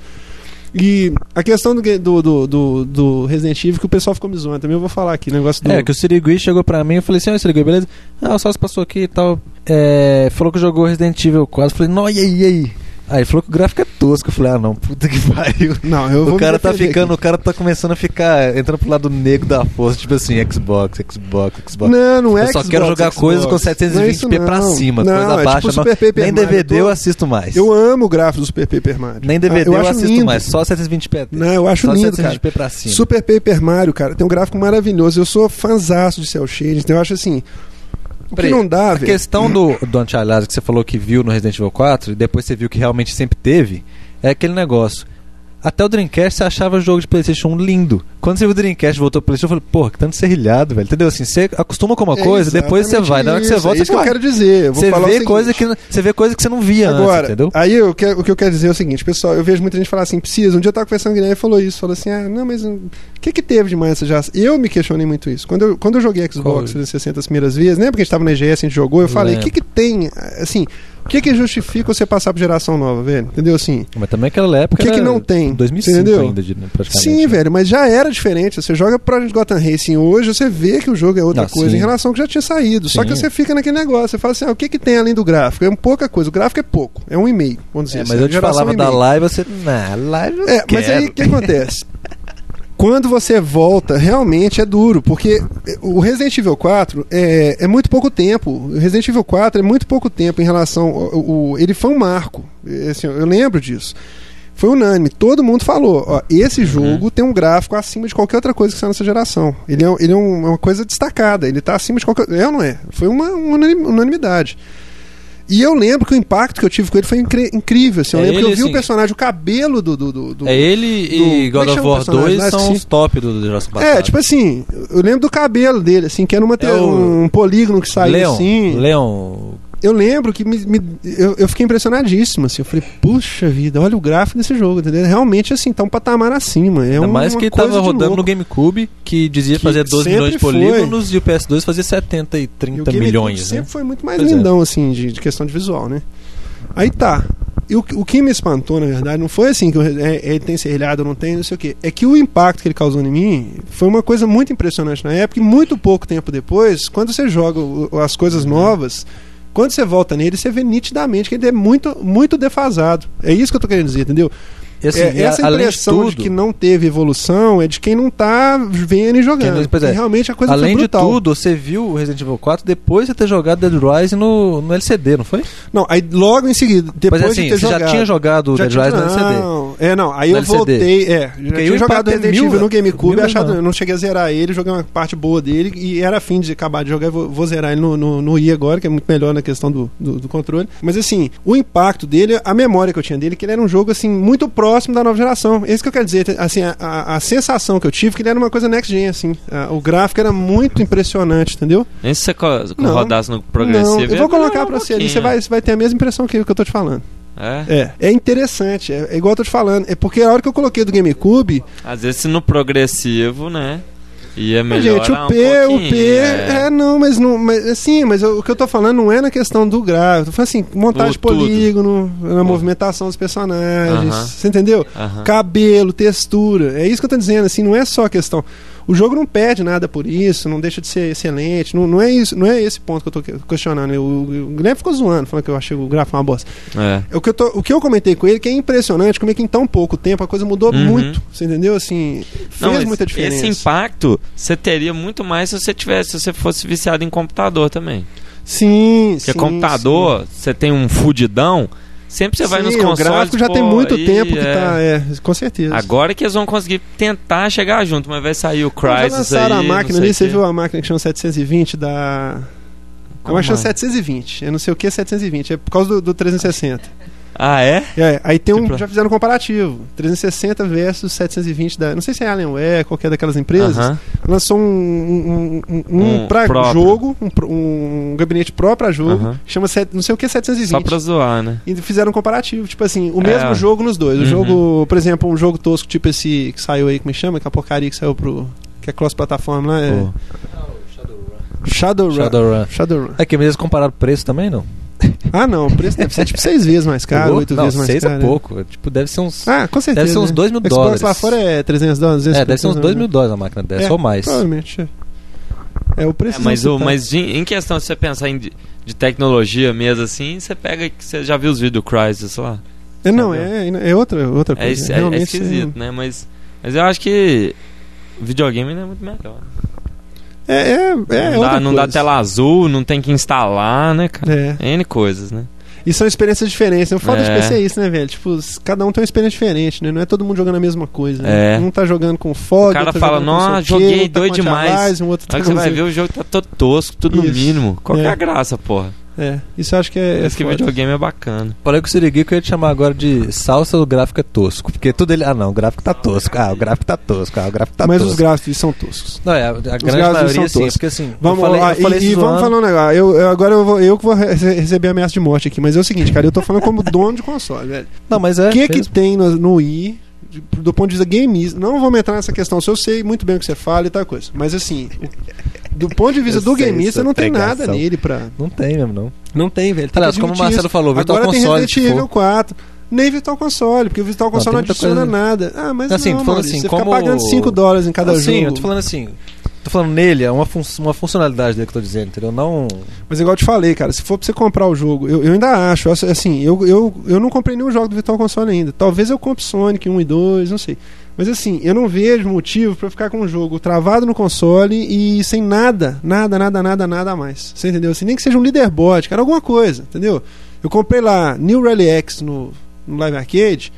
S3: E a questão do, ga- do, do, do, do Resident Evil, que o pessoal ficou me zoando também, eu vou falar aqui, o negócio do...
S1: É, que o Sirigui chegou pra mim, eu falei assim, ó, Sirigui, beleza? Ah, o Celso passou aqui e tal. É, falou que jogou Resident Evil 4. Eu falei, não, e aí, e aí? Aí ele falou que o gráfico é tosco. Eu falei, ah não, puta que pariu.
S3: Não, eu vou
S1: O
S3: me
S1: cara tá
S3: defender
S1: ficando,
S3: aqui.
S1: o cara tá começando a ficar, entrando pro lado negro da força, tipo assim, Xbox, Xbox, Xbox.
S3: Não, não é
S1: eu só
S3: Xbox,
S1: quero jogar
S3: Xbox.
S1: coisas com
S3: Não é isso
S1: 720p pra
S3: não.
S1: cima,
S3: Não,
S1: coisa
S3: é
S1: abaixo.
S3: tipo
S1: não-
S3: Super Paper
S1: nem
S3: Mario,
S1: DVD
S3: tô-
S1: eu assisto mais.
S3: Eu amo o gráfico do Super Paper Mario.
S1: Nem DVD
S3: Ah,
S1: eu,
S3: acho
S1: assisto
S3: lindo.
S1: mais, só assim. 720p.
S3: Não, eu acho
S1: só
S3: lindo,
S1: 720p pra cima.
S3: Super Paper Mario, cara, tem um gráfico maravilhoso. Eu sou fanzaço de Cell Shading, então eu acho assim... O que
S1: Peraí,
S3: não dá,
S1: A
S3: velho...
S1: questão do, do anti-aliasing que você falou que viu no Resident Evil 4 e depois você viu que realmente sempre teve, é aquele negócio. Até o Dreamcast você achava o jogo de PlayStation 1 lindo. Quando você viu o Dreamcast e voltou pro PlayStation, eu falei, porra, que tanto serrilhado, velho. Entendeu? Assim, você acostuma com uma
S3: É
S1: coisa, depois você
S3: exatamente
S1: vai. Na hora que você
S3: isso,
S1: volta,
S3: é isso que eu
S1: você, "Ah,
S3: quero dizer. Eu vou
S1: você
S3: falar o
S1: vê
S3: seguinte.
S1: coisa que não- você vê coisa que você não via antes,
S3: Agora,
S1: entendeu?
S3: aí eu quero- o que eu quero dizer é o seguinte, pessoal, eu vejo muita gente falar assim, precisa, um dia eu tava conversando com o Guilherme e falou isso, falou assim, ah, não, mas hum, o que que teve demais essa já? Eu me questionei muito isso. Quando eu, quando eu joguei
S1: Qual?
S3: Xbox 360 as primeiras vezes, lembra que a gente tava na EGS, a gente jogou, eu falei, o
S1: Lembro.
S3: que que tem, assim, o que que justifica você passar por geração nova, velho? Entendeu, assim?
S1: Mas também aquela época.
S3: O que que
S1: era
S3: não tem?
S1: 2005
S3: Entendeu?
S1: ainda, de- praticamente.
S3: Sim,
S1: né?
S3: velho, mas já era diferente. Você joga Project Gotham Racing hoje, você vê que o jogo é outra
S1: Ah,
S3: coisa
S1: sim.
S3: em relação ao que já tinha saído. Só
S1: Sim.
S3: que você fica naquele negócio, você fala assim, ah, o que que tem além do gráfico? É um pouca coisa, o gráfico é pouco, é um e meio, vamos dizer
S1: É,
S3: assim,
S1: mas eu te
S3: geração
S1: falava
S3: e
S1: da
S3: meio.
S1: live, você. Na live eu
S3: É, mas aí o que acontece? Quando você volta, realmente é duro, porque o Resident Evil 4 é, é muito pouco tempo. O Resident Evil 4 é muito pouco tempo em relação. ao- ao- ao- ele foi um marco. É, assim, eu lembro disso. Foi unânime. Todo mundo falou: ó, esse
S2: Uhum.
S3: jogo tem um gráfico acima de qualquer outra coisa que saiu nessa geração. Ele é, um- ele é um- é uma coisa destacada. Ele está acima de qualquer. É ou não é? Foi uma unani- unanimidade. E eu lembro que o impacto que eu tive com ele foi incri- incrível. Assim, eu
S2: É
S3: lembro que eu
S2: ele,
S3: vi o
S2: assim-
S3: personagem, o cabelo do. do, do, do-
S1: É ele e
S3: do-
S1: God
S3: como é que
S1: of
S3: chama o
S1: War
S3: personagem
S1: 2
S3: lá?
S1: são
S3: Esqueci.
S1: os top do do Jurassic Park.
S3: É, tipo assim, eu lembro do cabelo dele, assim, que era uma te-
S1: É o-
S3: um polígono que saiu
S1: Leon,
S3: assim.
S1: Leon,
S3: Eu lembro que me, me- eu, eu fiquei impressionadíssimo, assim. Eu falei, puxa vida, olha o gráfico desse jogo, entendeu? Realmente, assim, tá um patamar acima. É
S1: Ainda
S3: uma,
S1: mais
S3: uma
S1: que
S3: coisa
S1: tava
S3: de
S1: rodando
S3: louco.
S1: no GameCube, que dizia
S3: Que
S1: fazer 12 milhões de
S3: sempre
S1: polígonos e o PS2 fazia 70 e 30
S3: GameCube
S1: milhões,
S3: Sempre
S1: né?
S3: foi muito mais
S1: Pois é.
S3: lindão, assim, de, de questão de visual, né? Aí tá. E o, que- o que me espantou, na verdade, não foi assim que eu- é, ele tem serrilhado ou não tem, não sei o quê. É que o impacto que ele causou em mim foi uma coisa muito impressionante na época e muito pouco tempo depois, quando você joga o- o- as coisas novas, quando você volta nele, você vê nitidamente que ele é muito, muito defasado. É isso que eu tô querendo dizer, entendeu?
S1: E assim,
S3: É,
S1: e a-
S3: essa
S1: além de
S3: impressão de,
S1: tudo,
S3: que não teve evolução é de quem não tá vendo e jogando.
S1: Quem- pois é.
S3: E realmente a coisa
S1: além
S3: foi
S1: de
S3: brutal.
S1: tudo, você viu o Resident Evil 4 depois de ter jogado Dead Rising no, no LCD, não foi?
S3: Não, aí logo em seguida, depois
S1: Mas assim,
S3: de ter
S1: você já
S3: jogado-
S1: tinha jogado o
S3: Já
S1: Dead
S3: tinha-
S1: Rising no LCD.
S3: Não, é, não. Aí
S1: No
S3: eu
S1: LCD.
S3: voltei. É, já
S1: aí o
S3: tinha
S1: impacto
S3: jogado
S1: é
S3: Resident
S1: mil,
S3: Evil no GameCube.
S1: mil,
S3: achado,
S1: né?
S3: eu não cheguei a zerar ele, joguei uma parte boa dele e era afim de acabar de jogar. Vou, vou zerar ele no, no, no i agora, que é muito melhor na questão do, do, do controle. Mas assim, o impacto dele, a memória que eu tinha dele, que ele era um jogo assim muito próximo da nova geração. É isso que eu quero dizer. Assim, a, a, a sensação que eu tive que ele era uma coisa next gen, assim. Ah, o gráfico era muito impressionante, entendeu?
S2: Nem se você co-
S3: Não.
S2: rodasse no progressivo.
S3: não, eu
S2: ia
S3: vou colocar
S2: melhorar
S3: pra
S2: um
S3: você ali. Você
S2: pouquinho.
S3: vai, você vai ter a mesma impressão que, que eu tô te falando.
S2: É?
S3: É, é interessante, é, é igual eu tô te falando. É porque a hora que eu coloquei do GameCube,
S2: Às vezes se no progressivo, né? E é melhor
S3: Gente,
S2: ah,
S3: o
S2: um
S3: P, o
S2: pouquinho, né?
S3: P. É, não, mas não. Mas, assim, mas o que eu tô falando não é na questão do grau. Eu tô falando assim, montagem de
S2: O tudo.
S3: polígono, na movimentação dos personagens.
S2: Aham.
S3: Você entendeu?
S2: Aham.
S3: Cabelo, textura. É isso que eu tô dizendo, assim, não é só a questão. O jogo não perde nada por isso, não deixa de ser excelente. Não, não é isso, não é esse ponto que eu tô que- questionando. O, o Guilherme ficou zoando, falando que eu achei o gráfico uma bosta.
S2: É.
S3: O que, eu tô- o que eu comentei com ele que é impressionante como é que em tão pouco tempo a coisa mudou
S2: Uhum.
S3: muito. Você entendeu? Assim, fez
S2: Não, mas
S3: muita diferença.
S2: Esse impacto você teria muito mais se você tivesse, se você fosse viciado em computador também.
S3: Sim,
S2: Porque
S3: sim,
S2: é computador, você tem um fudidão, sempre você vai
S3: Sim,
S2: nos consoles.
S3: O gráfico já
S2: pô,
S3: tem muito
S2: aí,
S3: tempo que
S2: é.
S3: tá, é, com certeza.
S2: Agora que eles vão conseguir tentar chegar junto, mas vai sair o
S3: Então, já
S2: Crysis aí.
S3: lançaram a máquina
S2: não sei
S3: ali, você
S2: o quê.
S3: viu a máquina que chama 720 da. A
S2: Qual
S3: máquina chama
S2: máquina?
S3: 720, eu não sei o que é 720, é por causa do, do 360.
S2: Ah, é?
S3: É, aí tem um,
S2: Tipo-
S3: já fizeram um comparativo, 360 versus 720 da, não sei se é Alienware, qualquer daquelas empresas,
S2: Aham.
S3: lançou um, um, um, um
S2: Um
S3: pra
S2: próprio.
S3: jogo, um, pro- um gabinete próprio pra jogo,
S2: Aham.
S3: chama set- não sei o que é 720.
S2: Só pra zoar, né?
S3: E fizeram um comparativo, tipo assim, o
S2: É.
S3: mesmo jogo nos dois. O
S2: Uhum.
S3: jogo, por exemplo, um jogo tosco, tipo esse que saiu aí, que me chama, que é a porcaria que saiu pro. que é cross-plataforma lá, é.
S1: Pô.
S3: Shadowrun. Shadowrun.
S1: Shadowrun. Aqui, mas eles compararam o preço também, não?
S3: Ah, não, o preço deve ser tipo seis vezes mais caro,
S1: Pegou?
S3: oito
S1: não,
S3: vezes mais
S1: seis
S3: caro. né?
S1: é pouco. Tipo, deve ser uns.
S3: Ah, com certeza.
S1: deve ser uns
S3: né?
S1: dois mil
S3: Xbox
S1: dólares.
S3: lá fora é 300 dólares. 200,
S1: é, deve ser uns 2 mil
S3: né?
S1: dólares a máquina dessa,
S3: É,
S1: ou mais.
S3: Provavelmente. é. É o preço.
S2: É, mas,
S3: não
S2: o,
S3: tá-
S2: mas de- em questão, se você pensar em de, de tecnologia mesmo assim, você pega. que Você já viu os vídeos do Crysis lá?
S3: É, não, é, é outra, outra
S2: É,
S3: coisa.
S2: es- é- é
S3: Realmente,
S2: esquisito, né? Mas, mas eu acho que videogame ainda é muito melhor.
S3: É, é, é
S2: não
S3: outra
S2: dá, não dá
S3: coisa.
S2: tela azul, não tem que instalar, né, cara?
S3: É.
S2: N coisas, né?
S3: E são experiências diferentes. né? O foda de
S2: É.
S3: PC é isso, né, velho? Tipo, s- cada um tem uma experiência diferente, né? Não é todo mundo jogando a mesma coisa. Né?
S2: É.
S3: Um tá jogando com fog,
S2: O cara
S3: outro tá
S2: fala,
S3: jogando com
S2: "Nó,
S3: não sei o quê,
S2: joguei
S3: outro tá
S2: doido
S3: com
S2: demais."
S3: anti-aliasing, o outro tá
S2: Aí que você
S3: com
S2: vai
S3: não
S2: ver,
S3: sei-
S2: o jogo tá todo tosco, tudo no
S3: Isso.
S2: mínimo. Qual que é
S3: É.
S2: a graça, porra?
S3: É, isso eu acho que
S2: Por
S3: é. é
S2: isso que
S3: foda.
S2: videogame é bacana.
S1: Falei com o Siriguico que eu ia te chamar agora de salsa do gráfico é tosco. Porque tudo ele. Ah, não, o gráfico tá tosco. Ah, o gráfico tá tosco. Ah, o gráfico tá
S3: Mas
S1: tosco.
S3: os gráficos são toscos.
S1: Não, é, a, a grande
S3: gráficos são
S1: maioria sim.
S3: toscos.
S1: Porque assim.
S3: Vamos,
S1: eu falei,
S3: lá,
S1: eu falei
S3: e, e vamos falar um negócio. Eu, eu- agora eu, vou, eu que vou rece- receber ameaça de morte aqui, mas é o seguinte, cara, eu tô falando como dono de console, velho.
S1: Não, mas é.
S3: O que que
S1: mesmo.
S3: tem no, no i de- do ponto de vista games? Não vamos entrar nessa questão, se eu sei muito bem o que você fala e tal coisa. Mas assim, o- do ponto de vista
S1: Eu
S3: do
S1: sei
S3: gamista,
S1: sua
S3: não tem
S1: pregação.
S3: nada nele pra.
S1: Não tem mesmo, não.
S3: Não tem, velho. Tem
S1: Aliás,
S3: que
S1: como o
S3: admitir
S1: Marcelo
S3: isso.
S1: falou, Virtual
S3: Agora
S1: Console,
S3: tem
S1: se
S3: Resident Evil
S1: for.
S3: 4. Nem Virtual Console, porque o Virtual Console não,
S1: tem muita
S3: adiciona
S1: coisa.
S3: nada. Ah, mas
S1: Assim,
S3: não,
S1: tô falando
S3: Maurício,
S1: assim,
S3: você
S1: como-
S3: ficar pagando 5 dólares em cada
S1: assim,
S3: jogo.
S1: eu tô falando assim. Tô falando nele, é uma, fun uma funcionalidade dele que eu tô dizendo, entendeu? Não.
S3: Mas igual eu te falei, cara, se for pra você comprar o jogo, eu, eu ainda acho, eu- assim, eu, eu, eu não comprei nenhum jogo do Virtual Console ainda. Talvez eu compre Sonic 1 e 2, não sei. Mas assim, eu não vejo motivo pra eu ficar com um jogo travado no console e sem nada, nada, nada, nada, nada a mais. Você entendeu? Assim, nem que seja um leaderboard, cara, alguma coisa, entendeu? Eu comprei lá New Rally X no, no Live Arcade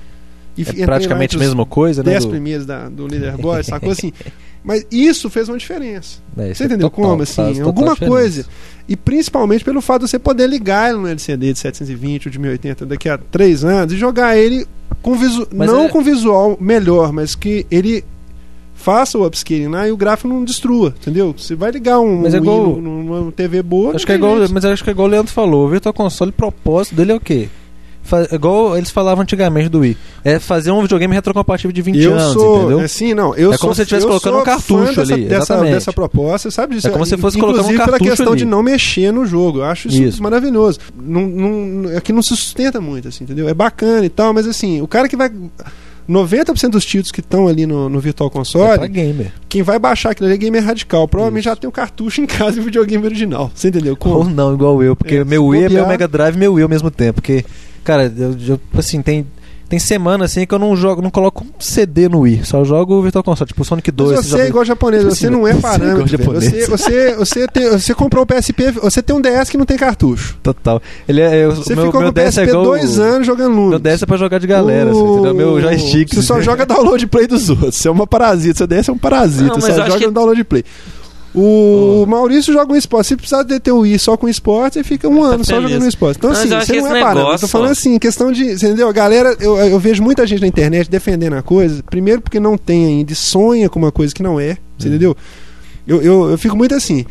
S3: e
S1: É praticamente a mesma coisa, né?
S3: 10
S1: do-
S3: primeiros da, do leaderboard, sacou assim? Mas isso fez uma diferença.
S1: É, isso
S3: Você
S1: é
S3: entendeu
S1: total,
S3: como,
S1: faz
S3: assim?
S1: total
S3: Alguma
S1: diferença.
S3: coisa. E principalmente pelo fato de você poder ligar ele no LCD de 720 ou de 1080 daqui a três anos e jogar ele com visu...
S1: Mas
S3: não
S1: é-
S3: com visual melhor, mas que ele faça o upscaling lá e o gráfico não destrua, entendeu? Você vai ligar um,
S1: Mas é
S3: um
S1: igual-
S3: Wii no- numa TV boa.
S1: Acho
S3: não
S1: que é
S3: tem
S1: igual,
S3: jeito.
S1: mas acho que é igual o Leandro falou. O Virtual Console, o propósito dele é o quê? Fa- é igual eles falavam antigamente do Wii. É fazer um videogame retrocompatível de 20
S3: eu
S1: anos,
S3: sou,
S1: entendeu?
S3: assim, não, eu
S1: É
S3: sou,
S1: como se você estivesse
S3: eu
S1: colocando
S3: sou
S1: um cartucho
S3: fã dessa,
S1: ali,
S3: dessa,
S1: exatamente.
S3: dessa proposta, você sabe disso.
S1: É como se fosse
S3: Inclusive
S1: colocar um
S3: pela
S1: cartucho
S3: questão
S1: ali.
S3: de não mexer no jogo, eu acho isso,
S1: Isso.
S3: maravilhoso. Não, não, é que não se sustenta muito, assim, entendeu? É bacana e tal, mas assim, o cara que vai... 90% dos títulos que estão ali no, no Virtual
S1: É
S3: Console,
S1: pra gamer.
S3: quem vai baixar aquilo ali é gamer radical. Provavelmente já tem o cartucho em casa e o videogame original. Você entendeu?
S1: Ou
S3: Com...
S1: não, igual eu, porque
S3: É,
S1: meu
S3: se
S1: Wii é meu
S3: bobear-
S1: Mega Drive e meu Wii ao mesmo tempo. Porque, cara, eu, eu, assim, tem, tem semana assim que eu não jogo, não coloco um CD no Wii, só jogo o Virtual Console, tipo Sonic 2.
S3: Mas
S1: já
S3: você é
S1: vi-
S3: igual japonês,
S1: Tipo
S3: você
S1: assim,
S3: não é
S1: você é igual
S3: parâmetro. velho.
S1: japonês.
S3: Você, você, você, tem- você comprou o PSP, você tem um DS que não tem cartucho.
S1: Total. Ele é, eu,
S3: Você
S1: meu,
S3: ficou
S1: meu
S3: com o PSP
S1: é igual.
S3: dois anos jogando Lunas.
S1: Meu DS é pra jogar de galera, assim, entendeu? Meu joystick. né? assim.
S3: Você só joga download play dos outros. Você é uma parasita. Seu DS é um parasita.
S2: Não, mas
S3: só
S2: eu acho
S3: joga
S2: que-
S3: no download play. O Maurício joga um esporte. Se precisar de ter o Wii só com esporte, você fica um
S2: Tá
S3: ano só
S2: feliz.
S3: jogando um esporte. Então,
S2: Mas
S3: assim,
S2: eu acho
S3: você
S2: que
S3: não
S2: esse
S3: é parado. Eu tô
S2: negócio-
S3: falando assim, questão de. você Entendeu? A galera, eu, eu vejo muita gente na internet defendendo a coisa. Primeiro, porque não tem ainda e sonha com uma coisa que não é.
S1: Hum.
S3: Você entendeu? Eu, eu, eu fico muito assim.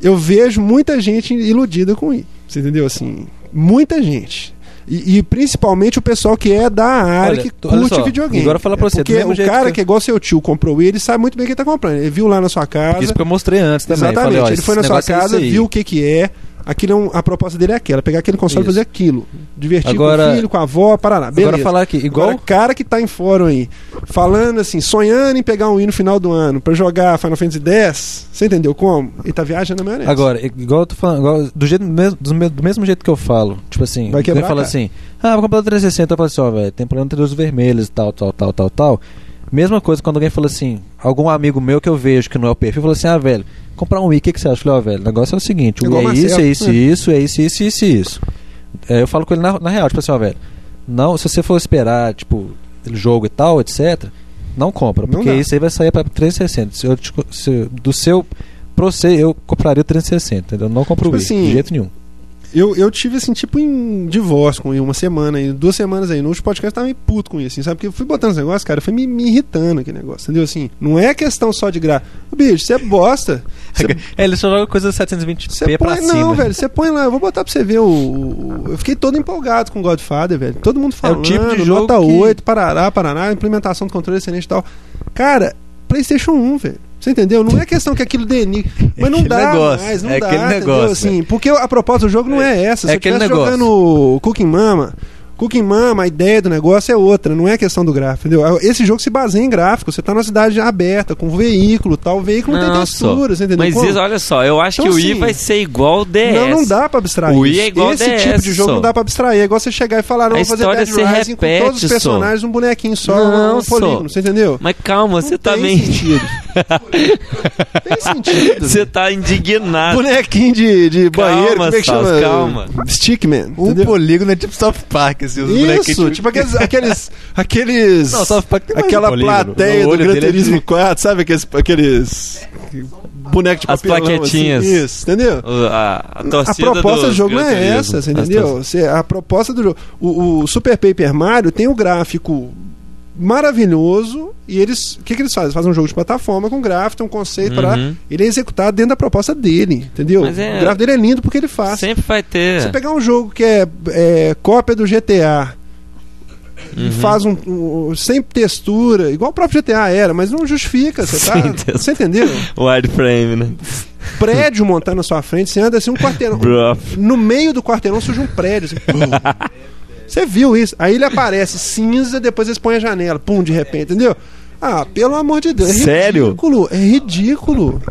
S3: Eu vejo muita gente iludida com isso. Você entendeu? Assim, muita gente. E, e principalmente o pessoal que é da área
S1: Olha,
S3: que
S1: tô- olha
S3: curte
S1: só,
S3: videogame.
S1: agora eu vou falar pra você, do
S3: Porque
S1: mesmo
S3: o
S1: jeito
S3: cara
S1: que
S3: que...
S1: eu-
S3: é igual seu tio comprou ele, ele sabe muito bem o que ele tá comprando. Ele viu lá na sua casa.
S1: Isso que eu mostrei antes também.
S3: Exatamente.
S1: Falei, ó,
S3: ele foi
S1: esse
S3: na sua
S1: negócio é
S3: casa,
S1: isso aí.
S3: viu o que que é. Aquilo é um- a proposta dele é aquela, pegar aquele console e
S1: Isso.
S3: fazer aquilo. Divertir com
S1: Agora-
S3: o filho, com a avó, parará. Beleza.
S1: Agora falar aqui, igual.
S3: Agora, o cara que tá em fórum aí, falando assim, sonhando em pegar um Wii no final do ano pra jogar Final Fantasy X, você entendeu como? Ele tá viajando na maionese.
S1: Agora, i- igual eu tô falando, igual- do, jeito, mesmo, do, me- do mesmo jeito que eu falo, tipo assim,
S3: Vai quebrar,
S1: alguém fala
S3: cara.
S1: assim, ah, vou comprar o 360, eu falo assim, ó, velho, tem problema entre os vermelhos e tal, tal, tal, tal, tal. Mesma coisa quando alguém fala assim, algum amigo meu que eu vejo que não é o perfil, fala assim, ah, velho, comprar um Wii, o que, que você acha? Eu falei, ó, velho, o negócio é o seguinte, o Wii
S3: Igual
S1: é
S3: Marcelo,
S1: isso, é isso,
S3: né?
S1: isso, é isso, isso, isso, isso. É, eu falo com ele na, na real, tipo assim, ó, velho, não, se você for esperar, tipo, jogo e tal, etc., não compra,
S3: Não
S1: porque
S3: dá.
S1: isso aí vai sair pra 360. Se eu te co- se- do seu pro você, eu compraria o 360, entendeu? Não compro
S3: Tipo
S1: o Wii,
S3: assim,
S1: de jeito nenhum.
S3: Eu, eu tive, assim, tipo, em divórcio com ele, uma semana aí, duas semanas aí. No último podcast eu tava meio puto com isso, assim, sabe? Porque eu fui botando esse negócio, cara, foi me, me irritando aquele negócio, entendeu? Assim, não é questão só de graça. Bicho, você é bosta. Você
S1: É, ele só joga coisa
S3: Você
S1: 720p Tipo, pra
S3: põe,
S1: cima.
S3: não, velho, você põe lá, eu vou botar pra você ver o, o- Eu fiquei todo empolgado com Godfather, velho. Todo mundo falando,
S1: tipo de jogo
S3: nota
S1: que-
S3: 8, parará, paraná, implementação do controle excelente e tal. Cara, Playstation 1, velho. Você entendeu? Não é questão que aquilo denigra. Mas não
S6: aquele
S3: dá
S6: negócio,
S3: mais, não
S6: é
S3: dá,
S6: aquele
S3: entendeu?
S6: negócio,
S3: Assim, porque a proposta do jogo não é essa. Se
S6: é
S3: eu
S6: aquele
S3: tivesse
S6: negócio.
S3: jogando Cooking Mama... Cooking Mama, a ideia do negócio é outra, não é questão do gráfico, entendeu? Esse jogo se baseia em gráfico, você tá numa cidade aberta, com um veículo e tal, o veículo não tem
S2: Não, só.
S3: textura, você entendeu?
S2: Mas
S3: Como?
S2: isso, olha só, eu acho
S3: Então,
S2: que o I
S3: assim,
S2: vai ser igual o DS.
S3: Não, não dá pra abstrair.
S2: É O Wii
S3: isso.
S2: é igual
S3: Esse
S2: DS,
S3: tipo de jogo
S2: só.
S3: não dá pra abstrair. É igual você chegar e falar, não,
S2: A
S3: vou fazer
S2: história
S3: Dead
S2: se
S3: Rising com todos
S2: repete,
S3: os
S2: só.
S3: personagens, um bonequinho só,
S2: Não,
S3: um polígono,
S2: só.
S3: você entendeu?
S2: Mas calma, você
S3: Não
S2: tá
S3: tem
S2: meio.
S3: sentido. tem sentido.
S2: Você tá indignado.
S3: Bonequinho de, de
S2: Calma,
S3: banheiro, como é que
S2: Sals,
S3: chama?
S2: calma.
S3: Stickman,
S6: Um
S3: entendeu?
S6: polígono é tipo South Park, assim, os
S3: Isso, tipo aqueles. aqueles, aqueles
S6: Não, South Park tem mais
S3: aquela
S6: um polígono.
S3: plateia
S6: O
S3: do
S6: olho
S3: Gran
S6: dele é
S3: Turismo 4, sabe? Aqueles. aqueles boneco de
S2: As
S3: papelão, assim.
S2: plaquetinhas.
S3: Isso, entendeu?
S2: O- A, a
S3: A
S2: torcida
S3: proposta do
S2: dos
S3: jogo não
S2: Gran
S3: é
S2: Turismo.
S3: essa, você entendeu? Você- a proposta do jogo. O, o Super Paper Mario tem um gráfico maravilhoso e eles. O que, que eles fazem? Eles fazem um jogo de plataforma com gráfico, tem um conceito pra.
S2: Uhum.
S3: Ele é executado dentro da proposta dele, entendeu?
S2: Mas é-
S3: O gráfico dele é lindo porque ele faz.
S2: Sempre vai ter.
S3: Você pegar um jogo que é, é, cópia do GTA.
S2: Uhum.
S3: E faz um, um- sem textura, igual o próprio GTA era, mas não justifica. Você, tá-
S2: Sem textura.
S3: você entendeu?
S2: O wireframe, né?
S3: Prédio montado na sua frente, você anda assim um quarteirão.
S2: Bro.
S3: No meio do quarteirão surge um prédio. assim, pum. Você viu isso? Aí ele aparece cinza, depois eles põem a janela. Pum, de repente, entendeu? Ah, pelo amor de Deus. É
S2: Sério?
S3: Ridículo, é ridículo.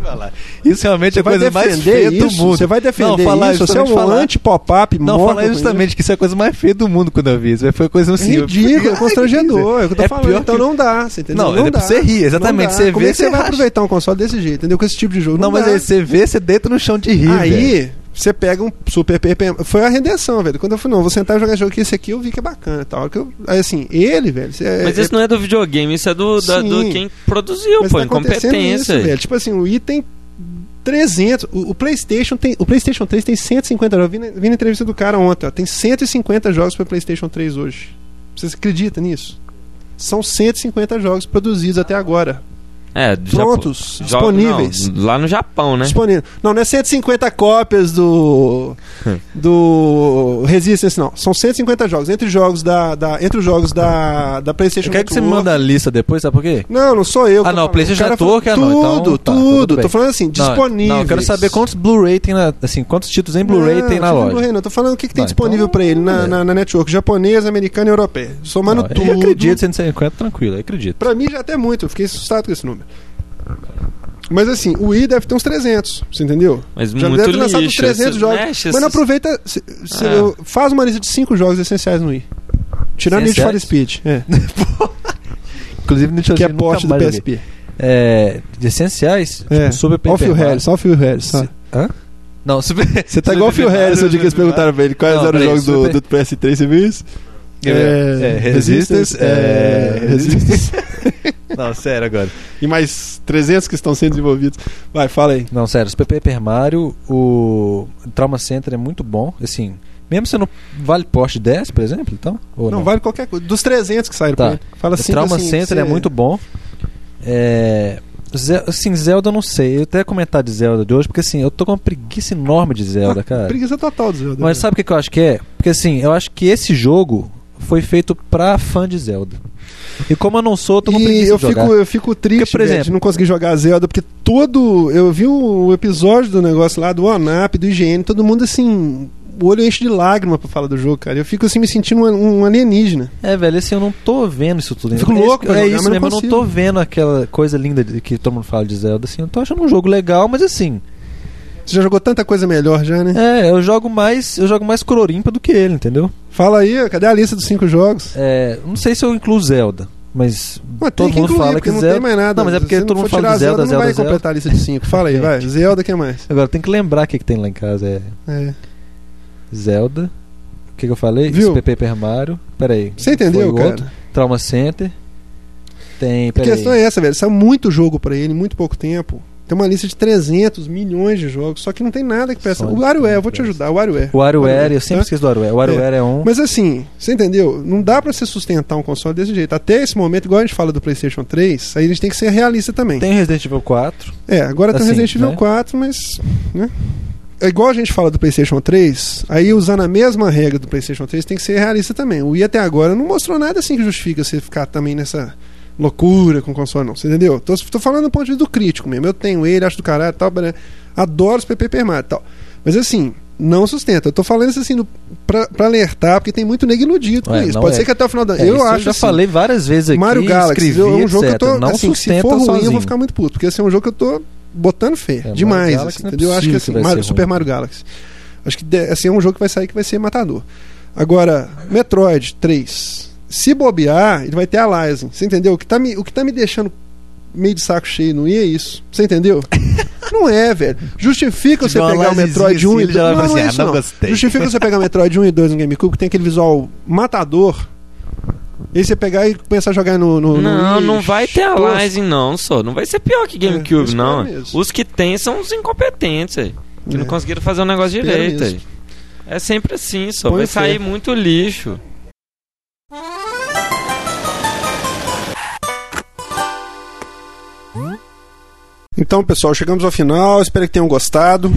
S6: Isso realmente é a
S3: Vai
S6: coisa mais feia
S3: defender
S6: do
S3: isso?
S6: mundo.
S3: Você vai
S6: não,
S3: defender
S6: falar
S3: isso? Você é
S6: justamente
S3: um
S6: falar-
S3: anti-pop-up
S6: Não,
S3: móvel
S6: falar
S3: com
S6: justamente que isso é a coisa mais feia do mundo quando eu vi isso. Foi coisa
S3: É
S6: assim. eu-
S3: ridículo, é constrangedor, é o que eu tô
S6: É
S3: falando.
S6: pior
S3: Então
S6: que-
S3: não dá, você entendeu?
S6: Não, é pra você rir, exatamente.
S3: Não dá.
S6: Você
S3: Como
S6: vê,
S3: é que você
S6: você
S3: vai
S6: racha.
S3: aproveitar um console desse jeito, entendeu? Com esse tipo de jogo.
S6: Não, mas é
S3: dá.
S6: aí você vê, você deita no chão de rir. velho.
S3: Aí, você pega um Super PPM. Foi a redenção, velho. Quando eu falei, não, vou sentar e jogar jogo que esse aqui eu vi que é bacana e tal. Que eu- aí, assim, ele, velho. cê-
S2: Mas isso não é do videogame, isso é do, da-
S3: Sim.
S2: do quem produziu,
S3: Mas
S2: pô.
S3: tá acontecendo
S2: incompetência.
S3: Isso, velho. Tipo assim, o item 300. O, o PlayStation tem, o PlayStation 3 tem 150 jogos. Vi na, vi na entrevista do cara ontem, ó, tem 150 jogos para PlayStation 3 hoje. Vocês acreditam nisso? São 150 jogos produzidos até agora.
S2: é, do Japão.
S3: tipo, Prontos,
S2: Jo-
S3: disponíveis.
S2: não, lá no Japão, né?
S3: Disponível. Não, não é 150 cópias do.
S1: Hum.
S3: do. Resistance, não. São 150 jogos. Entre jogos da. da- entre os jogos da. da PlayStation
S1: Eu quero que você me
S3: Network.
S1: manda a lista depois, sabe por quê?
S3: Não, não sou eu.
S1: Ah,
S3: que tô
S1: não,
S3: falando.
S1: PlayStation
S3: O cara
S1: Network,
S3: falou
S1: ah, não, então
S3: Tudo,
S1: tá,
S3: tudo.
S1: tudo bem.
S3: tô falando assim,
S1: Não,
S3: disponível.
S1: Não, eu quero saber quantos Blu-ray tem na. Assim, quantos títulos em Blu-ray tem na loja.
S3: Não, eu tô falando o que, que tem
S1: Não,
S3: disponível
S1: então,
S3: pra ele na,
S1: é.
S3: na, na network japonesa, americana e europeia. Somando
S1: Não,
S3: tudo.
S1: Eu acredito, 150, tranquilo, eu acredito.
S3: Pra mim já é até muito, eu fiquei assustado com esse número. Mas assim, o I deve ter uns 300, você entendeu?
S2: Mas
S3: Já
S2: muito
S3: deve ter lançado
S2: lixo.
S3: 300
S2: Você
S3: jogos.
S2: mexe
S3: mas não
S2: esses-
S3: aproveita. se- se-
S2: Ah.
S3: eu- Faz uma lista de 5 jogos essenciais no Wii. Tirando Need for
S1: Essenciais?
S3: Speed, é,
S1: Inclusive, no
S3: que é porte do PSP.
S1: É. De essenciais,
S3: É.
S1: tipo, Super
S3: Olha o Phil
S1: Paper
S3: Harris, olha o Phil Harris. tá?
S1: Hã? Não, Super.
S3: Você tá igual o Phil Harris o dia que eles perguntaram pra ele quais
S1: Não,
S3: eram os
S1: peraí,
S3: jogos
S1: super-
S3: do, do PS3, você viu isso?
S1: É, Resistance, é,
S3: Resistance.
S6: Não, sério agora.
S3: E mais 300 que estão sendo desenvolvidos. Vai, fala aí.
S1: Não, sério, Super Paper Mario, o Trauma Center é muito bom, assim. Mesmo sendo vale Porsche 10, por exemplo, então? Ou
S3: Não,
S1: não,
S3: vale qualquer coisa. Dos 300 que saíram
S1: Tá.
S3: pra ele. Fala
S1: O
S3: assim,
S1: Trauma
S3: assim,
S1: Center é
S3: você-
S1: muito bom. É. Ze- Assim, Zelda eu não sei. Eu até ia comentar de Zelda de hoje, porque assim, eu tô com uma preguiça enorme de Zelda,
S3: Ah,
S1: cara.
S3: Preguiça total do Zelda. né?
S1: Mas sabe o que que eu acho que é? Porque assim, eu acho que esse jogo foi feito pra fã de Zelda. E como eu não sou, eu tô com
S3: E
S1: preguiça
S3: eu
S1: de jogar.
S3: fico, eu fico triste,
S1: Porque, por
S3: velho,
S1: exemplo-
S3: de não conseguir jogar Zelda, porque todo. Eu vi o episódio do negócio lá do ONAP, do IGN, todo mundo assim. O olho enche de lágrima pra falar do jogo, cara. Eu fico assim me sentindo um, um alienígena.
S1: É, velho, assim, eu não tô vendo isso tudo.
S3: Fico
S1: É isso-
S3: louco pra
S1: É
S3: jogar,
S1: isso
S3: mas não
S1: mesmo, eu não
S3: consigo.
S1: tô vendo aquela coisa linda de- que todo mundo fala de Zelda, assim. Eu tô achando um jogo legal, mas assim,
S3: Você já jogou tanta coisa melhor já, né?
S1: é, eu jogo mais, eu jogo mais cororimpa do que ele, entendeu?
S3: Fala aí, cadê a lista dos cinco jogos?
S1: É, não sei se eu incluo Zelda, mas
S3: Ué,
S1: É, todo mundo fala
S3: porque
S1: que
S3: não
S1: Zelda.
S3: tem mais nada.
S1: Não, mas é porque
S3: Se não
S1: todo mundo
S3: for
S1: fala
S3: tirar
S1: de Zelda,
S3: não
S1: Zelda,
S3: vai
S1: Zelda.
S3: completar a lista de cinco. Fala aí, vai. Zelda, o que mais?
S1: Agora tem que lembrar o que, que tem lá em casa. É
S3: É.
S1: Zelda. O que, que eu falei?
S3: Viu?
S1: SP Paper Mario. Pera aí.
S3: Você entendeu,
S1: foi o
S3: cara?
S1: outro. Trauma Center. Tem.
S3: A
S1: Pera
S3: questão
S1: aí.
S3: é essa, velho. Saiu muito jogo pra ele, em muito pouco tempo. Tem uma lista de 300 milhões de jogos, só que não tem nada que peça.
S1: Sonic,
S3: O WarioWare, eu vou te
S1: Dreamcast.
S3: ajudar, o WarioWare.
S1: O WarioWare, eu
S3: Hã?
S1: sempre esqueço do WarioWare. O WarioWare é, um.
S3: Mas assim, você entendeu? Não dá pra se sustentar um console desse jeito. Até esse momento, igual a gente fala do PlayStation 3, aí a gente tem que ser realista também.
S1: Tem Resident Evil 4.
S3: É, agora tem o
S1: Assim,
S3: Resident Evil
S1: né?
S3: 4, mas. Né? É igual a gente fala do PlayStation 3, aí usando a mesma regra do PlayStation 3, tem que ser realista também. O I até agora não mostrou nada assim que justifica você ficar também nessa loucura com o console, não. Você entendeu? Tô, tô falando do ponto de vista do crítico mesmo. Eu tenho ele, acho do caralho tal, né? adoro os PP Permato e tal. Mas assim. Não sustenta. Eu tô falando isso assim no, pra, pra alertar, porque tem muito nego iludido com
S1: Ué,
S3: isso.
S1: não
S3: Pode
S1: é.
S3: ser que até o final da.
S1: É,
S3: eu
S1: isso
S3: acho.
S1: Eu já
S3: assim,
S1: falei várias vezes aqui.
S3: Mario Galaxy
S1: escrevi,
S3: é um jogo que eu
S1: etc.
S3: tô.
S1: Não
S3: assim, se
S1: sustenta
S3: for ruim,
S1: sozinho.
S3: eu vou ficar muito puto, porque esse é um jogo que eu tô botando fé.
S1: Mario
S3: demais.
S1: Galaxy
S3: assim,
S1: não é
S3: entendeu? Eu acho que
S1: possível
S3: assim,
S1: que vai
S3: Mario-
S1: ser
S3: Super
S1: ruim.
S3: Mario Galaxy. Acho que de- assim, é um jogo que vai sair que vai ser matador. Agora, Metroid 3. Se bobear, ele vai ter a Lysen. Você entendeu? O que, tá me, o que tá me deixando meio de saco cheio no I é isso. Você entendeu? não é, velho. Justifica você
S6: Tiver uma
S3: pegar o
S6: Lysenzinha
S3: Metroid 1
S6: assim,
S3: e
S6: ele já vai
S3: 2. Não,
S6: falar
S3: não é
S6: assim,
S3: isso,
S6: "Ah, não
S3: não.
S6: gostei."
S3: Justifica você pegar Metroid 1 e 2 no GameCube, que tem aquele visual matador. E aí você pegar e começar a jogar no. no- no
S2: Não,
S3: Wii,
S2: não vai ter a
S3: tosco.
S2: Lysen, não, só. Não vai ser pior que
S3: É,
S2: GameCube,
S3: espero
S2: não.
S3: mesmo.
S2: Os que tem são os incompetentes, aí. Que
S3: É.
S2: não conseguiram fazer o negócio
S3: Espero
S2: direito,
S3: mesmo.
S2: aí. É sempre assim, só.
S3: Põe
S2: vai
S3: fé.
S2: sair muito lixo.
S3: Então, pessoal, chegamos ao final. Espero que tenham gostado.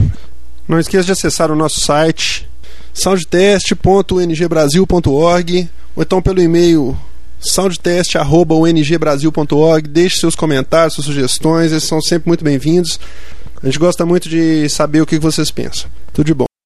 S3: Não esqueça de acessar o nosso site soundtest.ungbrasil.org ou então pelo e-mail soundtest.ungbrasil.org. Deixe seus comentários, suas sugestões, eles são sempre muito bem-vindos. A gente gosta muito de saber o que vocês pensam. Tudo de bom.